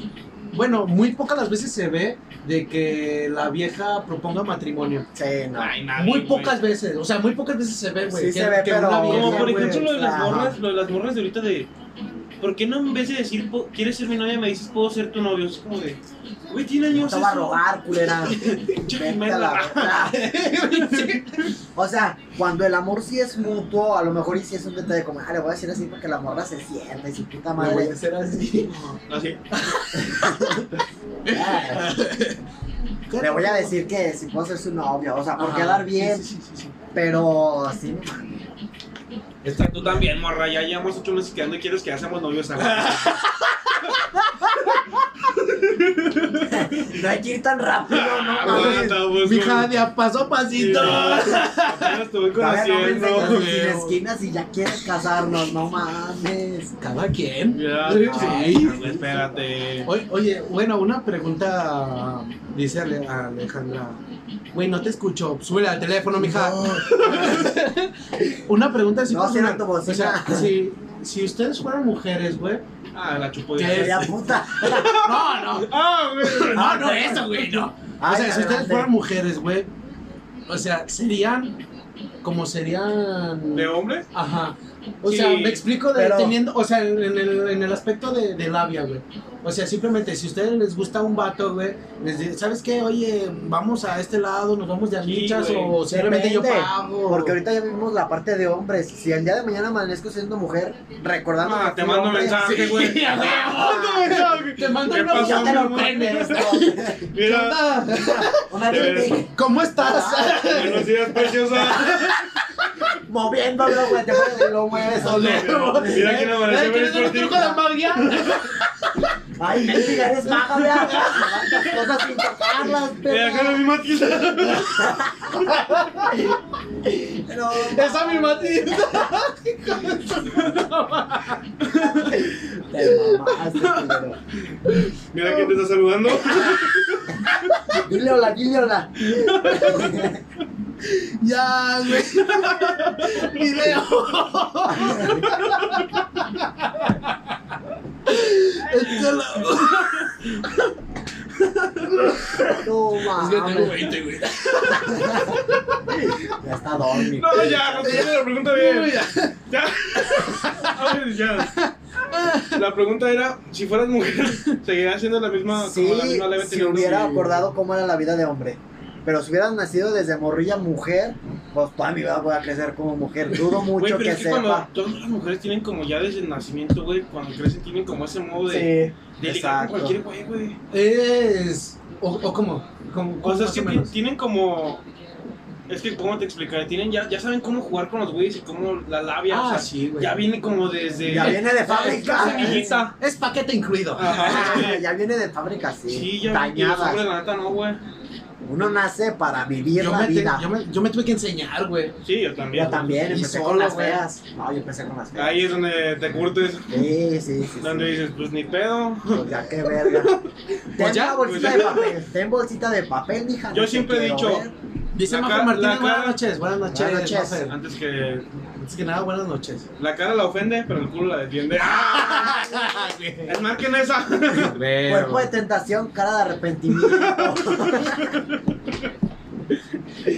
Speaker 3: bueno, muy pocas las veces se ve de que la vieja proponga matrimonio.
Speaker 1: Sí, no.
Speaker 2: Ay, nadie,
Speaker 3: Muy
Speaker 2: güey.
Speaker 3: pocas veces, o sea, muy pocas veces se ve, güey.
Speaker 1: Sí se ve, pero-
Speaker 3: una vieja,
Speaker 2: Como por
Speaker 3: güey,
Speaker 2: ejemplo lo de las
Speaker 1: ajá.
Speaker 2: morras, lo de las morras de ahorita de. ¿por qué no en vez de decir, "Po- ¿quieres ser mi novia? Me dices, ¿puedo ser tu novio? Es como de, güey, tiene años.
Speaker 1: Te va a
Speaker 2: eso.
Speaker 1: robar, culera.
Speaker 2: Pinche
Speaker 1: Vete a
Speaker 2: Jimena.
Speaker 1: la verga. O sea, cuando el amor sí es mutuo, a lo mejor y sí es un detalle como, ah, le voy a decir así porque la morra se siente y su puta
Speaker 4: Me voy a
Speaker 1: madre.
Speaker 4: hacer así.
Speaker 2: Así.
Speaker 1: Ah, Le voy a decir que si puedo ser su novio, o sea, por quedar bien,
Speaker 3: Sí, sí, sí, sí.
Speaker 1: pero así no mames.
Speaker 2: Está tú también, morra. Ya llevamos ocho meses quedando y quieres que ya seamos novios. Ah, ¿sabes?
Speaker 1: No hay que ir tan rápido,
Speaker 3: Ah,
Speaker 1: no mames.
Speaker 2: Andamos,
Speaker 3: Mija,
Speaker 2: Ah, Pues, güey.
Speaker 3: de a paso a pasito.
Speaker 2: Ya, Apenas estuve
Speaker 1: Todavía no me
Speaker 2: conociendo.
Speaker 1: enseñas
Speaker 3: güey.
Speaker 1: sin esquinas y ya quieres casarnos, no mames.
Speaker 3: Cada quien.
Speaker 2: Ya,
Speaker 3: Sí.
Speaker 2: güey, espérate.
Speaker 3: Oye, oye, bueno, una pregunta, dice Ale- Alejandra. Güey, no te escucho. Súbele al teléfono, mija. Una pregunta así
Speaker 1: No,
Speaker 3: personal.
Speaker 1: cierra tu
Speaker 3: O sea,
Speaker 1: bocina.
Speaker 3: si, si ustedes fueran mujeres, güey.
Speaker 2: Ah, la chupó.
Speaker 3: ¿Qué?
Speaker 1: Sería puta.
Speaker 3: No, no.
Speaker 2: Ah, güey.
Speaker 3: No, no,
Speaker 1: eh.
Speaker 3: eso, güey, no. O
Speaker 1: Ay,
Speaker 3: sea, si ustedes
Speaker 1: adelante.
Speaker 3: fueran mujeres, güey. O sea, serían. Como serían.
Speaker 2: ¿De hombre?
Speaker 3: Ajá. O
Speaker 2: Sí,
Speaker 3: sea, me explico de
Speaker 1: pero-
Speaker 3: teniendo, o sea, en el, en el aspecto de, de labia, güey. O sea, simplemente si a ustedes les gusta un vato, güey, les di- ¿sabes qué? Oye, vamos a este lado, nos vamos de amichas
Speaker 2: güey.
Speaker 3: o simplemente yo
Speaker 1: Depende,
Speaker 3: pago.
Speaker 1: Porque ahorita ya vimos la parte de hombres. Si el día de mañana amanezco siendo mujer, recordando
Speaker 2: Ah,
Speaker 1: que
Speaker 2: te
Speaker 1: fui
Speaker 2: mando
Speaker 1: hombre,
Speaker 2: mensaje, güey.
Speaker 3: Sí, a huevo. Te mando
Speaker 2: ¿Qué
Speaker 3: una
Speaker 2: pasó,
Speaker 3: ya te lo
Speaker 2: mi amor?
Speaker 3: prendes. ¿Qué
Speaker 2: Mira,
Speaker 3: onda?
Speaker 1: Una
Speaker 2: De
Speaker 1: dick pic
Speaker 3: ¿Cómo estás?
Speaker 2: buenos días, preciosa.
Speaker 1: moviéndolo, güey, te pones y este lo mueves solo.
Speaker 2: Mira quién
Speaker 3: ¿Eh,
Speaker 2: amaneció
Speaker 3: ¿Quieres ver
Speaker 2: feliz por
Speaker 3: un
Speaker 2: ti.
Speaker 3: truco de magia?
Speaker 1: Ay, mentira, eres maga, vea. Levantas cosas sin tocarlas,
Speaker 2: Mira, acá mi
Speaker 1: pero.
Speaker 2: Matilda.
Speaker 1: No,
Speaker 3: Esa mi Matilda.
Speaker 1: te mamaste, culero.
Speaker 2: Mira quién te está saludando.
Speaker 1: Dile hola, dile hola.
Speaker 3: Ya, güey. Video. Esto lo-
Speaker 1: No mames.
Speaker 3: güey.
Speaker 1: Ya está dormido.
Speaker 2: No, ya, no te la pregunta bien. Ya. A ver, ya. La pregunta era, si fueras mujer, ¿seguirías haciendo la misma, como
Speaker 1: Sí,
Speaker 2: la misma leve
Speaker 1: si
Speaker 2: teniendo-
Speaker 1: hubiera
Speaker 2: Sí.
Speaker 1: acordado cómo era la vida de hombre. Pero si hubieras nacido desde morrilla mujer, pues toda mi vida voy a crecer como mujer. Dudo
Speaker 2: Güey,
Speaker 1: mucho
Speaker 2: pero
Speaker 1: que
Speaker 2: es que cuando
Speaker 1: sepa.
Speaker 2: todas las mujeres tienen como ya desde el nacimiento, güey, cuando crecen tienen como ese modo de,
Speaker 1: Sí,
Speaker 2: de ligar con
Speaker 1: exacto.
Speaker 2: cualquier güey, güey.
Speaker 3: Es. O, o cómo? ¿Cómo-
Speaker 2: O
Speaker 3: cómo
Speaker 2: sea, es
Speaker 3: más
Speaker 2: que
Speaker 3: o
Speaker 2: ti-
Speaker 3: menos?
Speaker 2: tienen como... Es que, ¿cómo te explicaré? Tienen ya, ya saben cómo jugar con los güeyes y cómo la labia, o
Speaker 3: Ah,
Speaker 2: sea,
Speaker 3: sí, güey.
Speaker 2: ya viene como desde...
Speaker 1: Ya viene de
Speaker 2: la
Speaker 1: fábrica.
Speaker 2: semillita.
Speaker 3: Es paquete incluido.
Speaker 2: Ajá, güey.
Speaker 1: Ya viene de fábrica, sí.
Speaker 2: Sí, ya viene, y
Speaker 1: Ah,
Speaker 2: los
Speaker 1: Dañadas.
Speaker 2: hombres, la neta, no, güey.
Speaker 1: Uno nace para vivir
Speaker 3: Yo
Speaker 1: la
Speaker 3: me, te-
Speaker 1: vida.
Speaker 3: yo, me, yo me tuve que enseñar, güey.
Speaker 2: Sí, yo
Speaker 1: Yo
Speaker 2: también.
Speaker 1: también
Speaker 3: Y
Speaker 1: empecé
Speaker 3: solo,
Speaker 1: con las
Speaker 3: güey.
Speaker 1: feas. No, yo empecé con las feas.
Speaker 2: Ahí es donde te curtes,
Speaker 1: Sí, sí, sí.
Speaker 2: donde
Speaker 1: sí.
Speaker 2: dices, pues ni pedo.
Speaker 1: Pues ya qué verga. Ten
Speaker 3: ya,
Speaker 1: una bolsita de
Speaker 2: pues ya.
Speaker 1: papel. Ten bolsita de papel, mija.
Speaker 2: Yo
Speaker 1: no te
Speaker 2: siempre he
Speaker 1: quiero
Speaker 2: dicho,
Speaker 1: ver.
Speaker 3: Dice
Speaker 2: La
Speaker 3: Mafer
Speaker 2: cara- la
Speaker 3: Martínez, buenas
Speaker 2: cara-
Speaker 3: noches. Buenas noches.
Speaker 1: Buenas noches.
Speaker 3: Mafer.
Speaker 2: Antes que
Speaker 3: Antes que nada, buenas noches.
Speaker 2: la cara la ofende, pero el culo la defiende. ¡Ah! Es marquen esa.
Speaker 1: Cuerpo de
Speaker 3: Pues,
Speaker 1: tentación, cara de arrepentimiento.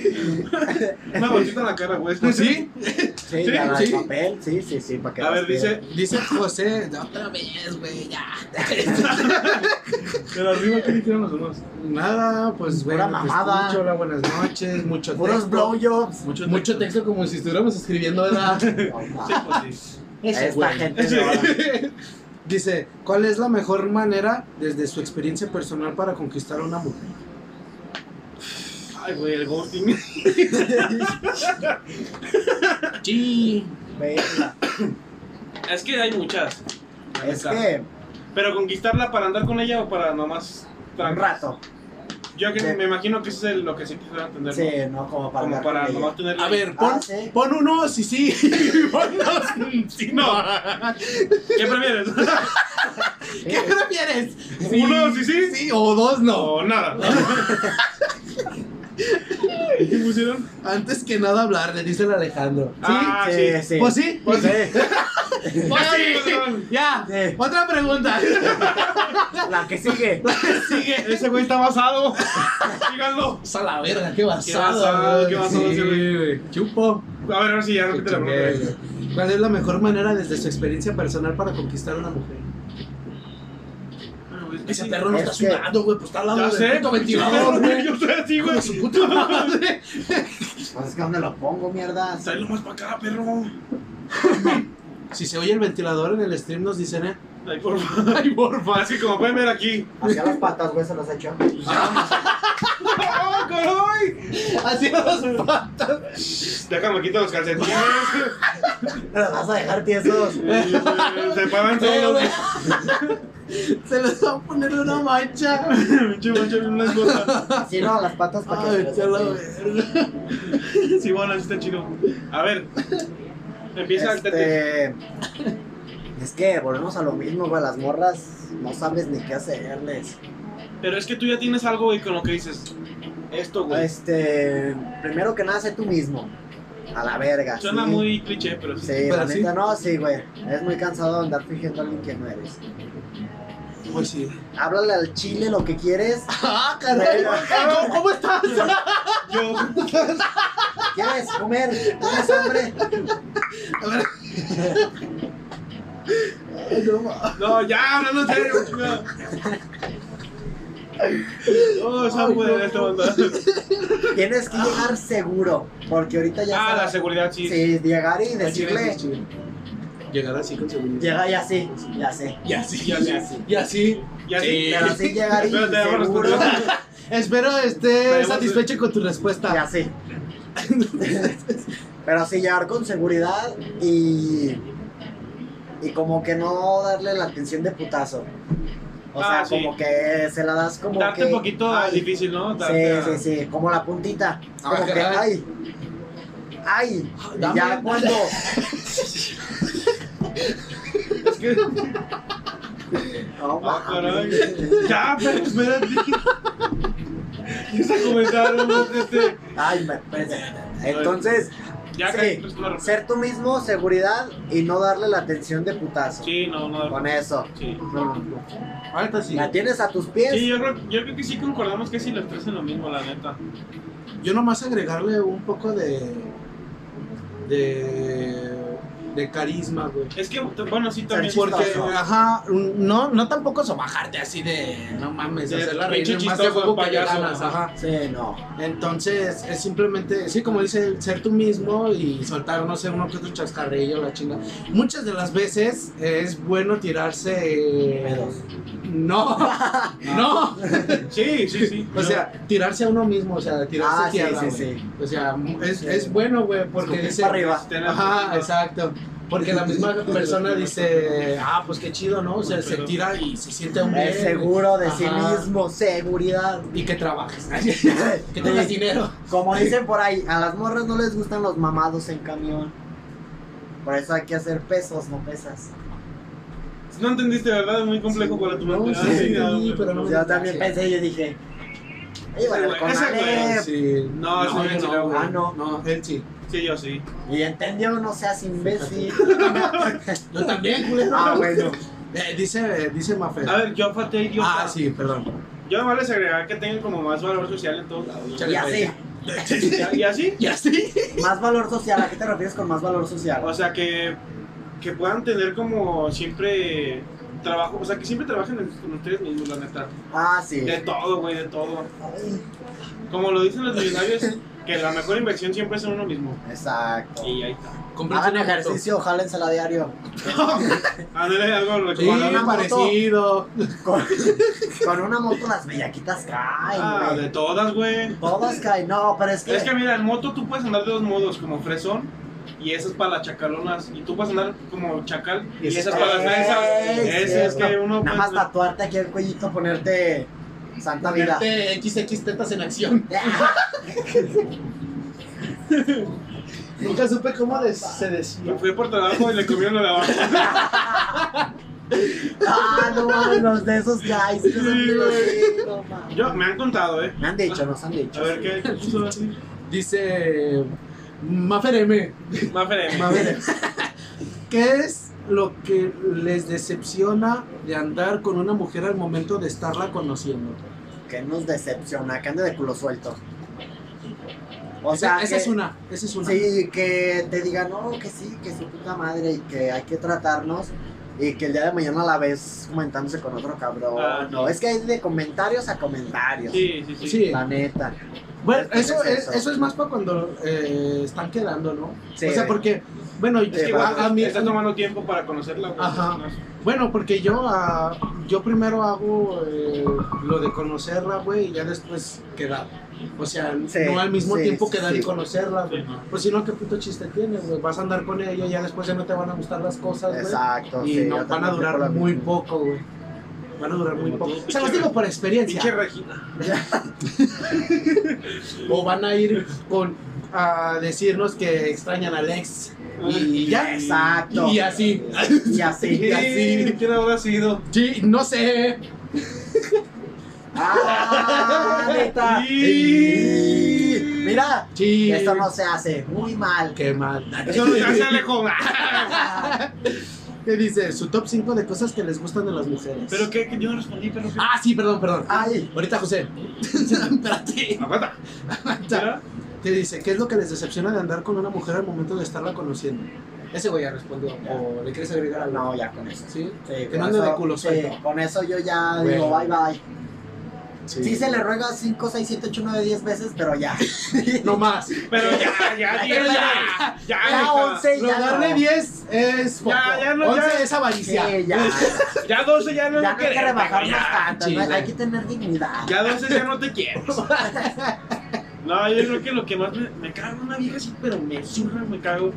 Speaker 2: Una bolsita en la cara, güey.
Speaker 3: pues, ¿Sí?
Speaker 1: Sí,
Speaker 2: Sí,
Speaker 1: cara
Speaker 3: sí.
Speaker 1: de papel. Sí, sí, sí. Para que
Speaker 2: A ver, dice,
Speaker 1: respire.
Speaker 3: Dice José, otra vez, güey, ya.
Speaker 2: pero arriba, ¿qué dijeron los demás?
Speaker 3: Nada, pues, güey.
Speaker 1: Pura
Speaker 3: no te
Speaker 1: mamada.
Speaker 3: escucho, Hola, buenas noches. Mucho
Speaker 1: Pues Puros
Speaker 3: texto.
Speaker 1: blowjobs.
Speaker 3: Mucho, mucho texto como si estuviéramos escribiendo, ¿verdad?
Speaker 1: No, ma.
Speaker 2: Sí, pues sí.
Speaker 1: A Esta gente
Speaker 2: Sí.
Speaker 1: no habla.
Speaker 3: Dice, ¿cuál es la mejor manera desde su experiencia personal para conquistar a una mujer?
Speaker 2: Ay, güey, el ghosting.
Speaker 3: Sí.
Speaker 1: Verga.
Speaker 2: Es que hay muchas. la
Speaker 1: Es
Speaker 2: neta.
Speaker 1: que
Speaker 2: Pero conquistarla para andar con ella o para nomás.
Speaker 1: un rato.
Speaker 2: Yo que
Speaker 1: Sí.
Speaker 2: me imagino que eso es el- lo que se quisiera entender.
Speaker 1: Sí,
Speaker 2: ¿no?
Speaker 1: no como para.
Speaker 2: Como
Speaker 1: andar
Speaker 2: para
Speaker 1: con ella.
Speaker 2: nomás tenerla.
Speaker 3: A
Speaker 2: ahí.
Speaker 3: ver, pon,
Speaker 1: Ah, sí.
Speaker 3: pon uno si sí, pon dos si no.
Speaker 2: ¿Qué prefieres?
Speaker 3: ¿Qué prefieres?
Speaker 2: ¿Uno sí sí?
Speaker 3: Sí, o dos no.
Speaker 2: O nada. ¿Y qué pusieron?
Speaker 3: Antes que nada hablar, le dice el Alejandro. ¿Sí?
Speaker 2: Ah, sí.
Speaker 1: Sí, sí.
Speaker 3: ¿Pues sí?
Speaker 1: Pues sí.
Speaker 3: Pues
Speaker 2: sí,
Speaker 3: sí.
Speaker 2: perdón.
Speaker 3: Ya,
Speaker 1: Sí.
Speaker 3: otra pregunta.
Speaker 1: La que sigue.
Speaker 3: Sigue.
Speaker 2: Ese güey está basado. Díganlo.
Speaker 3: Pues a la verga, qué
Speaker 2: basado,
Speaker 3: basado.
Speaker 2: qué basado ese güey.
Speaker 3: güey. Chupo.
Speaker 2: A ver, ahora sí, ya repite la pregunta.
Speaker 3: ¿Cuál es la mejor manera desde su experiencia personal para conquistar a una mujer?
Speaker 2: Bueno, güey,
Speaker 4: Ese
Speaker 2: sí.
Speaker 4: perro no
Speaker 1: Es
Speaker 4: está
Speaker 1: que-
Speaker 4: sudando, güey. Pues está al lado
Speaker 2: Ya
Speaker 4: del
Speaker 2: sé.
Speaker 4: puto ventilador, güey.
Speaker 2: Yo estoy así,
Speaker 4: Hijo
Speaker 2: güey.
Speaker 4: de su puta madre.
Speaker 1: Pues es que ¿dónde lo pongo, mierda?
Speaker 2: Tráelo más para acá, perro.
Speaker 3: Si se oye el ventilador en el stream, nos dicen, ¿eh?
Speaker 2: Ay, por favor. Ay, por favor. Es que como pueden ver aquí.
Speaker 1: Hacia las patas, güey, se las echó.
Speaker 2: pues,
Speaker 1: ¡Ah,
Speaker 2: ya. ¡Oh, caray!
Speaker 4: Así a las patas.
Speaker 2: Déjame quitar los calcetines.
Speaker 1: Las vas a dejar tiesos.
Speaker 2: Eh, Se paran
Speaker 4: Pero,
Speaker 2: todos.
Speaker 4: güey, Se les va a poner una mancha.
Speaker 2: Pinche mancha bien blancota.
Speaker 1: Sí, no, las patas para que
Speaker 4: Ay,
Speaker 1: las
Speaker 4: qué la
Speaker 1: eche.
Speaker 4: verga.
Speaker 2: Sí, bueno, así está chido. A ver. Empieza el tete.
Speaker 1: Este, es que volvemos a lo mismo, güey. Las morras no sabes ni qué hacerles.
Speaker 2: Pero es que tú ya tienes algo, güey, con lo que dices. Esto, güey.
Speaker 1: Este, primero que nada, sé tú mismo. A la verga.
Speaker 2: Suena
Speaker 1: ¿sí?
Speaker 2: muy cliché, pero sí.
Speaker 1: Sí, la
Speaker 3: Pero sí.
Speaker 1: neta, no, sí, güey. Es muy cansado andar fingiendo a alguien que no eres.
Speaker 3: Pues sí.
Speaker 1: Háblale al chile lo que quieres.
Speaker 4: Ah, caray. ¿Cómo, cómo estás?
Speaker 2: Yo.
Speaker 1: ¿Quieres comer? ¿Tienes hambre?
Speaker 4: Ay, no, ma-
Speaker 2: No, ya, hablando en serio. chingada. Oh, esa
Speaker 4: Ay,
Speaker 2: puede
Speaker 4: no.
Speaker 2: esta onda.
Speaker 1: Tienes que llegar seguro. Porque ahorita ya.
Speaker 2: Ah,
Speaker 1: sabes-
Speaker 2: la seguridad, sí.
Speaker 1: Sí, llegar y
Speaker 3: Al chile
Speaker 1: decirle.
Speaker 3: es chido. Llegar así con seguridad.
Speaker 1: Llega ya sí, ya sé.
Speaker 4: Y así,
Speaker 2: Ya sé.
Speaker 4: y así.
Speaker 2: Y así.
Speaker 3: Sí.
Speaker 1: Pero sí llegar y
Speaker 2: Espérate, vamos a
Speaker 1: seguro.
Speaker 2: responder.
Speaker 3: Espero esté
Speaker 2: Esperemos-
Speaker 3: satisfecho con tu
Speaker 1: Ya
Speaker 3: respuesta.
Speaker 1: sé. Pero sí llegar con seguridad y. Y como que no darle la atención de putazo. O sea,
Speaker 2: Ah, sí.
Speaker 1: como que se la das como
Speaker 2: Darte
Speaker 1: que.
Speaker 2: un poquito
Speaker 1: ay,
Speaker 2: difícil, ¿no? Darte
Speaker 1: Sí, sí, sí, como la puntita. Como
Speaker 4: Ah,
Speaker 1: que,
Speaker 4: caray.
Speaker 1: ay. Ay. Y
Speaker 4: Dame,
Speaker 1: ya
Speaker 4: dame.
Speaker 1: cuando.
Speaker 2: Es que.
Speaker 1: No,
Speaker 2: Ah,
Speaker 1: mames.
Speaker 2: caray. Ya, pero espérate. Ya se comentaron, ¿no? Este.
Speaker 1: Ay, me espérate. Entonces,
Speaker 2: Ya pues,
Speaker 1: Sí.
Speaker 2: que. Sí.
Speaker 1: ser tú mismo, seguridad y no darle la atención de putazo.
Speaker 2: sí, no, no.
Speaker 1: Con eso.
Speaker 2: Sí.
Speaker 1: No, no, no.
Speaker 3: Ahorita sí.
Speaker 1: La tienes a tus pies.
Speaker 2: Sí, yo creo, yo creo que sí concordamos que sí los tres en lo mismo, la neta.
Speaker 3: Yo nomás agregarle un poco de. de. de carisma, güey.
Speaker 2: Es que, bueno, sí, también.
Speaker 1: Ser
Speaker 3: Porque,
Speaker 1: Chistoso.
Speaker 3: ajá, no, no tampoco sobajarte así de. No mames,
Speaker 2: De
Speaker 3: hacerla reír
Speaker 2: pinche
Speaker 3: más de
Speaker 2: chistoso,
Speaker 3: juego que le
Speaker 2: payaso,
Speaker 3: ganas,
Speaker 2: ajá.
Speaker 3: ajá.
Speaker 1: Sí, no.
Speaker 3: Entonces, es simplemente, sí, como dice, el ser tú mismo y soltar, no sé, uno que otro chascarrillo, la chinga. Muchas de las veces es bueno tirarse.
Speaker 1: Pedos.
Speaker 3: No, no.
Speaker 2: Sí, sí, sí.
Speaker 3: O sea, tirarse a uno mismo, o sea, tirarse
Speaker 1: Ah, sí,
Speaker 3: tierra,
Speaker 1: sí,
Speaker 3: güey.
Speaker 1: sí.
Speaker 3: O sea, mu- es,
Speaker 1: Sí.
Speaker 3: es bueno, güey, porque
Speaker 1: Escupir
Speaker 3: dice...
Speaker 1: para arriba.
Speaker 2: Ten la-
Speaker 3: Ajá, exacto. Porque la misma persona dice, ah, pues qué chido, ¿no? O sea, se tira y se siente un
Speaker 1: Es seguro de sí
Speaker 3: Ajá.
Speaker 1: mismo, seguridad.
Speaker 3: Y que trabajes, que tengas
Speaker 1: Sí.
Speaker 3: dinero.
Speaker 1: Como dicen por ahí, a las morras no les gustan los mamados en camión. Por eso hay que hacer pesos, no pesas.
Speaker 2: No entendiste, ¿verdad? Es muy complejo para tu
Speaker 3: No,
Speaker 2: mente.
Speaker 3: sí,
Speaker 2: Ah,
Speaker 3: entendí,
Speaker 2: ya,
Speaker 3: pero no.
Speaker 1: Yo Pues también pensé, yo dije. "Ay, bueno,
Speaker 2: güey,
Speaker 1: con
Speaker 2: ese
Speaker 1: Ale".
Speaker 3: Sí.
Speaker 2: No, eso
Speaker 3: yo
Speaker 2: no,
Speaker 3: no, güey.
Speaker 1: Ah, no.
Speaker 3: Eh, No, él sí.
Speaker 2: Sí, yo sí.
Speaker 1: Y entendió, no seas imbécil.
Speaker 4: Yo también, culero.
Speaker 1: ah, bueno.
Speaker 3: Eh, dice, eh, dice Mafe.
Speaker 2: A ver, yo falté idiota.
Speaker 3: Ah, sí, perdón.
Speaker 2: Yo me vale agregar que tengan como más valor social en todos lados.
Speaker 1: Y así,
Speaker 2: ¿Y- ¿Y así?
Speaker 4: Y así.
Speaker 1: más valor social. ¿A qué te refieres con más valor
Speaker 2: O
Speaker 1: social?
Speaker 2: sea, que, que puedan tener como siempre trabajo, o sea, que siempre trabajen en- con ustedes mismos, la neta.
Speaker 1: Ah, sí.
Speaker 2: De todo, güey, de todo.
Speaker 1: Ay,
Speaker 2: Como lo dicen los millonarios, que la mejor inversión siempre es en uno mismo.
Speaker 1: Exacto.
Speaker 2: Y ahí está.
Speaker 3: Cómprate
Speaker 1: Hagan
Speaker 3: una moto.
Speaker 1: ejercicio, jálensela a diario.
Speaker 2: Ándale algo
Speaker 3: Sí,
Speaker 1: Con una
Speaker 2: recomendable.
Speaker 1: moto.
Speaker 3: parecido.
Speaker 1: Con, con una moto las bellaquitas caen,
Speaker 2: Ah,
Speaker 1: güey.
Speaker 2: de todas, güey.
Speaker 1: Todas caen, no, pero es que,
Speaker 2: Es que mira, en moto tú puedes andar de dos modos, como fresón y esas para las chacalonas. Y tú puedes andar como chacal y
Speaker 1: Ese
Speaker 2: esas
Speaker 1: es
Speaker 2: para las fresas.
Speaker 1: Ey,
Speaker 2: Ese es que
Speaker 1: cierto.
Speaker 2: uno
Speaker 1: nada más
Speaker 3: pues,
Speaker 2: puede-
Speaker 1: tatuarte aquí el cuellito, ponerte Santa Vida.
Speaker 4: Ponerte XX tetas en acción.
Speaker 3: Nunca supe cómo des- se
Speaker 2: Me
Speaker 3: decía.
Speaker 2: fui por trabajo y le comieron la lavanda.
Speaker 1: ah, no mames, los de esos guys. que son
Speaker 2: Sí,
Speaker 1: bien
Speaker 2: güey.
Speaker 1: así, no mames.
Speaker 2: Yo, me han contado, eh.
Speaker 1: Me han dicho, nos han
Speaker 2: A
Speaker 1: dicho.
Speaker 2: ver
Speaker 1: sí.
Speaker 2: qué qué puso así.
Speaker 3: Dice Mafer M.
Speaker 2: Más veremos.
Speaker 3: Mafer, ¿Qué es lo que les decepciona de andar con una mujer al momento de estarla conociendo?
Speaker 1: Que nos decepciona, que ande de culo suelto. O
Speaker 3: Esa-
Speaker 1: sea,
Speaker 3: esa,
Speaker 1: que-
Speaker 3: es una, esa es una.
Speaker 1: Sí, que te digan, no, que sí, que su puta madre y que hay que tratarnos y que el día de mañana la ves comentándose con otro cabrón.
Speaker 2: Ah,
Speaker 1: no,
Speaker 2: sí.
Speaker 1: es que hay de comentarios a comentarios.
Speaker 2: Sí, sí, sí.
Speaker 3: Sí.
Speaker 1: La neta.
Speaker 3: Bueno,
Speaker 1: Es-
Speaker 3: eso
Speaker 1: es
Speaker 3: es,
Speaker 1: eso.
Speaker 3: eso es más para cuando eh, están quedando, ¿no?
Speaker 1: Sí,
Speaker 3: o sea,
Speaker 1: güey.
Speaker 3: porque, bueno,
Speaker 2: Es que
Speaker 1: va,
Speaker 3: a, a
Speaker 2: igual
Speaker 3: mí,
Speaker 2: estás tomando tiempo para conocerla, güey.
Speaker 3: Ajá.
Speaker 2: No sé.
Speaker 3: bueno, porque yo, ah, yo primero hago eh, lo de conocerla, güey, y ya después quedar. O sea,
Speaker 1: Sí,
Speaker 3: no al mismo
Speaker 1: sí,
Speaker 3: tiempo
Speaker 1: sí,
Speaker 3: quedar
Speaker 1: sí.
Speaker 3: y conocerla, güey.
Speaker 2: Ajá.
Speaker 3: Pues si no, ¿qué puto chiste tienes, güey? Vas a andar con ella y ya después ya no te van a gustar las cosas, güey.
Speaker 1: Exacto.
Speaker 3: Y
Speaker 1: sí,
Speaker 3: no,
Speaker 1: yo
Speaker 3: van a
Speaker 1: también creo
Speaker 3: durar
Speaker 1: lo
Speaker 3: muy
Speaker 1: mismo.
Speaker 3: poco, güey. Van a durar muy
Speaker 2: Como
Speaker 3: poco.
Speaker 2: tú,
Speaker 3: Se los
Speaker 2: pinche
Speaker 3: digo
Speaker 2: re-
Speaker 3: por
Speaker 2: Pinche
Speaker 3: experiencia.
Speaker 2: Regina.
Speaker 3: O van a ir con a decirnos que extrañan a Alex. Y ya.
Speaker 1: Exacto.
Speaker 3: Y así.
Speaker 1: Y así.
Speaker 3: Y así.
Speaker 2: ¿Quién habrá sido?
Speaker 3: Sí, no sé.
Speaker 1: Ah, neta.
Speaker 2: Y-
Speaker 1: Mira,
Speaker 3: Sí.
Speaker 1: esto no se hace muy mal.
Speaker 3: Qué mal.
Speaker 2: Eso no se hace Alejo.
Speaker 3: Te dice su top 5 de cosas que les gustan de las mujeres.
Speaker 2: Pero que que yo no respondí, pero que-
Speaker 3: Ah, sí, perdón, perdón.
Speaker 1: Ay,
Speaker 3: Ahorita, José. Espérate.
Speaker 2: Aguanta.
Speaker 3: Aguanta.
Speaker 2: Mira,
Speaker 3: Te dice, ¿qué es lo que les decepciona de andar con una mujer al momento de estarla conociendo? Ese güey ya respondió. ¿O le quieres agregar algo?
Speaker 1: no, ya con eso.
Speaker 3: ¿Sí?
Speaker 1: Sí,
Speaker 3: Que
Speaker 1: con
Speaker 3: no ande de
Speaker 1: eso-
Speaker 3: culo
Speaker 1: sí,
Speaker 3: suelto.
Speaker 1: con eso yo ya
Speaker 3: Bueno.
Speaker 1: digo bye bye. Sí se le ruega 5, 6, 7, 8, 9, 10 veces, pero ya.
Speaker 3: No más.
Speaker 2: Pero ya, ya,
Speaker 3: Pero
Speaker 2: ya.
Speaker 3: ya.
Speaker 2: Ya,
Speaker 1: Ya,
Speaker 2: hija.
Speaker 1: once. Sí, ya
Speaker 3: Rodarle
Speaker 1: no.
Speaker 3: 10 es poco.
Speaker 2: Ya, ya no,
Speaker 3: 11
Speaker 2: ya.
Speaker 3: es avaricia.
Speaker 1: Sí, ya.
Speaker 2: Ya 12 ya
Speaker 1: Ya
Speaker 2: no lo
Speaker 1: no hay que
Speaker 2: querés,
Speaker 1: rebajarnos
Speaker 2: ya.
Speaker 1: tanto,
Speaker 3: sí,
Speaker 1: ¿no?
Speaker 3: güey.
Speaker 1: hay que tener dignidad.
Speaker 2: Ya 12 ya no te quieres. No, yo creo que lo que más me, me cago en una vieja así, pero me zurra, me cago.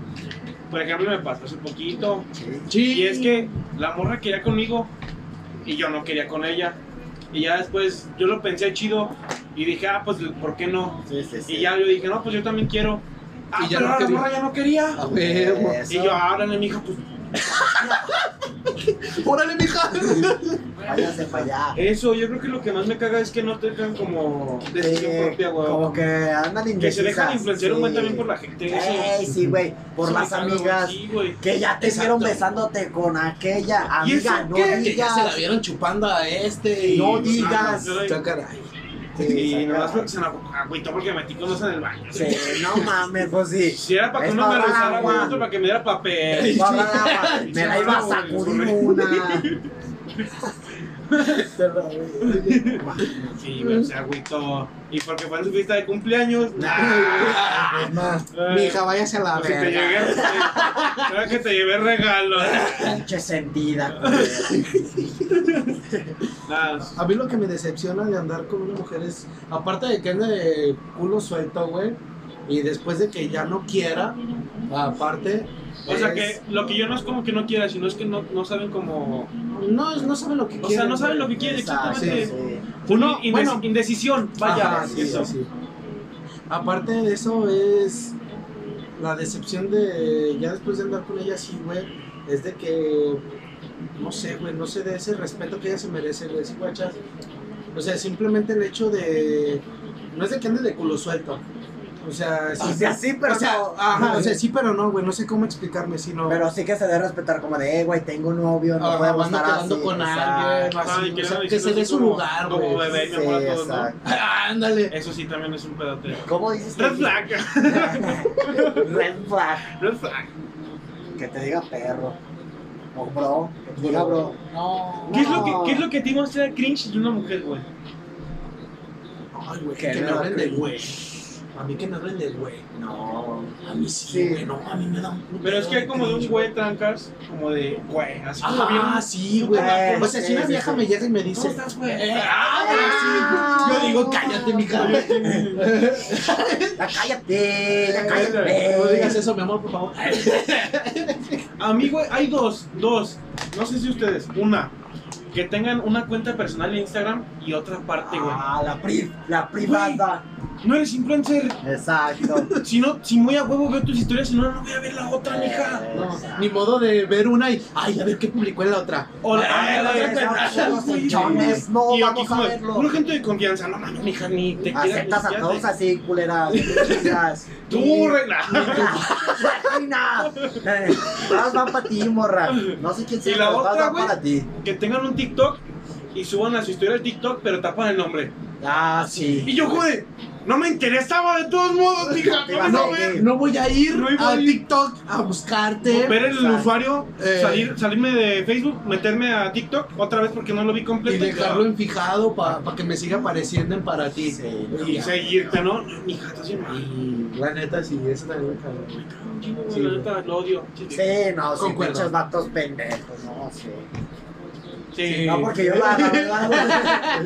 Speaker 2: Por ejemplo, me pasó hace poquito.
Speaker 3: Sí.
Speaker 2: Y es que la morra quería conmigo y yo no quería con ella. Y ya después yo lo pensé chido y dije, ah, pues, ¿por qué no?
Speaker 1: Sí, sí, sí.
Speaker 2: Y ya yo dije, no, pues yo también quiero. Ah,
Speaker 3: Y ya
Speaker 2: pero
Speaker 3: no
Speaker 2: la
Speaker 3: quería.
Speaker 2: morra ya no quería.
Speaker 3: A huevo.
Speaker 1: Ah, Eso.
Speaker 2: Y yo, háblale, mija, pues,
Speaker 3: ¡Órale, mija!
Speaker 1: Váyase para allá.
Speaker 2: eso. Yo creo que lo que más me caga es que no te dejan como decisión
Speaker 1: Sí,
Speaker 2: propia, güey.
Speaker 1: Como que andan
Speaker 2: Que
Speaker 1: indecisas.
Speaker 2: se dejan influenciar un buen también por la gente. eso.
Speaker 1: Ey, sí, güey. Por
Speaker 2: Eso me
Speaker 1: las
Speaker 2: caga, güey,
Speaker 1: amigas.
Speaker 2: Sí, güey.
Speaker 1: Que ya te
Speaker 3: Exacto.
Speaker 1: vieron besándote con aquella
Speaker 2: ¿Y
Speaker 1: amiga.
Speaker 2: eso
Speaker 1: No
Speaker 2: qué?
Speaker 3: Que ya se la
Speaker 1: digas.
Speaker 3: vieron chupando a este. y-
Speaker 1: No
Speaker 2: Ah,
Speaker 1: digas.
Speaker 2: yo la-
Speaker 3: Está caray.
Speaker 1: Sí,
Speaker 2: Y nomás
Speaker 1: saca.
Speaker 2: porque se me agüitó porque metí con dos en el baño.
Speaker 1: Sí, no mames, pues sí.
Speaker 2: Si era para que
Speaker 1: Es
Speaker 2: uno me
Speaker 1: para
Speaker 2: revisara,
Speaker 1: agua.
Speaker 2: güey, otro para que me diera papel.
Speaker 1: Va a hablar agua.
Speaker 2: Sí,
Speaker 1: Me la iba a
Speaker 2: güey,
Speaker 1: sacudir
Speaker 2: correcto.
Speaker 1: una.
Speaker 2: Sí, güey, se agüitó. Y porque fue en su fiesta de cumpleaños.
Speaker 3: Ah, más.
Speaker 2: Ay. pues,
Speaker 3: Mija, váyase a la
Speaker 2: Que te
Speaker 3: verga.
Speaker 2: llegué, creo que te llevé regalo.
Speaker 1: Pinche sentida. culera.
Speaker 2: Nada,
Speaker 3: A mí lo que me decepciona de andar con una mujer es, aparte de que ande de culo suelto, güey, y después de que ya no quiera, aparte.
Speaker 2: O sea que
Speaker 3: es-
Speaker 2: lo que yo no es como que no quiera, sino es que no, no saben cómo.
Speaker 3: No, no saben lo que
Speaker 2: O
Speaker 3: quieren.
Speaker 2: sea, no saben lo
Speaker 3: güey.
Speaker 2: que quieren
Speaker 1: Exacto,
Speaker 2: exactamente.
Speaker 1: sí.
Speaker 2: Uno,
Speaker 3: Uno,
Speaker 2: indec-
Speaker 3: bueno.
Speaker 2: indecisión, vaya.
Speaker 3: Ajá, sí,
Speaker 2: eso.
Speaker 3: sí, sí. Aparte de eso es la decepción de ya después de andar con ella así, güey, es de que no sé, güey, no sé de ese respeto que ella se merece, güey, sí, guachas. O sea, simplemente el hecho de no es de que ande de culo suelto. O sea, sí,
Speaker 1: O sea, sí, pero
Speaker 3: o sea,
Speaker 1: no.
Speaker 3: ajá, o sea, sí, pero no, güey, no sé cómo explicarme, sino
Speaker 1: Pero sí que se debe respetar como de, eh, güey, tengo novio, no
Speaker 3: ah,
Speaker 1: podemos
Speaker 3: ando
Speaker 1: estar
Speaker 3: quedando
Speaker 1: así.
Speaker 3: con
Speaker 1: exacto.
Speaker 3: alguien,
Speaker 2: Ay,
Speaker 3: así, o
Speaker 2: quiero
Speaker 3: sea, que
Speaker 2: decirlo
Speaker 3: se dé
Speaker 2: así
Speaker 3: su
Speaker 2: como-
Speaker 3: lugar,
Speaker 2: como
Speaker 3: güey.
Speaker 2: bebé. Ay, mi amor, a
Speaker 1: Sí,
Speaker 2: todos, ¿no?
Speaker 1: exacto.
Speaker 3: Ándale.
Speaker 2: Eso sí también es un pedote.
Speaker 1: ¿Cómo dices?
Speaker 2: Red flag,
Speaker 1: Red flag.
Speaker 2: red flag.
Speaker 1: Que te diga perro. O bro. Que te diga bro.
Speaker 3: No.
Speaker 2: ¿Qué es lo que, qué es lo que a ti más te da cringe de una mujer, güey?
Speaker 3: Ay, güey,
Speaker 1: Que
Speaker 3: que,
Speaker 1: me
Speaker 3: me
Speaker 1: da
Speaker 3: hablen del
Speaker 1: cringe.
Speaker 3: güey. A mí que me hablen del güey.
Speaker 1: No.
Speaker 3: A mí
Speaker 1: Sí.
Speaker 3: sí, güey, no, a mí me da un puto
Speaker 2: Pero es que hay como de un
Speaker 3: cringe,
Speaker 2: güey trancas, como de, güey, así como bien.
Speaker 3: Ah, sí, güey.
Speaker 1: Eh,
Speaker 3: o sea, si
Speaker 1: sí,
Speaker 3: una
Speaker 1: sí,
Speaker 3: vieja
Speaker 1: sí.
Speaker 3: me llega y me dice.
Speaker 2: ¿Cómo estás, güey?
Speaker 3: Eh, ah, güey, sí. Yo digo, cállate, mija.
Speaker 1: Ya cállate,
Speaker 2: Eh,
Speaker 1: ya cállate.
Speaker 3: Eh, No digas eso, mi amor, por favor.
Speaker 2: A mí, güey, hay dos, dos. No sé si ustedes, una, que tengan una cuenta personal en Instagram y otra parte, güey.
Speaker 1: Ah, la, pri la privada.
Speaker 2: No eres influencer.
Speaker 1: Exacto.
Speaker 2: Si no, si muy a huevo veo tus historias, si no, no voy a ver la otra, mija.
Speaker 3: No,
Speaker 1: Eh, Exacto.
Speaker 3: ni modo de ver una y, ay, a ver qué publicó en la otra.
Speaker 2: O la, ah,
Speaker 1: Ay,
Speaker 2: la
Speaker 1: güey,
Speaker 2: otra
Speaker 1: estamos
Speaker 2: pendeja,
Speaker 1: todos
Speaker 2: güey.
Speaker 1: hinchones, no
Speaker 2: Y aquí
Speaker 1: vamos a
Speaker 2: como de,
Speaker 1: verlo.
Speaker 2: pura gente de confianza, no mames, mija, ni te quieras.
Speaker 1: Aceptas
Speaker 2: ni
Speaker 1: a todos
Speaker 2: siquiera
Speaker 1: así, culeras. Chicas.
Speaker 2: te- Tú, reina.
Speaker 1: Reina. Eh, Todas van para ti, morra. No sé quién sea,
Speaker 2: Y la
Speaker 1: pero todas
Speaker 2: otra,
Speaker 1: van
Speaker 2: güey.
Speaker 1: para ti.
Speaker 2: Que tengan un TikTok y suban a su historia al TikTok, pero tapan el nombre.
Speaker 1: Ah, sí.
Speaker 2: Y yo, güey, No me interesaba de todos modos, mija.
Speaker 1: Te
Speaker 2: No
Speaker 1: vas
Speaker 2: me
Speaker 1: a
Speaker 2: no
Speaker 1: ir.
Speaker 2: ver.
Speaker 3: No voy a ir
Speaker 2: No iba
Speaker 3: a
Speaker 2: a ir.
Speaker 3: TikTok a buscarte.
Speaker 2: Ver el
Speaker 1: Exacto.
Speaker 2: usuario,
Speaker 3: Eh.
Speaker 2: salir, salirme de Facebook, meterme a TikTok otra vez porque no lo vi
Speaker 3: y
Speaker 2: completo.
Speaker 3: dejarlo en fijado para que me siga apareciendo en para ti.
Speaker 1: Sí.
Speaker 2: Y seguirte, ¿no? Mija, estás bien mal.
Speaker 3: Y la neta, sí, eso también me cabrón.
Speaker 2: Sí, la neta, lo odio. Sí, sí.
Speaker 1: Sí, no, sí,
Speaker 3: Concuerdo.
Speaker 1: muchos vatos pendejos, no, sí.
Speaker 2: Sí,
Speaker 1: No, porque yo la, la verdad.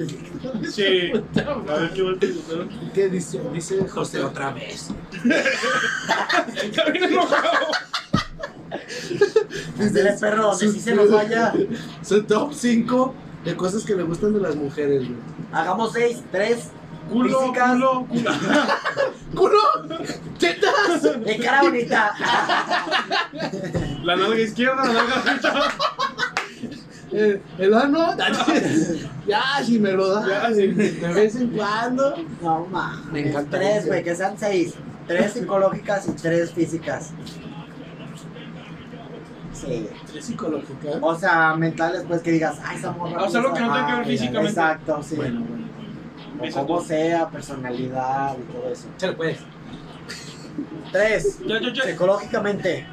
Speaker 2: sí. A ver, qué mal te gustaron.
Speaker 3: ¿Qué dice, dice José otra vez?
Speaker 2: Está bien enojado.
Speaker 1: Dile, perro, donde sí se nos vaya.
Speaker 3: Su top 5 de cosas que le gustan de las mujeres, güey.
Speaker 1: Hagamos seis, tres.
Speaker 2: Culo,
Speaker 1: Físicas.
Speaker 2: culo, culo.
Speaker 3: ¡Culo! ¡Tetas!
Speaker 1: De cara bonita.
Speaker 2: La nalga izquierda, la nalga derecha.
Speaker 3: Eh, ¿El ano? ya, si me lo da.
Speaker 2: Ya,
Speaker 3: de
Speaker 2: sí.
Speaker 3: vez en cuando.
Speaker 1: No, ma.
Speaker 3: Me encanta
Speaker 1: Tres,
Speaker 3: eso.
Speaker 1: güey, que sean seis. Tres psicológicas y tres físicas. Sí.
Speaker 3: Es psicológica.
Speaker 1: O sea, mentales, pues que digas, ay, esa morra.
Speaker 2: O sea, algo
Speaker 1: piensa
Speaker 2: que no tenga que ver
Speaker 1: mal".
Speaker 2: físicamente.
Speaker 1: Exacto, sí.
Speaker 3: Bueno, bueno.
Speaker 1: o como sea, personalidad y todo eso.
Speaker 3: Chale, pues.
Speaker 1: Tres,
Speaker 2: Ya, ya, ya.
Speaker 1: psicológicamente.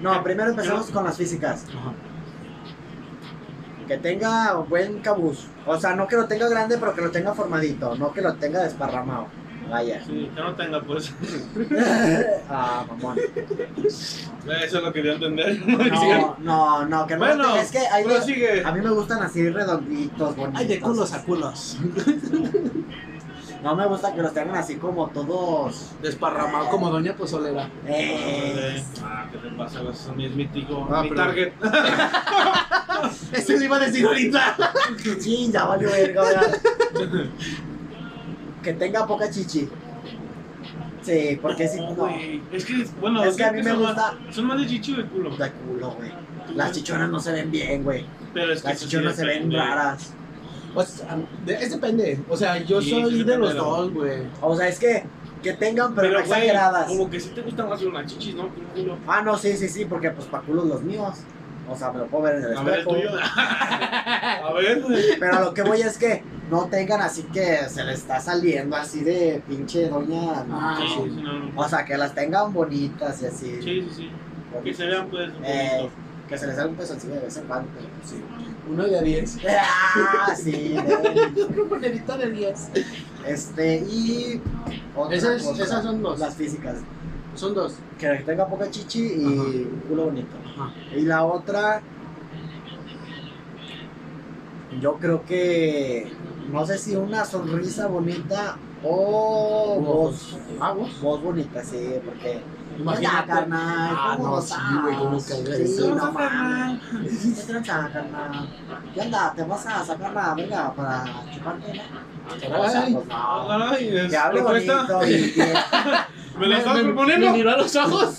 Speaker 1: No, primero empezamos con las físicas.
Speaker 3: Ajá.
Speaker 1: Que tenga buen cabuz. O sea, no que lo tenga grande, pero que lo tenga formadito. No que lo tenga desparramado. Vaya.
Speaker 2: Sí, que no tenga, pues.
Speaker 1: ah, mamón.
Speaker 2: Eso es lo que yo entender.
Speaker 1: No, no, no, que no. lo
Speaker 2: Bueno,
Speaker 1: tenga. es que hay
Speaker 2: pero
Speaker 1: de-
Speaker 2: sigue.
Speaker 1: A mí me gustan así redonditos, bonitos.
Speaker 3: Ay, de culos a culos.
Speaker 1: No me gusta que los tengan así como todos.
Speaker 3: Desparramado como Doña Pozolera.
Speaker 1: Eh,
Speaker 2: Ah, ¿qué te pasa? Eso a mí es mi tico,
Speaker 3: Ah,
Speaker 2: mi
Speaker 3: pero-
Speaker 2: target.
Speaker 3: Eso le Este iba a decir ahorita.
Speaker 1: sí, ya valió verga. ¿verdad? que tenga poca chichi. Sí, porque si
Speaker 2: No,
Speaker 1: no.
Speaker 2: güey. Es que, bueno,
Speaker 1: Es que a
Speaker 2: creo
Speaker 1: mí me
Speaker 2: son más-
Speaker 1: gusta.
Speaker 2: Son más de chichi de culo.
Speaker 1: De culo, güey. Las chichonas no se ven bien, güey.
Speaker 2: Pero es que
Speaker 1: Las
Speaker 2: eso sí
Speaker 1: chichonas se ven
Speaker 2: depende.
Speaker 1: raras.
Speaker 3: O sea, de- es depende. O sea, yo
Speaker 2: Sí, sí,
Speaker 3: soy de
Speaker 2: depende
Speaker 3: los
Speaker 2: de la-
Speaker 3: dos, güey.
Speaker 1: O sea, es que, que tengan, pero,
Speaker 2: Pero,
Speaker 1: no
Speaker 2: güey,
Speaker 1: exageradas.
Speaker 2: como que sí te gustan más unas chichis, ¿no? Que un culo.
Speaker 1: Ah, no, sí, sí, sí, porque pues para culos los míos. O sea, me lo puedo ver en el
Speaker 2: A ver, el
Speaker 1: espejo.
Speaker 2: tuyo. A ver.
Speaker 1: Pero a lo que voy es que no tengan así que se le está saliendo así de pinche doña. ¿no?
Speaker 3: Ah,
Speaker 2: Sí,
Speaker 3: sí.
Speaker 2: sí, no, no.
Speaker 1: O sea, que las tengan bonitas y así.
Speaker 2: Sí, sí, sí. Que se vean, pues, un
Speaker 1: Eh,
Speaker 2: poquito.
Speaker 1: que se les salga un pezoncillo de vez en cuando. pero, pues, sí.
Speaker 3: Uno de a diez.
Speaker 1: Ah, sí. de-
Speaker 4: Una monedita de 10.
Speaker 1: Este, y. otra
Speaker 3: Esas-
Speaker 1: cosa,
Speaker 3: esas son dos.
Speaker 1: Las físicas.
Speaker 3: Son dos.
Speaker 1: Que tenga poca chichi y culo bonito.
Speaker 3: Ajá.
Speaker 1: Y la otra, yo creo que, no sé si una sonrisa bonita o voz.
Speaker 3: Ah, vos.
Speaker 1: Voz bonita, sí, porque... Ya,
Speaker 3: Imagínate.
Speaker 1: carnal,
Speaker 3: Ah,
Speaker 1: ¿cómo
Speaker 3: no,
Speaker 1: estás?
Speaker 3: sí, güey, cómo caga
Speaker 1: Sí,
Speaker 3: eso.
Speaker 1: no mames. ¿Qué tranza, carnal? ¿Qué onda? ¿Te vas a sacar la verga para chuparte? no? ¿Qué pasa?
Speaker 3: Ay.
Speaker 1: Pues
Speaker 2: Ah,
Speaker 1: no.
Speaker 2: caray, es
Speaker 1: Que hable
Speaker 2: propuesta.
Speaker 1: bonito y bien.
Speaker 2: ¿Me la estás
Speaker 3: Me- me-
Speaker 2: proponiendo?
Speaker 3: Me miró a los ojos.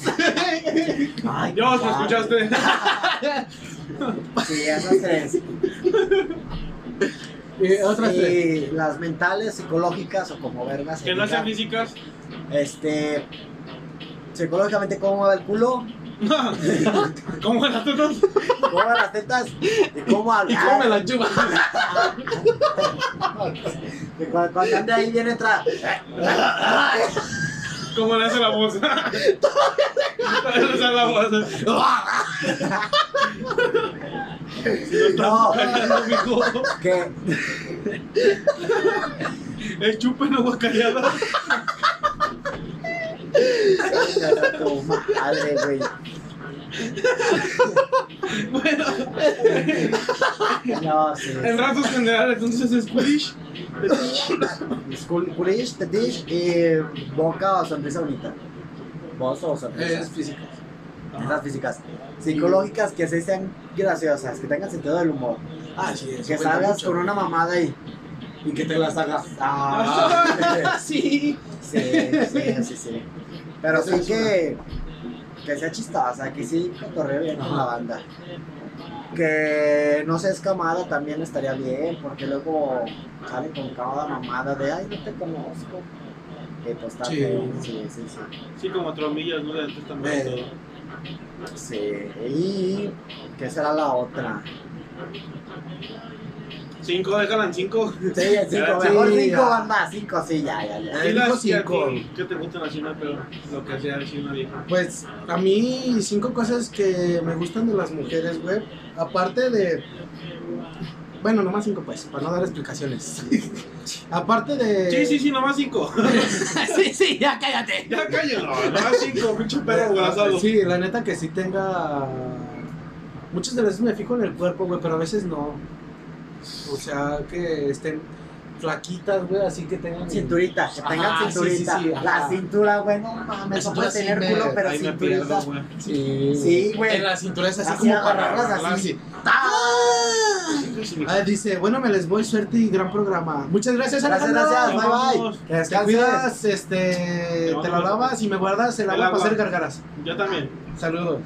Speaker 1: Ay,
Speaker 2: Dios,
Speaker 1: ya.
Speaker 2: ¿me escuchaste?
Speaker 1: Sí, esas tres.
Speaker 3: Y Eh, otras tres.
Speaker 1: y Eh, las mentales, psicológicas o como vergas. se
Speaker 2: Que no
Speaker 1: diga.
Speaker 2: sean físicas.
Speaker 1: Este. Psicológicamente, ¿cómo va el culo?
Speaker 2: ¿Cómo las tetas?
Speaker 1: ¿Cómo van las tetas? ¿Y cómo
Speaker 3: Y come
Speaker 1: hablar?
Speaker 3: la chupa.
Speaker 1: Y cuando, cuando ande ahí bien entra.
Speaker 2: ¿Cómo le hace la voz? ¿Cómo le hace la voz?
Speaker 1: No,
Speaker 2: mijo.
Speaker 1: que.
Speaker 2: El chupe en agua callada.
Speaker 1: Chinga tu madre, güey.
Speaker 2: Bueno,
Speaker 1: No, sí.
Speaker 2: en ratos generales, entonces es Quidditch.
Speaker 1: Cul- Culish, tetish y boca o sonrisa bonita. Voz o sonrisa.
Speaker 3: Es física.
Speaker 1: Esas físicas. Psicológicas que sí sean graciosas, que tengan sentido del humor.
Speaker 3: Ah, sí, eso
Speaker 1: Que
Speaker 3: cuenta
Speaker 1: salgas
Speaker 3: mucho.
Speaker 1: con una mamada ahí.
Speaker 3: Y que te las hagas.
Speaker 1: Ah,
Speaker 3: Sí.
Speaker 1: sí, sí, sí, sí. Pero sí que, que sea chistosa, que sí cotorree bien con la banda. Que no sea escamada también estaría bien, porque luego sale con cada mamada de, ay, no te conozco. Que pues está
Speaker 3: Sí.
Speaker 1: feo, sí, sí, sí.
Speaker 2: Sí, como tromillas, ¿no? De antes también.
Speaker 3: Eh.
Speaker 1: Sí, y ¿qué será la otra?
Speaker 2: Cinco, déjala en cinco.
Speaker 1: Sí, en cinco,
Speaker 2: Sí,
Speaker 1: mejor cinco
Speaker 3: ya.
Speaker 1: banda, cinco, sí, ya, ya, ya.
Speaker 3: Sí,
Speaker 2: Y las
Speaker 3: Eh, dijo
Speaker 2: que a
Speaker 3: cinco.
Speaker 2: ti- que te gustan así, no, pero lo que hacía decir una vieja.
Speaker 3: Pues a mí cinco cosas que me gustan de las mujeres, güey. Aparte de... Bueno, nomás cinco pues, para no dar explicaciones. Aparte de...
Speaker 2: Sí, sí, sí, nomás cinco.
Speaker 3: sí, sí, ya cállate.
Speaker 2: ya cállalo, nomás cinco, pinche perro guasado.
Speaker 3: Ah, Sí, la neta que sí tenga... Muchas de las veces me fijo en el cuerpo, güey, pero a veces no. O sea, que estén flaquitas, güey, así que tengan...
Speaker 1: Cinturita, que tengan
Speaker 3: Ajá, sí,
Speaker 1: cinturita.
Speaker 3: sí, sí, ajá.
Speaker 1: la cintura, güey, no mames,
Speaker 4: Eso
Speaker 1: no puede
Speaker 4: sí
Speaker 1: tener
Speaker 4: me-
Speaker 1: culo, pero
Speaker 2: Ahí me
Speaker 1: cinturita.
Speaker 2: pierdo, güey.
Speaker 3: Sí.
Speaker 1: Sí, güey.
Speaker 4: En la cintura es
Speaker 1: Así
Speaker 4: así como para
Speaker 1: agarrarlas
Speaker 4: agarrarlas
Speaker 1: así.
Speaker 4: así.
Speaker 1: ¡Ah!
Speaker 3: Ah, dice, bueno, me les voy, suerte y gran programa. Muchas gracias,
Speaker 1: Gracias,
Speaker 3: Alejandro.
Speaker 1: gracias, bye bye.
Speaker 2: Vamos.
Speaker 3: Te
Speaker 1: Descansen.
Speaker 3: cuidas, este, te la lavas y me guardas el
Speaker 2: El
Speaker 3: agua para
Speaker 2: agua.
Speaker 3: hacer gargaras.
Speaker 2: Yo también.
Speaker 3: Saludos.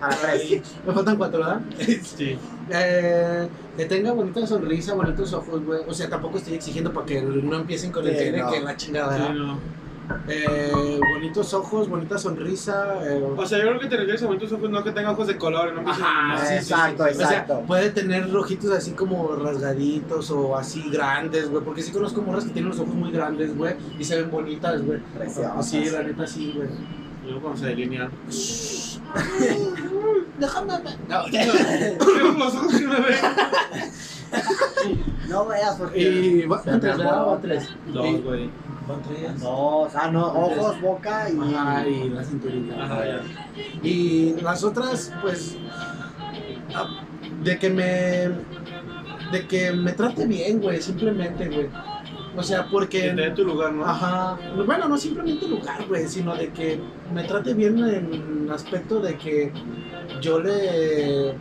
Speaker 1: A la tres.
Speaker 3: Me faltan cuatro, ¿verdad?
Speaker 2: Sí.
Speaker 3: Eh, que tenga bonita sonrisa, bonitos ojos, güey. O sea, tampoco estoy exigiendo para que no empiecen con el
Speaker 1: Sí,
Speaker 3: que cree
Speaker 1: no.
Speaker 3: que la chingada,
Speaker 2: Sí,
Speaker 3: ¿verdad?
Speaker 2: no.
Speaker 3: Eh, bonitos ojos, bonita sonrisa. eh,
Speaker 2: O sea, yo creo que te refieres a bonitos ojos, no que tenga ojos de color, no empieces
Speaker 3: Ajá,
Speaker 2: a-
Speaker 3: sí, sí, sí.
Speaker 1: Exacto,
Speaker 3: O sea,
Speaker 1: exacto.
Speaker 3: puede tener rojitos así como rasgaditos o así grandes, güey. Porque sí conozco morras que tienen los ojos muy grandes, güey. Y se ven bonitas, güey.
Speaker 1: Preciosas.
Speaker 3: Sí, la neta sí, güey.
Speaker 2: Yo cuando se delinea.
Speaker 4: Déjame ver. No,
Speaker 2: Creo los ojos que me ven.
Speaker 1: No veas porque.
Speaker 3: Y va,
Speaker 1: Se
Speaker 3: van tres,
Speaker 1: me
Speaker 3: ¿verdad?
Speaker 1: acabó.
Speaker 3: Van tres.
Speaker 2: Dos, güey.
Speaker 3: Van tres.
Speaker 1: No, ah, no, ojos, boca y.
Speaker 3: Ajá, y la cinturita.
Speaker 2: Ajá, ya.
Speaker 3: Y las otras, pues, ah, de que me, de que me trate bien, güey, simplemente, güey. O sea,
Speaker 2: Que
Speaker 3: porque,
Speaker 2: te dé tu lugar, ¿no?
Speaker 3: ajá, bueno, no simplemente lugar, güey, sino de que me trate bien en el aspecto de que yo le,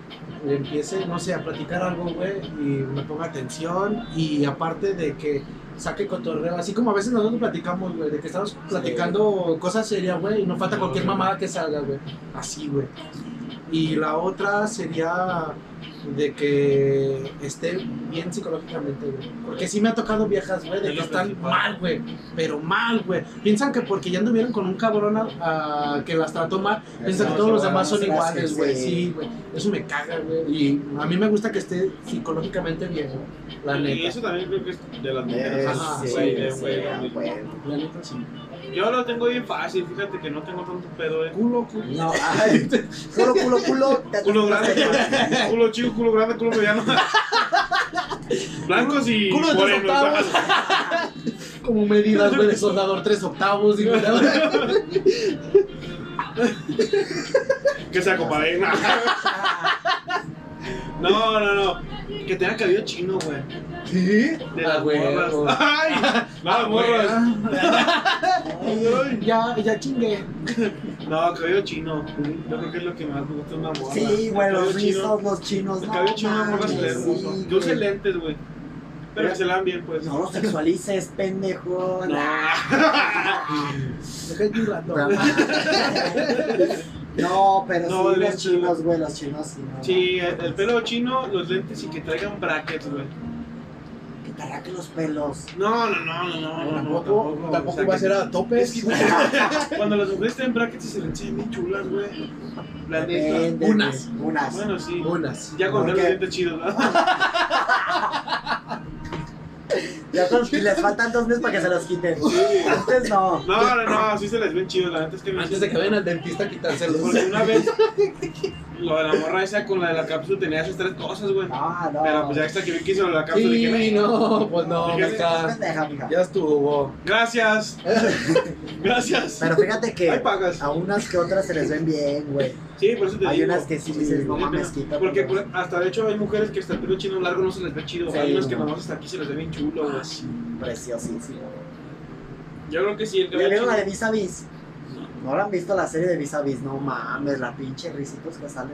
Speaker 3: le empiece, no sé, a platicar algo, güey, y me ponga atención y aparte de que saque cotorreo, así como a veces nosotros platicamos, güey, de que estamos platicando cosas serias, güey, y no falta cualquier mamada que salga, güey, así, güey. Y la otra sería de que esté bien psicológicamente, güey. Porque sí me ha tocado viejas, güey, de
Speaker 2: Es
Speaker 3: que
Speaker 2: lo
Speaker 3: están
Speaker 2: principal.
Speaker 3: mal, güey. Pero mal, güey. Piensan que porque ya anduvieron con un cabrón a- a- que las trató mal, piensan que todos los demás son iguales, güey. Sí, güey. Eso me caga, güey. Y a mí me gusta que esté psicológicamente bien, güey. La
Speaker 2: Y
Speaker 3: neta.
Speaker 2: eso también creo que es de las mujeres.
Speaker 1: Eh,
Speaker 3: Ajá,
Speaker 1: sí,
Speaker 2: güey, de-
Speaker 1: sí,
Speaker 2: güey,
Speaker 1: ah,
Speaker 2: güey.
Speaker 1: güey.
Speaker 3: La neta sí.
Speaker 2: Yo lo tengo bien fácil, fíjate que no tengo tanto pedo, eh.
Speaker 3: Culo, culo.
Speaker 1: No, ay, culo, culo, culo. te-
Speaker 2: Culo grande, culo chico, culo grande, culo mediano. Blancos y
Speaker 3: Culo de tres
Speaker 2: morenos.
Speaker 3: octavos.
Speaker 2: ajá.
Speaker 3: Como medidas, güey, de soldador tres octavos. Y,
Speaker 2: Que se acompañen. No, no, no. Que tenga cabello chino, güey.
Speaker 3: ¿Sí?
Speaker 2: De
Speaker 3: Ah,
Speaker 2: las
Speaker 3: güey,
Speaker 2: morras.
Speaker 3: güey.
Speaker 2: Ay, las morras. Ay.
Speaker 3: Ya, ya chingué.
Speaker 2: Ah, No, cabello chino. Yo creo que es lo que más me gusta de una morra.
Speaker 1: Sí, güey,
Speaker 2: El cabello
Speaker 1: los
Speaker 2: chino.
Speaker 1: rizos, los chinos.
Speaker 2: El
Speaker 1: no
Speaker 2: cabello chino de una morra
Speaker 1: mames,
Speaker 2: se ve hermoso.
Speaker 1: sí,
Speaker 2: Yo usé
Speaker 1: güey.
Speaker 2: lentes, güey. Pero que se la dan bien, pues.
Speaker 1: No lo sexualices, pendejo.
Speaker 2: No.
Speaker 3: Dejé un rato.
Speaker 1: No, pero
Speaker 2: No,
Speaker 1: sí,
Speaker 2: le-
Speaker 1: los chinos, güey, los chinos sí. no.
Speaker 2: Sí, el, el pelo chino, los lentes y que traigan brackets, güey.
Speaker 1: Que te arranquen los pelos.
Speaker 2: No, no, no, no, no, no,
Speaker 3: Tampoco,
Speaker 2: O sea,
Speaker 3: tampoco va a
Speaker 2: que-
Speaker 3: ser a topes.
Speaker 2: Es que cuando las mujeres traen brackets y se les enseñan bien chulas, güey. La neta.
Speaker 1: Depende, güey,
Speaker 3: unas.
Speaker 1: Unas.
Speaker 2: Bueno, sí.
Speaker 3: Unas.
Speaker 2: Ya con
Speaker 1: ¿Por
Speaker 2: los
Speaker 1: qué?
Speaker 2: dientes chidos, ¿no?
Speaker 1: Ya con- les faltan dos meses para que se los quiten. Antes no.
Speaker 2: No, no, no, sí se les ven chidos, la neta es que me
Speaker 3: Antes de que vayan al dentista a quitárselos.
Speaker 2: Porque una vez, lo de la morra esa con la de la cápsula tenía esas tres cosas, güey.
Speaker 1: Ah, no.
Speaker 2: Pero pues ya hasta que vi que hizo la cápsula, dije,
Speaker 3: Sí,
Speaker 2: "Ven".
Speaker 3: no, pues no,
Speaker 2: Fíjate,
Speaker 1: Es
Speaker 3: acá.
Speaker 1: pendeja, mija.
Speaker 3: Ya estuvo.
Speaker 2: gracias, gracias.
Speaker 1: Pero fíjate
Speaker 2: Ahí
Speaker 1: que
Speaker 2: pagas.
Speaker 1: a unas que otras se les ven bien, güey.
Speaker 2: Sí, por eso te
Speaker 1: Hay
Speaker 2: digo.
Speaker 1: unas que sí dices, no mames, quita.
Speaker 2: Porque
Speaker 1: pero-
Speaker 2: pues, hasta de hecho hay mujeres que hasta el pelo chino largo no se les ve chido.
Speaker 1: Sí. Ah,
Speaker 2: Hay unas que nomás hasta aquí se les ve bien chulo, güey.
Speaker 1: Preciosísimo.
Speaker 2: Yo creo que sí, el
Speaker 1: ¿Ya
Speaker 2: cabello
Speaker 1: vieron
Speaker 2: chino.
Speaker 1: la de Vis a Vis? ¿No la han visto la serie de Vis a Vis? No mames, la pinche risitos que sale.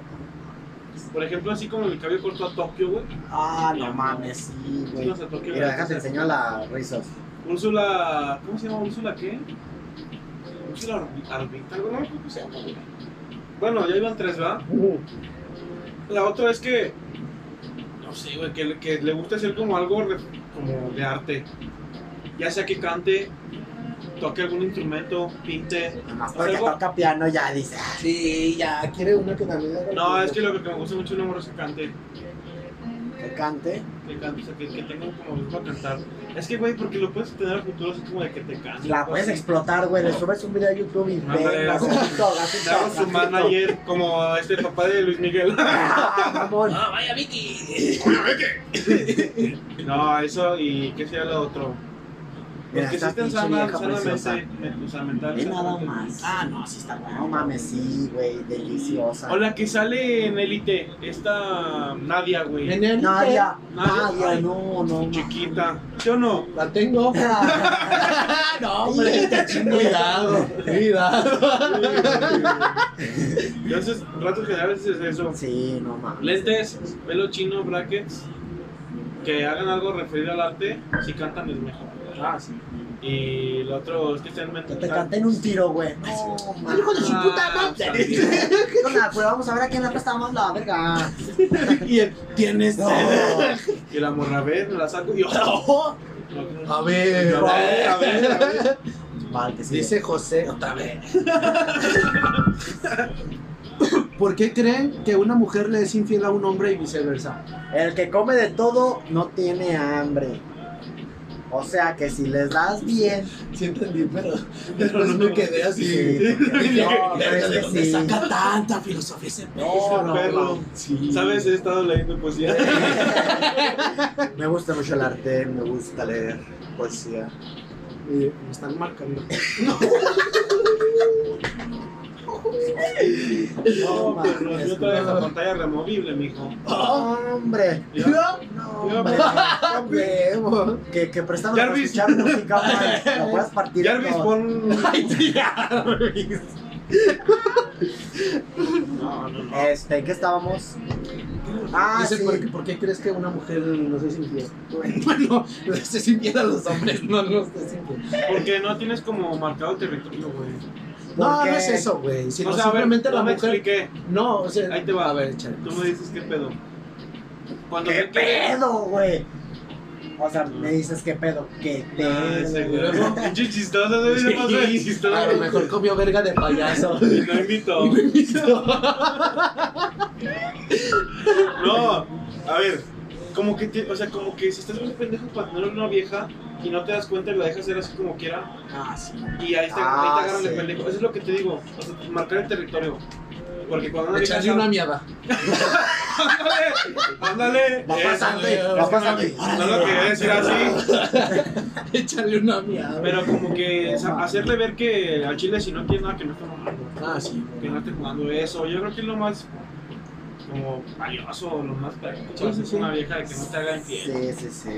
Speaker 2: Por ejemplo, así como el cabello corto a Tokio, güey.
Speaker 1: Ah, no mames, sí,
Speaker 2: Sí,
Speaker 1: güey.
Speaker 2: no sé, Tokio.
Speaker 1: Mira,
Speaker 2: ¿verdad?
Speaker 1: déjate enseño la risos.
Speaker 2: Úrsula. ¿Cómo se llama? ¿Úrsula qué? Úrsula Arbi- Arbita, algo no me acuerdo cómo se llama, güey. Bueno, ya iban tres, ¿verdad? La otra es que. No sé, güey, que, le- que le gusta hacer como algo re- como de arte. Ya sea que cante, toque algún instrumento, pinte.
Speaker 1: Nomás porque
Speaker 2: Algo-
Speaker 1: toca piano ya dice. "Ah,
Speaker 3: Sí, ya quiere una que también.
Speaker 2: No, es que lo que me gusta mucho de una morra es que cante.
Speaker 1: que cante.
Speaker 2: Que, can- o sea, que, que tenga como gusto a cantar. Es que, güey, porque lo puedes tener al futuro así como de que te canses.
Speaker 1: La puedes
Speaker 2: así.
Speaker 1: explotar, güey. Le subes un video a YouTube y
Speaker 2: Ándale,
Speaker 1: ve.
Speaker 2: haz- Le hago su manager como este papá de Luis Miguel.
Speaker 1: Vamos.
Speaker 4: Ah, vaya Vicky.
Speaker 2: No, eso y qué sea lo otro. Los
Speaker 1: Mira,
Speaker 2: que
Speaker 1: esta
Speaker 2: existen
Speaker 1: pinche
Speaker 2: sana,
Speaker 1: vieja preciosa.
Speaker 2: sanamente, me- o sea, mental,
Speaker 1: Ve nada
Speaker 2: sanamente.
Speaker 1: más.
Speaker 4: Ah, no, sí está
Speaker 1: No
Speaker 4: bueno.
Speaker 1: mames, sí, güey. Deliciosa.
Speaker 2: O la que sale en Elite, esta Nadia, güey.
Speaker 3: En el-
Speaker 1: Nadia.
Speaker 2: Nadia,
Speaker 1: Nadia,
Speaker 2: ay,
Speaker 1: no, no.
Speaker 2: Chiquita. ¿Yo no?
Speaker 3: La tengo.
Speaker 1: mames.
Speaker 3: Ah,
Speaker 4: no,
Speaker 1: hombre,
Speaker 3: Cuidado, cuidado.
Speaker 2: Entonces, ratos generales es eso.
Speaker 1: Sí, no mames.
Speaker 2: Lentes, pelo chino, brackets, que hagan algo referido al arte, si cantan es mejor. Ah, sí. Y lo otro es que estén
Speaker 1: Que
Speaker 2: mental.
Speaker 1: te canten un tiro, güey. No, mames.
Speaker 4: Hijo de su puta madre.
Speaker 2: Ah,
Speaker 1: No, nada, pues vamos a ver a quién le prestamos la verga.
Speaker 3: Y el, tienes.
Speaker 1: No.
Speaker 2: Y la morra, a ver, me la saco y yo.
Speaker 3: A ver.
Speaker 2: A ver, a ver, a ver.
Speaker 1: Vale, que sí.
Speaker 3: Dice José otra vez. ¿Por qué creen que una mujer le es infiel a un hombre y viceversa?
Speaker 1: El que come de todo no tiene hambre. O sea que si les das bien.
Speaker 3: Sí entendí, pero después me quedé
Speaker 1: Sí, no, pero es
Speaker 4: ¿De
Speaker 1: que
Speaker 4: dónde
Speaker 1: sí.
Speaker 4: saca tanta filosofía ese perro?
Speaker 1: No, no,
Speaker 2: Perro.
Speaker 1: no.
Speaker 2: ¿Sabes? He estado leyendo poesía.
Speaker 1: Me gusta mucho el arte, me gusta leer poesía.
Speaker 3: Eh, me están marcando.
Speaker 2: No,
Speaker 1: mames,
Speaker 2: perro, yo traigo la pantalla removible, mijo.
Speaker 3: Ah.
Speaker 1: No, hombre.
Speaker 2: Ya.
Speaker 1: No,
Speaker 2: Ya,
Speaker 1: hombre.
Speaker 3: ¡A huevo!
Speaker 1: Que, que prestamos para
Speaker 2: Jarvis.
Speaker 1: escuchar música, man. Lo puedes partir. en
Speaker 2: Jarvis,
Speaker 1: dos.
Speaker 2: pon.
Speaker 3: Jarvis.
Speaker 2: No, no, no.
Speaker 1: Este, ¿en qué estábamos? Ah,
Speaker 3: Dice,
Speaker 1: sí.
Speaker 3: ¿por, qué, por qué crees que una mujer no se infiel? Bueno, se infiel a los hombres, no no se infiel.
Speaker 2: Porque no tienes como marcado territorio, güey.
Speaker 3: No,
Speaker 1: ¿Por qué?
Speaker 3: no es eso, güey. Sino
Speaker 2: O sea, a ver,
Speaker 3: simplemente
Speaker 2: no
Speaker 3: la
Speaker 2: me
Speaker 3: mujer.
Speaker 2: expliqué.
Speaker 3: No, o sea.
Speaker 2: Ahí te va.
Speaker 3: A ver, échale.
Speaker 2: Tú me dices qué pedo. Cuando
Speaker 1: ¿Qué
Speaker 2: yo quiero-
Speaker 1: pedo, güey? O sea, me dices qué pedo, qué
Speaker 2: Ah, ese
Speaker 1: pedo.
Speaker 2: güey. Pinche chistoso, güey, no pasa de chistoso.
Speaker 3: Ah, A lo mejor comió verga de payaso.
Speaker 2: Y no invitó. No, a ver, como que, te- o sea, como que si estás muy pendejo para tener una vieja y no te das cuenta y la dejas ser así como quiera
Speaker 3: Ah, sí.
Speaker 2: y ahí te,
Speaker 1: Ah,
Speaker 2: ahí te agarran de
Speaker 1: sí.
Speaker 2: pendejo. Eso es lo que te digo, o sea, pues, marcar el territorio. Porque cuando una vieja
Speaker 3: Echarle
Speaker 2: sabe-
Speaker 3: una miada.
Speaker 2: ándale, ándale.
Speaker 1: Va
Speaker 2: Eso,
Speaker 1: pasando y
Speaker 2: güey.
Speaker 1: va pasando y-
Speaker 2: No lo quería decir así,
Speaker 3: Echarle una miada.
Speaker 2: pero como que o sea, hacerle ver que al chile si no tiene nada que no está mamando.
Speaker 3: Ah, sí.
Speaker 2: que no esté jugando eso. Yo creo que es lo más como valioso, lo más práctico.
Speaker 3: Sí, sí,
Speaker 2: Es
Speaker 3: sí.
Speaker 2: una vieja de que no te haga infiel.
Speaker 1: Sí, sí, sí.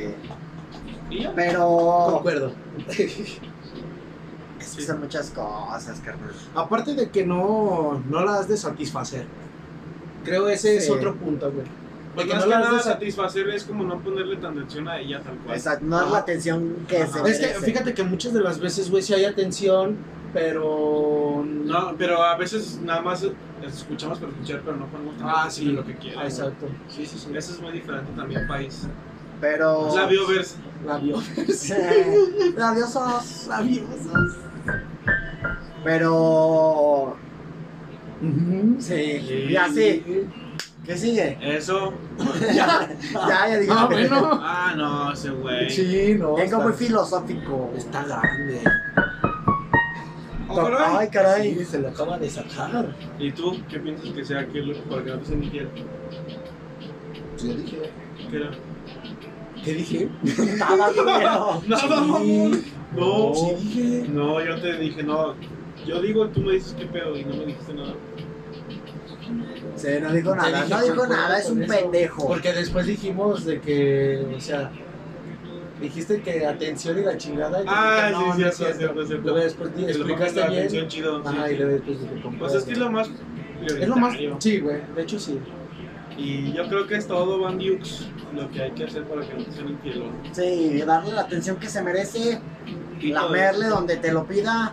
Speaker 2: Y ya.
Speaker 1: Pero
Speaker 3: Concuerdo.
Speaker 1: es que son muchas cosas, carnal.
Speaker 3: Aparte de que no, no la has de satisfacer. Creo ese es
Speaker 1: Sí.
Speaker 3: otro punto, güey.
Speaker 2: Pues
Speaker 3: Porque
Speaker 2: más
Speaker 3: no
Speaker 2: que
Speaker 3: la has
Speaker 2: nada
Speaker 3: de sat-
Speaker 2: satisfacer es como no ponerle tan atención a ella tal cual.
Speaker 1: Exacto, no es la atención que se
Speaker 3: Pues, Es que
Speaker 1: merece.
Speaker 3: fíjate que muchas de las veces, güey, sí hay atención, pero.
Speaker 2: No, pero a veces nada más escuchamos para escuchar, pero no ponemos tan
Speaker 3: Ah,
Speaker 2: atención
Speaker 3: sí.
Speaker 2: en lo que quiera.
Speaker 3: Ah, exacto.
Speaker 2: Sí, sí, sí. Eso es muy diferente también país.
Speaker 1: Pero.
Speaker 2: Es la bioverse.
Speaker 3: pues, La vio.
Speaker 1: Sí, Labiosos.
Speaker 3: Labiosos.
Speaker 1: Pero.
Speaker 3: Ujú.
Speaker 1: Sí. Ya sí. ¿Qué sigue?
Speaker 2: Eso.
Speaker 1: Ya, ya dije.
Speaker 3: Ah, bueno.
Speaker 2: Ah, no, ese güey.
Speaker 3: Sí, no.
Speaker 1: Vengo
Speaker 3: está-
Speaker 1: muy filosófico.
Speaker 3: Está grande.
Speaker 2: Oh, caray.
Speaker 1: Ay, caray.
Speaker 3: Sí, se lo acaba de sacar.
Speaker 2: ¿Y tú qué piensas que sea aquel para que no te infiel?
Speaker 3: Yo dije.
Speaker 2: ¿Qué era?
Speaker 3: ¿Qué dije?
Speaker 1: Nada, culero.
Speaker 2: Nada, mamón. Ah, No.
Speaker 3: Sí, dije.
Speaker 2: No, yo te dije, no. Yo digo, tú me dices qué pedo y no me dijiste nada.
Speaker 1: Sí, no dijo
Speaker 3: Te
Speaker 1: nada.
Speaker 3: dije,
Speaker 1: No dijo
Speaker 3: concuerdo
Speaker 1: nada, es
Speaker 3: con
Speaker 1: un
Speaker 3: eso.
Speaker 1: pendejo.
Speaker 3: Porque después dijimos de que, o sea, dijiste que atención y la chingada. y yo
Speaker 2: Ah,
Speaker 3: dije,
Speaker 2: sí,
Speaker 3: no, no es cierto.
Speaker 2: es cierto.
Speaker 3: Luego después
Speaker 2: Que
Speaker 3: di-
Speaker 2: le pongas
Speaker 3: explicaste
Speaker 2: la atención
Speaker 3: bien.
Speaker 2: chido. sí,
Speaker 3: Ajá,
Speaker 2: sí.
Speaker 3: y luego después dije, compré.
Speaker 2: Pues es que es lo más
Speaker 3: Es lo más.
Speaker 2: prioritario.
Speaker 3: Sí, güey. De hecho, sí.
Speaker 2: Y yo creo que es todo, Van Dukes, lo que hay que hacer para que no te sean infiel. ¿no?
Speaker 1: Sí, darle la atención que se merece.
Speaker 2: Y todo
Speaker 1: lamerle
Speaker 2: eso.
Speaker 1: donde te lo pida.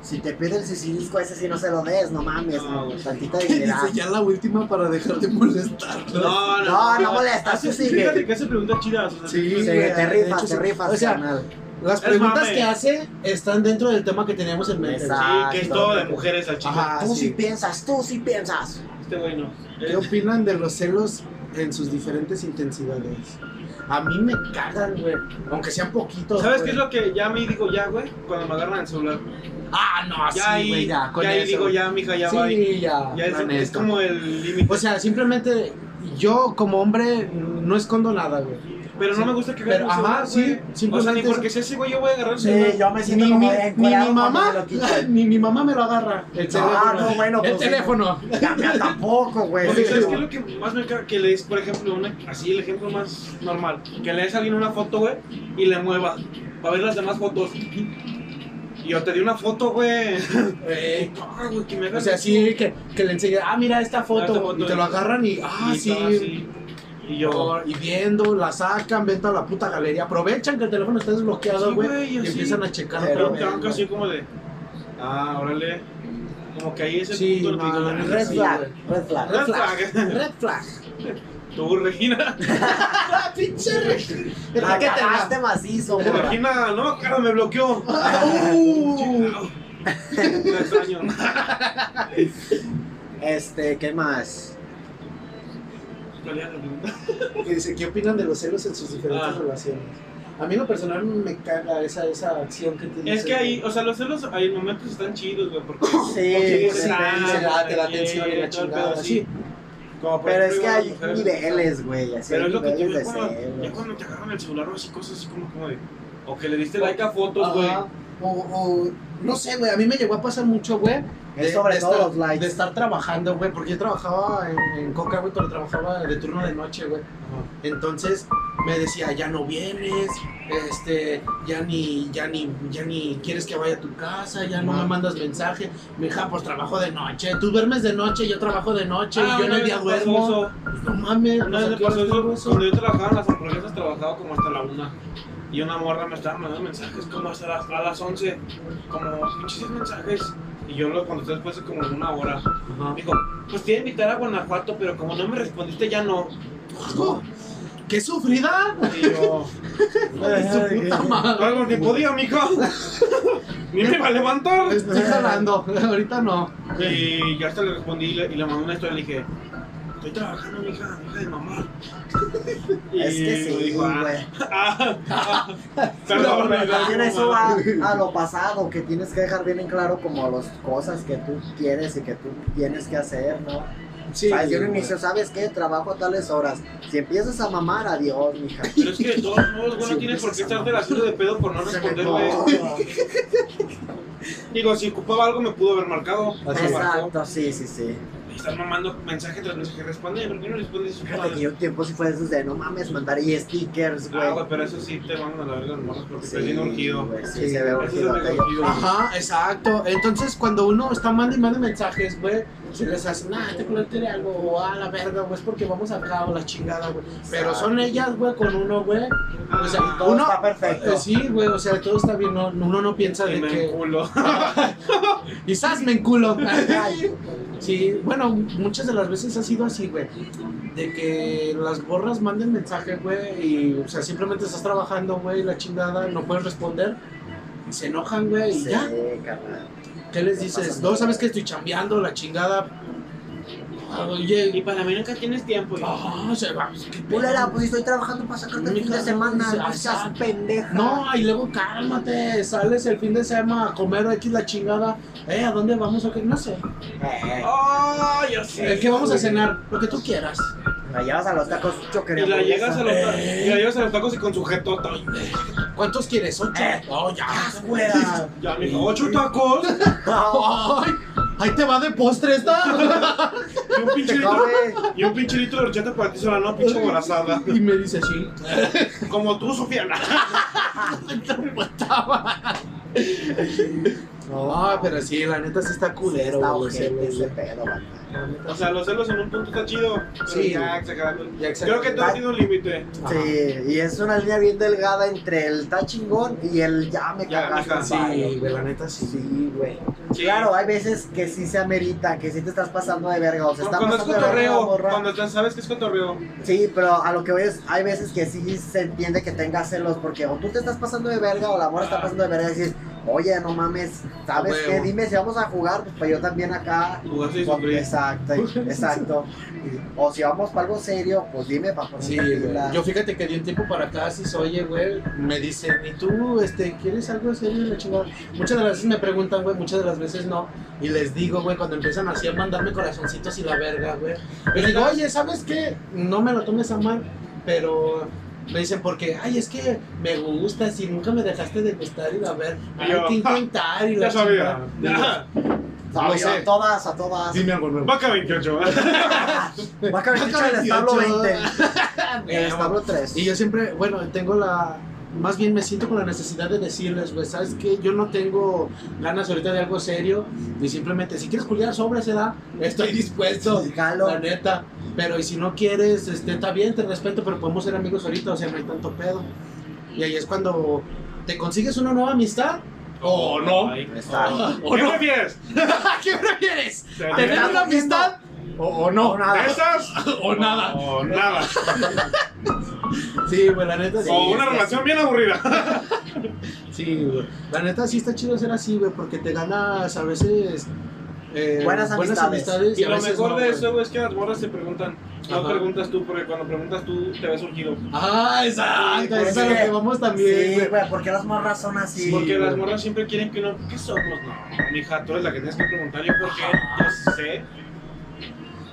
Speaker 1: Si te pide el sisilisco ese sí no se lo des, no mames,
Speaker 2: No,
Speaker 1: no,
Speaker 2: güey.
Speaker 1: tantita dignidad.
Speaker 3: ya la última para dejar de molestar.
Speaker 2: No, no,
Speaker 1: No, no molestas,
Speaker 2: Ah, sí,
Speaker 1: tú sigue.
Speaker 2: Fíjate que hace preguntas chidas. O sea,
Speaker 3: Sí,
Speaker 1: Sí,
Speaker 3: güey,
Speaker 2: sí,
Speaker 1: te
Speaker 3: de
Speaker 1: rifas,
Speaker 3: hecho,
Speaker 1: te rifas,
Speaker 3: o sea,
Speaker 1: carnal.
Speaker 3: Las
Speaker 2: Es
Speaker 3: preguntas
Speaker 2: mame.
Speaker 3: que hace están dentro del tema que teníamos en mente.
Speaker 1: Exacto.
Speaker 2: que es
Speaker 1: Exacto.
Speaker 2: todo de mujeres al chico.
Speaker 3: ah, Ajá. ah,
Speaker 1: tú sí.
Speaker 3: sí.
Speaker 1: piensas, tú sí piensas.
Speaker 2: Este güey no.
Speaker 3: ¿Qué opinan de los celos en sus diferentes intensidades. A mí me cagan, güey. Aunque sean poquitos.
Speaker 2: ¿Sabes
Speaker 3: güey.
Speaker 2: qué es lo que ya me digo ya, güey? Cuando me agarran el celular.
Speaker 3: Ah, no,
Speaker 2: Ya
Speaker 3: sí,
Speaker 2: ahí,
Speaker 3: güey, ya.
Speaker 2: ya,
Speaker 3: Con
Speaker 2: ahí
Speaker 3: eso.
Speaker 2: digo ya, mija, ya
Speaker 3: sí,
Speaker 2: va. Ya
Speaker 3: ya.
Speaker 2: es,
Speaker 3: la
Speaker 2: es
Speaker 3: neta. Pues,
Speaker 2: como el límite.
Speaker 3: O sea, simplemente yo como hombre no escondo nada, güey.
Speaker 2: pero no
Speaker 3: sí.
Speaker 2: me gusta que
Speaker 3: Pero,
Speaker 2: agarren el
Speaker 3: ajá,
Speaker 2: celular,
Speaker 3: sí,
Speaker 2: güey. O sea,
Speaker 3: simplemente
Speaker 2: ni
Speaker 3: eso.
Speaker 2: porque sea ese güey yo voy a agarrar el
Speaker 1: Sí,
Speaker 2: celular.
Speaker 1: yo me
Speaker 3: Ni
Speaker 1: siento
Speaker 3: mi,
Speaker 1: como
Speaker 3: ni
Speaker 1: encuerado
Speaker 3: mi mamá,
Speaker 1: cuando me lo quitan.
Speaker 3: ni mi mamá me lo agarra. El teléfono.
Speaker 1: Ah, no, bueno,
Speaker 3: el
Speaker 1: pues sí.
Speaker 3: teléfono.
Speaker 1: Ya, ya tampoco, güey.
Speaker 2: Porque
Speaker 1: Sí,
Speaker 2: ¿sabes
Speaker 1: no.
Speaker 2: qué es lo que más me caga? Que le des, por ejemplo, una, así el ejemplo más normal. Que le des a alguien una foto, güey, y le muevas para ver las demás fotos. Y yo te di una foto, güey.
Speaker 3: Eh,
Speaker 2: Ah, güey, que me hagas
Speaker 3: o sea,
Speaker 2: eso.
Speaker 3: sí, que, que le enseñé, ah, mira esta foto.
Speaker 2: esta foto,
Speaker 3: y te lo
Speaker 2: eh.
Speaker 3: agarran y, ah,
Speaker 2: Y
Speaker 3: sí.
Speaker 2: estaba así. Y yo,
Speaker 3: O- Y viendo, la sacan, ven toda la puta galería. Aprovechan que el teléfono está desbloqueado,
Speaker 2: Sí,
Speaker 3: güey.
Speaker 2: güey,
Speaker 3: y
Speaker 2: así.
Speaker 3: empiezan a checar
Speaker 1: Pero
Speaker 3: otra
Speaker 2: pero
Speaker 3: vez.
Speaker 2: te banco
Speaker 3: güey.
Speaker 2: así como de, ah, órale. Como que ahí es el
Speaker 3: Sí,
Speaker 2: punto en el que
Speaker 3: no,
Speaker 2: digo,
Speaker 3: no,
Speaker 2: "Ah,
Speaker 1: Red
Speaker 3: sí,
Speaker 1: flag,
Speaker 3: güey.
Speaker 1: red flag.
Speaker 2: Red flag.
Speaker 3: Red flag.
Speaker 2: Tú, Regina.
Speaker 3: Ah, pinche Regina.
Speaker 1: La
Speaker 3: ¿Qué te
Speaker 1: cagaste macizo, güey.
Speaker 2: Regina, no, cara, me bloqueó.
Speaker 3: da? Uh.
Speaker 2: Chingado. Te extraño.
Speaker 1: Este, ¿qué más?
Speaker 2: ¿Cuál era la pregunta?
Speaker 3: que dice, ¿qué opinan de los celos en sus diferentes
Speaker 2: Ah.
Speaker 3: relaciones? A mí en lo personal me caga esa, esa acción que tienes.
Speaker 2: Es que ahí, o sea, los celos hay momentos están chidos, güey, porque
Speaker 1: Sí,
Speaker 3: Sí,
Speaker 1: sí.
Speaker 3: te da- te da
Speaker 2: Ah,
Speaker 3: atención y la
Speaker 2: eh, todo el
Speaker 3: chingada,
Speaker 2: pedo,
Speaker 3: sí.
Speaker 2: como por
Speaker 1: Pero es
Speaker 2: ejemplo,
Speaker 1: que
Speaker 2: igual
Speaker 1: hay
Speaker 2: las mujeres-
Speaker 1: niveles, güey. Así
Speaker 2: Pero
Speaker 1: hay
Speaker 2: es lo que te
Speaker 1: niveles
Speaker 2: digo,
Speaker 1: de
Speaker 2: ya cuando, ya
Speaker 1: celos.
Speaker 2: cuando te agarran el celular o así cosas así como, como de, o que le diste like a fotos,
Speaker 3: Ajá.
Speaker 2: güey.
Speaker 3: O, o, no sé, güey, a mí me llegó a pasar mucho, güey.
Speaker 1: Es sobre todo
Speaker 3: estar,
Speaker 1: los likes.
Speaker 3: de estar trabajando, güey, porque yo trabajaba en, en Coca, güey, pero trabajaba de turno de noche, güey. Entonces me decía, ya no vienes, este, ya ni, ya ni, ya ni quieres que vaya a tu casa, ya no
Speaker 1: Ajá.
Speaker 3: me mandas mensaje. Mija, pues trabajo de noche, tú duermes de noche, yo trabajo de noche,
Speaker 2: Ah,
Speaker 3: y yo en
Speaker 2: una
Speaker 3: el
Speaker 2: vez
Speaker 3: día
Speaker 2: me pasó
Speaker 3: duermo. Pues,
Speaker 2: eso.
Speaker 3: No mames,
Speaker 2: Una
Speaker 3: o
Speaker 2: vez
Speaker 3: sea,
Speaker 2: me
Speaker 3: ¿qué
Speaker 2: pasó
Speaker 3: horas duermo
Speaker 2: eso.
Speaker 3: eso?
Speaker 2: Cuando yo trabajaba en las hamburguesas, trabajaba como hasta la una. Y una morra me estaba mandando mensajes como hasta las, a las 11, como muchísimos mensajes. Y yo los contesté después de como en una hora.
Speaker 3: Ajá.
Speaker 2: Me dijo, pues te iba a invitar a Guanajuato, pero como no me respondiste, ya no.
Speaker 3: Oh, ¡Qué sufrida!
Speaker 2: Y yo,
Speaker 3: Ay, su puta madre.
Speaker 2: algo ni podía, mijo. Ni me iba a levantar.
Speaker 3: Estoy jalando, ahorita no.
Speaker 2: Y ya hasta le respondí y le, y le mandé una historia y le dije, estoy trabajando, mija, hija de mamá.
Speaker 1: Es que
Speaker 2: me
Speaker 1: sí,
Speaker 2: dijo, "Ah,
Speaker 1: güey.
Speaker 2: Ah, ah,
Speaker 1: Pero
Speaker 2: perdón, perdón,
Speaker 1: también
Speaker 2: mamá.
Speaker 1: eso va a lo pasado, que tienes que dejar bien en claro como las cosas que tú quieres y que tú tienes que hacer, ¿no?
Speaker 3: Sí,
Speaker 1: ¿Sabes? Yo en un
Speaker 3: güey.
Speaker 1: inicio, ¿sabes qué? Trabajo a tales horas. Si empiezas a mamar, adiós, mija.
Speaker 2: Pero es que de todos modos, güey,
Speaker 3: Sí,
Speaker 2: no tienes por
Speaker 3: empiezas
Speaker 2: qué
Speaker 3: a
Speaker 2: estarte
Speaker 3: mamar.
Speaker 2: la haciendo de pedo por no responder, güey. Digo, si ocupaba algo me pudo haber marcado. no me marcó.
Speaker 1: Exacto, sí, sí, sí.
Speaker 2: Y Están mamando mensaje tras mensaje. Responde, ¿por qué no respondes?
Speaker 1: Fíjate que yo un tiempo sí fue eso de no mames, mandar y stickers, güey.
Speaker 2: Ah, güey, pero eso sí te mandan a la verga los morros porque
Speaker 1: Sí,
Speaker 2: estás bien urgido.
Speaker 1: güey, sí,
Speaker 3: Sí,
Speaker 1: se ve
Speaker 2: eso es
Speaker 1: urgido.
Speaker 2: lo que
Speaker 1: aquello.
Speaker 2: urgido.
Speaker 3: Ajá, exacto. Entonces, cuando uno está mandando y manda mensajes, güey, se les hace, nah, te culo tiene algo, o a la verga, güey, es porque vamos acá, o la chingada, güey. Pero son ellas, güey, con uno, güey.
Speaker 2: Ah,
Speaker 3: O sea,
Speaker 2: y
Speaker 1: Todo
Speaker 3: uno-
Speaker 1: está perfecto.
Speaker 3: eh, sí, güey, o sea, todo está bien, no- uno no piensa de
Speaker 2: me
Speaker 3: que.
Speaker 2: enculo.
Speaker 3: Quizás me enculo.
Speaker 1: Ay,
Speaker 3: Sí, bueno, muchas de las veces ha sido así, güey. De que las borras manden mensaje, güey, y, o sea, simplemente estás trabajando, güey, la chingada, no puedes responder. Y se enojan, güey, y
Speaker 1: sí,
Speaker 3: ya.
Speaker 1: carnal.
Speaker 3: ¿Qué les
Speaker 1: No
Speaker 3: dices?
Speaker 1: pasa
Speaker 3: No,
Speaker 1: nada.
Speaker 3: sabes que estoy chambeando, la chingada. Ah,
Speaker 2: Y
Speaker 3: Oye,
Speaker 2: para mí nunca tienes tiempo. hijo.
Speaker 3: ah, se va. pues, qué pedo.
Speaker 1: Pulera, pues estoy trabajando para sacarte el fin de
Speaker 3: Mija,
Speaker 1: semana.
Speaker 3: sí,
Speaker 1: No seas
Speaker 3: exacto.
Speaker 1: pendeja.
Speaker 3: No, y luego cálmate, sales el fin de semana a comer X la chingada. Eh, ¿a dónde vamos? ¿O qué? No sé.
Speaker 1: Eh,
Speaker 2: Ah, ya sé.
Speaker 3: Eh, ¿Qué vamos a cenar? Lo que tú quieras.
Speaker 1: la llevas a los tacos
Speaker 2: Y
Speaker 1: choquería.
Speaker 2: la llegas a los, ta-
Speaker 3: Eh.
Speaker 2: y la llegas a los tacos y con su jetota.
Speaker 3: ¿Cuántos quieres? ¿Ocho?
Speaker 1: Eh.
Speaker 3: Oh, ya.
Speaker 1: Pulera.
Speaker 2: Ya, mijo, ocho tacos.
Speaker 3: Ay, ahí te va de postre esta.
Speaker 2: Y un pinche
Speaker 1: Te
Speaker 2: litro,
Speaker 1: come.
Speaker 2: y un pinche litro de horchata para ti sola, no, pinche embarazada.
Speaker 3: Y me dice así.
Speaker 2: Como tú, Sofiana.
Speaker 3: No, pero sí, la neta sí está culero,
Speaker 1: Está
Speaker 3: güey, ese,
Speaker 1: ojete
Speaker 3: güey.
Speaker 1: ese pedo, banda.
Speaker 3: La neta
Speaker 2: O sea, los celos en un punto está chido. pero
Speaker 3: Sí.
Speaker 2: ya exagerando.
Speaker 3: Ya
Speaker 2: Creo que todo
Speaker 1: Ay.
Speaker 2: tiene un límite.
Speaker 3: Ajá.
Speaker 1: Sí, y es una línea bien delgada entre el está chingón y el ya me
Speaker 2: Ya,
Speaker 1: cagaste.
Speaker 2: ajá.
Speaker 3: Sí,
Speaker 1: palo.
Speaker 3: güey, la neta sí.
Speaker 1: Sí, güey.
Speaker 2: Sí.
Speaker 1: Claro, hay veces que sí se amerita, que sí te estás pasando de verga. O sea, está
Speaker 2: Cuando es
Speaker 1: pasando de verga la
Speaker 2: cotorreo,
Speaker 1: morra.
Speaker 2: cuando estás- sabes que es cotorreo,
Speaker 1: Sí, pero a lo que voy es, hay veces que sí se entiende que tengas celos porque o tú te estás pasando de verga o la morra está pasando de verga y dices, oye, no mames, ¿sabes
Speaker 5: Huevo.
Speaker 1: qué? Dime si vamos a jugar, pues, pues yo también acá.
Speaker 2: Jugaste y
Speaker 1: Pues,
Speaker 2: sufrí.
Speaker 1: exacto, exacto. O si vamos para algo serio, pues dime para poner
Speaker 3: Sí, güey. Yo fíjate que de un tiempo para acá, si soy, oye, güey, me dicen, ¿y tú, este, quieres algo serio? Y la chingada. Muchas de las veces me preguntan, güey, muchas de las veces no. Y les digo, güey, cuando empiezan así a mandarme corazoncitos y la verga, güey. Les digo, oye, ¿sabes qué? No me lo tomes a mal, pero me dicen, porque, ay, es que me gusta, si nunca me dejaste de gustar y la verga. Hay
Speaker 2: Yo,
Speaker 3: que intentar y la
Speaker 2: Ya sabía.
Speaker 3: chingada.
Speaker 2: Ya.
Speaker 1: Sabio,
Speaker 5: sé.
Speaker 1: a todas, a todas.
Speaker 5: Dime algo nuevo.
Speaker 2: Vaca
Speaker 1: Va
Speaker 2: 28.
Speaker 1: a caber
Speaker 3: Vaca
Speaker 1: dicho en el establo
Speaker 3: 28.
Speaker 1: 20. En el
Speaker 3: Bueno.
Speaker 1: establo 3.
Speaker 3: Y yo siempre, bueno, tengo la. Más bien me siento con la necesidad de decirles, güey, ¿sabes qué? Yo no tengo ganas ahorita de algo serio. Y simplemente, si quieres culiar sobre esa edad, estoy dispuesto.
Speaker 1: Jalo.
Speaker 3: La neta. Pero y si no quieres, este, está bien, te respeto, pero podemos ser amigos ahorita, o sea, no hay tanto pedo. Y ahí es cuando te consigues una nueva amistad.
Speaker 2: Oh,
Speaker 5: O no.
Speaker 2: Ay.
Speaker 1: Está.
Speaker 3: ¿O
Speaker 2: ¿Qué
Speaker 3: no?
Speaker 2: prefieres?
Speaker 3: ¿Qué prefieres? ¿Tener
Speaker 2: ¿De
Speaker 1: Acá
Speaker 3: una
Speaker 1: cogiendo.
Speaker 3: amistad? O, o no.
Speaker 1: Nada.
Speaker 2: esas?
Speaker 5: O nada.
Speaker 2: O nada.
Speaker 3: Sí, güey, la neta sí.
Speaker 2: O
Speaker 3: es
Speaker 2: una
Speaker 3: que
Speaker 2: relación bien aburrida.
Speaker 3: Sí, güey. La neta sí está chido ser así, güey, porque te ganas a veces eh,
Speaker 1: Buenas amistades.
Speaker 2: Y
Speaker 3: a
Speaker 2: lo
Speaker 3: veces
Speaker 2: mejor
Speaker 3: no,
Speaker 2: de
Speaker 3: güey.
Speaker 2: eso, güey, es que las morras te preguntan. No
Speaker 3: Ajá.
Speaker 2: preguntas tú, porque cuando preguntas tú te ves surgido.
Speaker 3: Ah, exacto,
Speaker 1: Sí,
Speaker 3: eso es a lo
Speaker 1: porque-
Speaker 3: que vamos también,
Speaker 1: Sí,
Speaker 3: güey.
Speaker 1: güey, porque las morras son así.
Speaker 2: Porque las
Speaker 1: güey.
Speaker 2: morras siempre quieren que uno. ¿Qué somos? No, mija, tú eres la que tienes que preguntar. Yo, porque yo sé.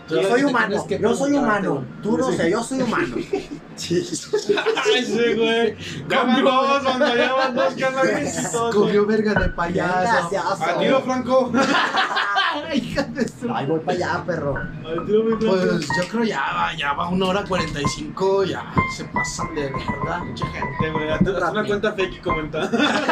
Speaker 3: Tú
Speaker 1: Yo
Speaker 3: eres
Speaker 1: soy
Speaker 3: el que
Speaker 1: humano,
Speaker 3: tienes que
Speaker 1: yo soy
Speaker 3: preguntarte,
Speaker 1: humano.
Speaker 3: güey.
Speaker 1: Tú no
Speaker 3: Sí.
Speaker 1: sé, yo soy humano.
Speaker 2: Ay, sí, güey. Ya van dos, banda, ya van dos que andan listos, güey.
Speaker 3: Comió verga de payaso.
Speaker 1: Graciazo.
Speaker 2: A tiro, Franco.
Speaker 3: Ay, hija de su-
Speaker 1: Ay, voy para allá, perro.
Speaker 2: A tiro, mi Franco.
Speaker 3: Pues yo creo ya va, ya va una hora cuarenta y cinco, ya se pasan de verdad, mucha gente.
Speaker 2: Te, güey, haz una cuenta fake y comenta.